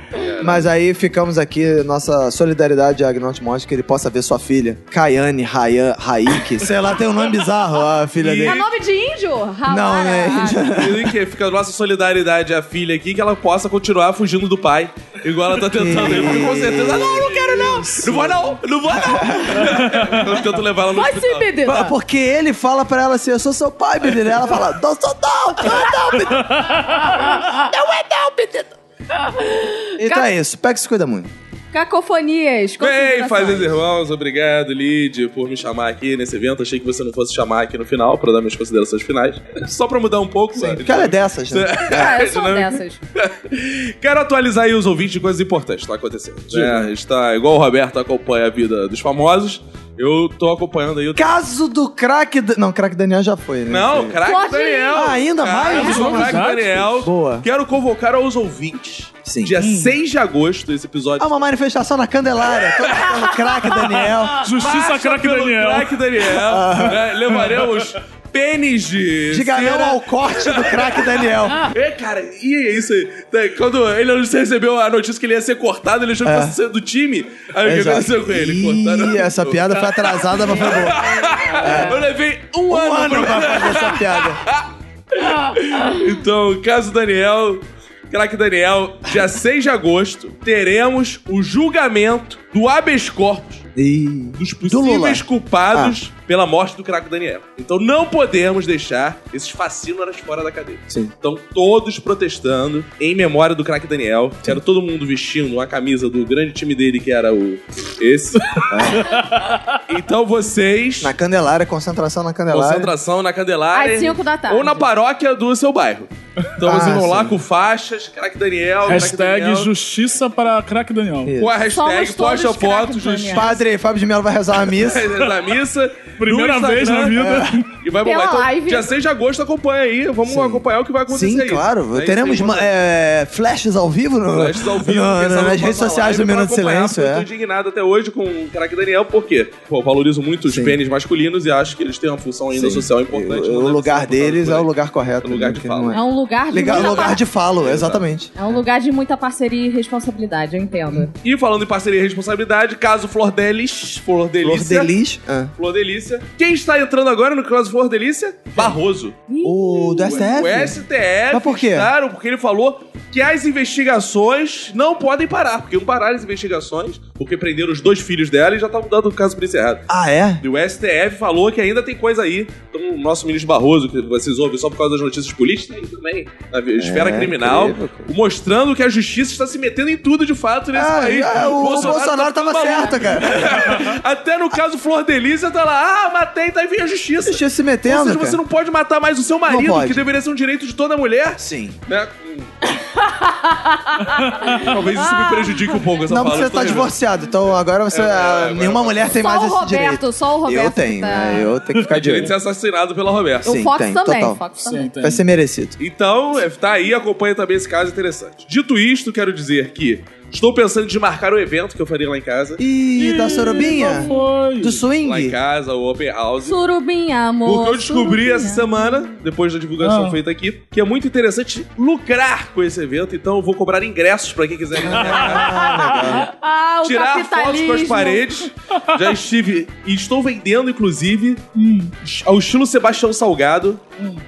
Speaker 4: Mas aí ficamos aqui, nossa solidariedade a Agnaldo Timóteo, que ele possa ver sua filha, Kayane Rayan, Raik. Sei lá, tem um nome bizarro a filha
Speaker 3: E-
Speaker 2: É
Speaker 4: dele.
Speaker 2: nome de índio? Ravara.
Speaker 4: Não, né?
Speaker 3: E que fica a nossa solidariedade à filha aqui, que ela possa continuar fugindo do pai, igual ela tá tentando. Eu fico com certeza, não, não quero não, não vou não, não vou não. Eu tento levar ela no
Speaker 2: Vai sim,
Speaker 3: hospital.
Speaker 2: menina.
Speaker 4: Ah, Porque ele fala pra ela assim, eu sou seu pai, menino. E Ela fala, não sou não, não é não, menino. Não é não, menino. Então é isso, pega e se cuida muito.
Speaker 2: Cacofonias.
Speaker 3: Bem,
Speaker 2: considerações.
Speaker 3: fazeres irmãos, obrigado, Lid, por me chamar aqui nesse evento. Achei que você não fosse chamar aqui no final pra dar minhas considerações finais. Só pra mudar um pouco, sabe?
Speaker 4: Porque ela é dessas, né?
Speaker 2: Cara, Ah, eu sou
Speaker 3: Não-
Speaker 2: dessas.
Speaker 3: Quero atualizar aí os ouvintes de coisas importantes que tá acontecendo. né? Está igual o Roberto acompanha a vida dos famosos. Eu tô acompanhando aí o.
Speaker 4: Caso do craque... Da- Não, craque Daniel já foi, né?
Speaker 3: Não, craque
Speaker 2: Forte.
Speaker 3: Daniel.
Speaker 4: Ah, ainda
Speaker 3: Craque
Speaker 4: mais?
Speaker 3: do
Speaker 5: Vamos
Speaker 3: Craque
Speaker 5: lá.
Speaker 3: Daniel.
Speaker 4: Boa.
Speaker 3: Quero convocar aos ouvintes.
Speaker 4: Sim. Hum.
Speaker 3: Dia 6 de agosto, esse episódio.
Speaker 4: Há uma manifestação na Candelária. Todo pelo craque Daniel.
Speaker 5: Justiça
Speaker 3: Marcha
Speaker 5: craque
Speaker 3: pelo
Speaker 5: Daniel.
Speaker 3: Craque Daniel. né? Levaremos pênis de.
Speaker 4: Diga não
Speaker 3: cera.
Speaker 4: ao corte do craque Daniel.
Speaker 3: É, cara, e é isso aí. Tá, Quando ele recebeu a notícia que ele ia ser cortado, ele achou que fosse ser do time. Aí o que
Speaker 4: É. Exato.
Speaker 3: aconteceu com ele?
Speaker 4: Ih, essa piada foi atrasada, mas foi boa.
Speaker 3: Eu levei um,
Speaker 4: Um
Speaker 3: ano,
Speaker 4: ano
Speaker 3: pra-
Speaker 4: pra fazer essa piada.
Speaker 3: Então, caso Daniel, craque Daniel, dia 6 de agosto, teremos o julgamento do habeas corpus
Speaker 4: Ih.
Speaker 3: dos
Speaker 4: Lula. Ah.
Speaker 3: possíveis culpados pela morte do craque Daniel. Então não podemos deixar esses facínoras fora da cadeia.
Speaker 4: Sim.
Speaker 3: Estão todos protestando em memória do craque Daniel. Quero todo mundo vestindo uma camisa do grande time dele, que era o... esse. então vocês...
Speaker 4: Na Candelária, concentração na Candelária.
Speaker 3: Concentração na Candelária.
Speaker 2: Às cinco da tarde.
Speaker 3: Ou na paróquia do seu bairro. Então
Speaker 4: Ah,
Speaker 3: vocês vão lá
Speaker 4: sim.
Speaker 3: com faixas, craque Daniel, craque
Speaker 5: Hashtag
Speaker 3: Daniel. É.
Speaker 5: justiça para craque Daniel.
Speaker 4: Isso.
Speaker 3: Com a hashtag,
Speaker 2: Somos todos
Speaker 3: posta
Speaker 2: craque
Speaker 3: fotos
Speaker 2: Daniel.
Speaker 3: justiça
Speaker 4: Padre Fábio de Melo vai rezar a missa.
Speaker 3: da missa.
Speaker 5: Primeira
Speaker 3: no
Speaker 5: vez na
Speaker 3: Instagram.
Speaker 5: vida.
Speaker 3: E vai
Speaker 2: Pela
Speaker 3: bombar. Então,
Speaker 2: live.
Speaker 3: dia 6 de agosto, acompanha aí. Vamos
Speaker 4: Sim.
Speaker 3: acompanhar o que vai acontecer
Speaker 4: Sim,
Speaker 3: aí. É
Speaker 4: claro.
Speaker 3: Aí
Speaker 4: Teremos
Speaker 3: vocês vão-
Speaker 4: ma- é, flashes ao vivo, no,
Speaker 3: Flashes ao vivo,
Speaker 4: no-
Speaker 3: porque essa
Speaker 4: nas
Speaker 3: não
Speaker 4: redes
Speaker 3: passa live
Speaker 4: sociais do Minuto
Speaker 3: pra
Speaker 4: de
Speaker 3: acompanhar,
Speaker 4: Silêncio.
Speaker 3: porque Eu tô
Speaker 4: É.
Speaker 3: indignado até hoje com o craque Daniel, porque pô, eu valorizo muito os
Speaker 4: Sim.
Speaker 3: pênis masculinos e acho que eles têm uma função ainda
Speaker 4: Sim.
Speaker 3: social importante.
Speaker 4: O-
Speaker 3: não
Speaker 4: O
Speaker 3: deve
Speaker 4: lugar
Speaker 3: ser botado
Speaker 4: deles
Speaker 3: por
Speaker 4: é
Speaker 3: aí.
Speaker 4: o lugar correto.
Speaker 3: É o lugar
Speaker 4: né,
Speaker 3: de
Speaker 4: que
Speaker 3: fala.
Speaker 4: não
Speaker 2: É um lugar de
Speaker 4: Legal,
Speaker 2: muita
Speaker 4: lugar
Speaker 2: par-
Speaker 4: de falo, exatamente.
Speaker 2: É um lugar de muita parceria e responsabilidade, eu entendo.
Speaker 3: E falando em parceria e responsabilidade, caso Flor Delis. Flor
Speaker 4: Flor
Speaker 3: Delícia.
Speaker 4: Delis. ah.
Speaker 3: Flor Delícia. Quem está entrando agora no caso Flor Delícia? Barroso.
Speaker 4: O do STF?
Speaker 3: O STF.
Speaker 4: Mas por quê?
Speaker 3: Claro, porque ele falou que as investigações não podem parar. Porque não pararam as investigações, porque prenderam os dois filhos dela e já estavam dando o caso por encerrado.
Speaker 4: Ah, é?
Speaker 3: E o STF falou que ainda tem coisa aí. Então, o nosso ministro Barroso, que vocês ouvem só por causa das notícias políticas, tá aí também, na
Speaker 4: É,
Speaker 3: esfera criminal,
Speaker 4: incrível, cara.
Speaker 3: mostrando que a justiça está se metendo em tudo de fato nesse
Speaker 4: Ah,
Speaker 3: país.
Speaker 4: ah, o, o Bolsonaro,
Speaker 3: tá
Speaker 4: tava
Speaker 3: maluco.
Speaker 4: certo, cara.
Speaker 3: Até no caso Flor Delícia, tá lá, ah, matei, tá em via justiça.
Speaker 4: Deixa eu se
Speaker 3: Ou
Speaker 4: metendo,
Speaker 3: seja, você
Speaker 4: cara.
Speaker 3: não pode matar mais o seu marido,
Speaker 4: pode.
Speaker 3: que deveria ser um direito de toda mulher,
Speaker 4: Sim.
Speaker 3: né? Talvez isso me prejudique um pouco essa
Speaker 4: Não,
Speaker 3: fala.
Speaker 4: porque você
Speaker 3: Estou
Speaker 4: tá
Speaker 3: lembrando.
Speaker 4: divorciado, então agora você.
Speaker 3: é,
Speaker 4: ah, nenhuma mulher tem
Speaker 2: Só
Speaker 4: mais
Speaker 2: o
Speaker 4: esse
Speaker 2: Roberto,
Speaker 4: direito.
Speaker 2: só o Roberto
Speaker 4: Eu
Speaker 2: que
Speaker 4: tenho,
Speaker 2: tá-
Speaker 4: né? Eu tenho que ficar
Speaker 3: Tem
Speaker 4: de
Speaker 3: direito de ser
Speaker 4: olho.
Speaker 3: assassinado pelo Roberto.
Speaker 2: O
Speaker 4: Sim,
Speaker 2: Fox
Speaker 4: tem,
Speaker 2: também.
Speaker 4: total.
Speaker 3: é.
Speaker 2: Fox também.
Speaker 3: tá-
Speaker 5: Sim, tem.
Speaker 4: Vai ser merecido.
Speaker 3: Então, é, tá aí, acompanha também esse caso interessante. Dito isto, quero dizer que estou pensando em desmarcar o evento que eu faria lá em casa.
Speaker 4: E da sorobinha?
Speaker 5: Qual foi?
Speaker 4: Do
Speaker 3: Lá em
Speaker 4: swing?
Speaker 3: casa, o Open House.
Speaker 2: Surubim, amor.
Speaker 3: Porque eu descobri
Speaker 2: surubim,
Speaker 3: essa semana, depois da divulgação
Speaker 5: Ah.
Speaker 3: feita aqui, que é muito interessante lucrar com esse evento. Então eu vou cobrar ingressos pra quem quiser ir na minha casa.
Speaker 2: Ah, o
Speaker 3: é Tirar fotos
Speaker 2: capitalismo.
Speaker 3: com as paredes. Já estive e estou vendendo, inclusive, ao estilo Sebastião Salgado,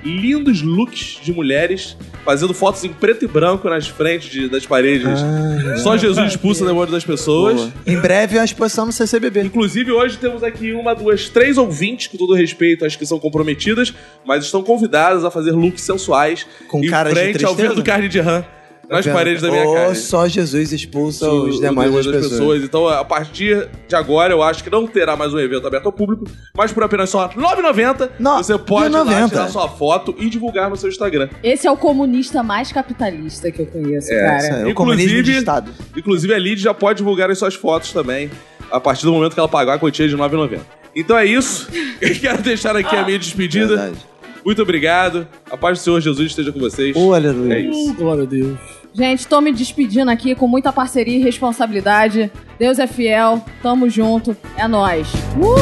Speaker 3: lindos looks de mulheres, fazendo fotos em preto e branco nas frentes de- das paredes.
Speaker 2: Ah.
Speaker 3: Só Jesus expulsa o demônio das pessoas.
Speaker 4: Boa. Ah, Em breve a exposição no CCBB.
Speaker 3: Inclusive, hoje temos aqui uma, duas, três ouvintes, com todo respeito, acho que são comprometidas, mas estão convidadas a fazer looks sensuais
Speaker 4: Com
Speaker 3: em
Speaker 4: caras de
Speaker 3: frente ao
Speaker 4: tristeza?
Speaker 3: vento carne de rã nas
Speaker 4: Tá vendo?
Speaker 3: paredes da minha
Speaker 4: Ou
Speaker 3: casa.
Speaker 4: só Jesus expulsa
Speaker 3: Isso,
Speaker 4: os
Speaker 3: o
Speaker 4: demais
Speaker 3: demônio
Speaker 4: das pessoas.
Speaker 3: Então, a partir de agora, eu acho que não terá mais um evento aberto ao público, mas por apenas só R$ 9,90
Speaker 4: Não,
Speaker 3: você pode ir lá
Speaker 4: 9,90.
Speaker 3: tirar sua foto e divulgar no seu Instagram.
Speaker 2: Esse é o comunista mais capitalista que eu conheço, cara.
Speaker 4: Isso aí,
Speaker 3: Inclusive-
Speaker 4: o comunismo de Estado.
Speaker 3: Inclusive, a Lid já pode divulgar as suas fotos também, a partir do momento que ela pagar a quantia de R$ 9,90. Então é isso. Eu quero deixar aqui a minha despedida.
Speaker 4: Verdade.
Speaker 3: Muito obrigado. A paz do Senhor Jesus esteja com vocês.
Speaker 4: Ô, aleluia.
Speaker 3: É isso.
Speaker 5: Uh, Glória a Deus.
Speaker 2: Gente, tô me despedindo aqui com muita parceria e responsabilidade. Deus é fiel, tamo junto, é nóis. Uh!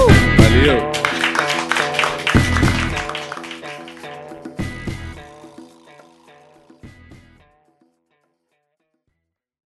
Speaker 3: Valeu.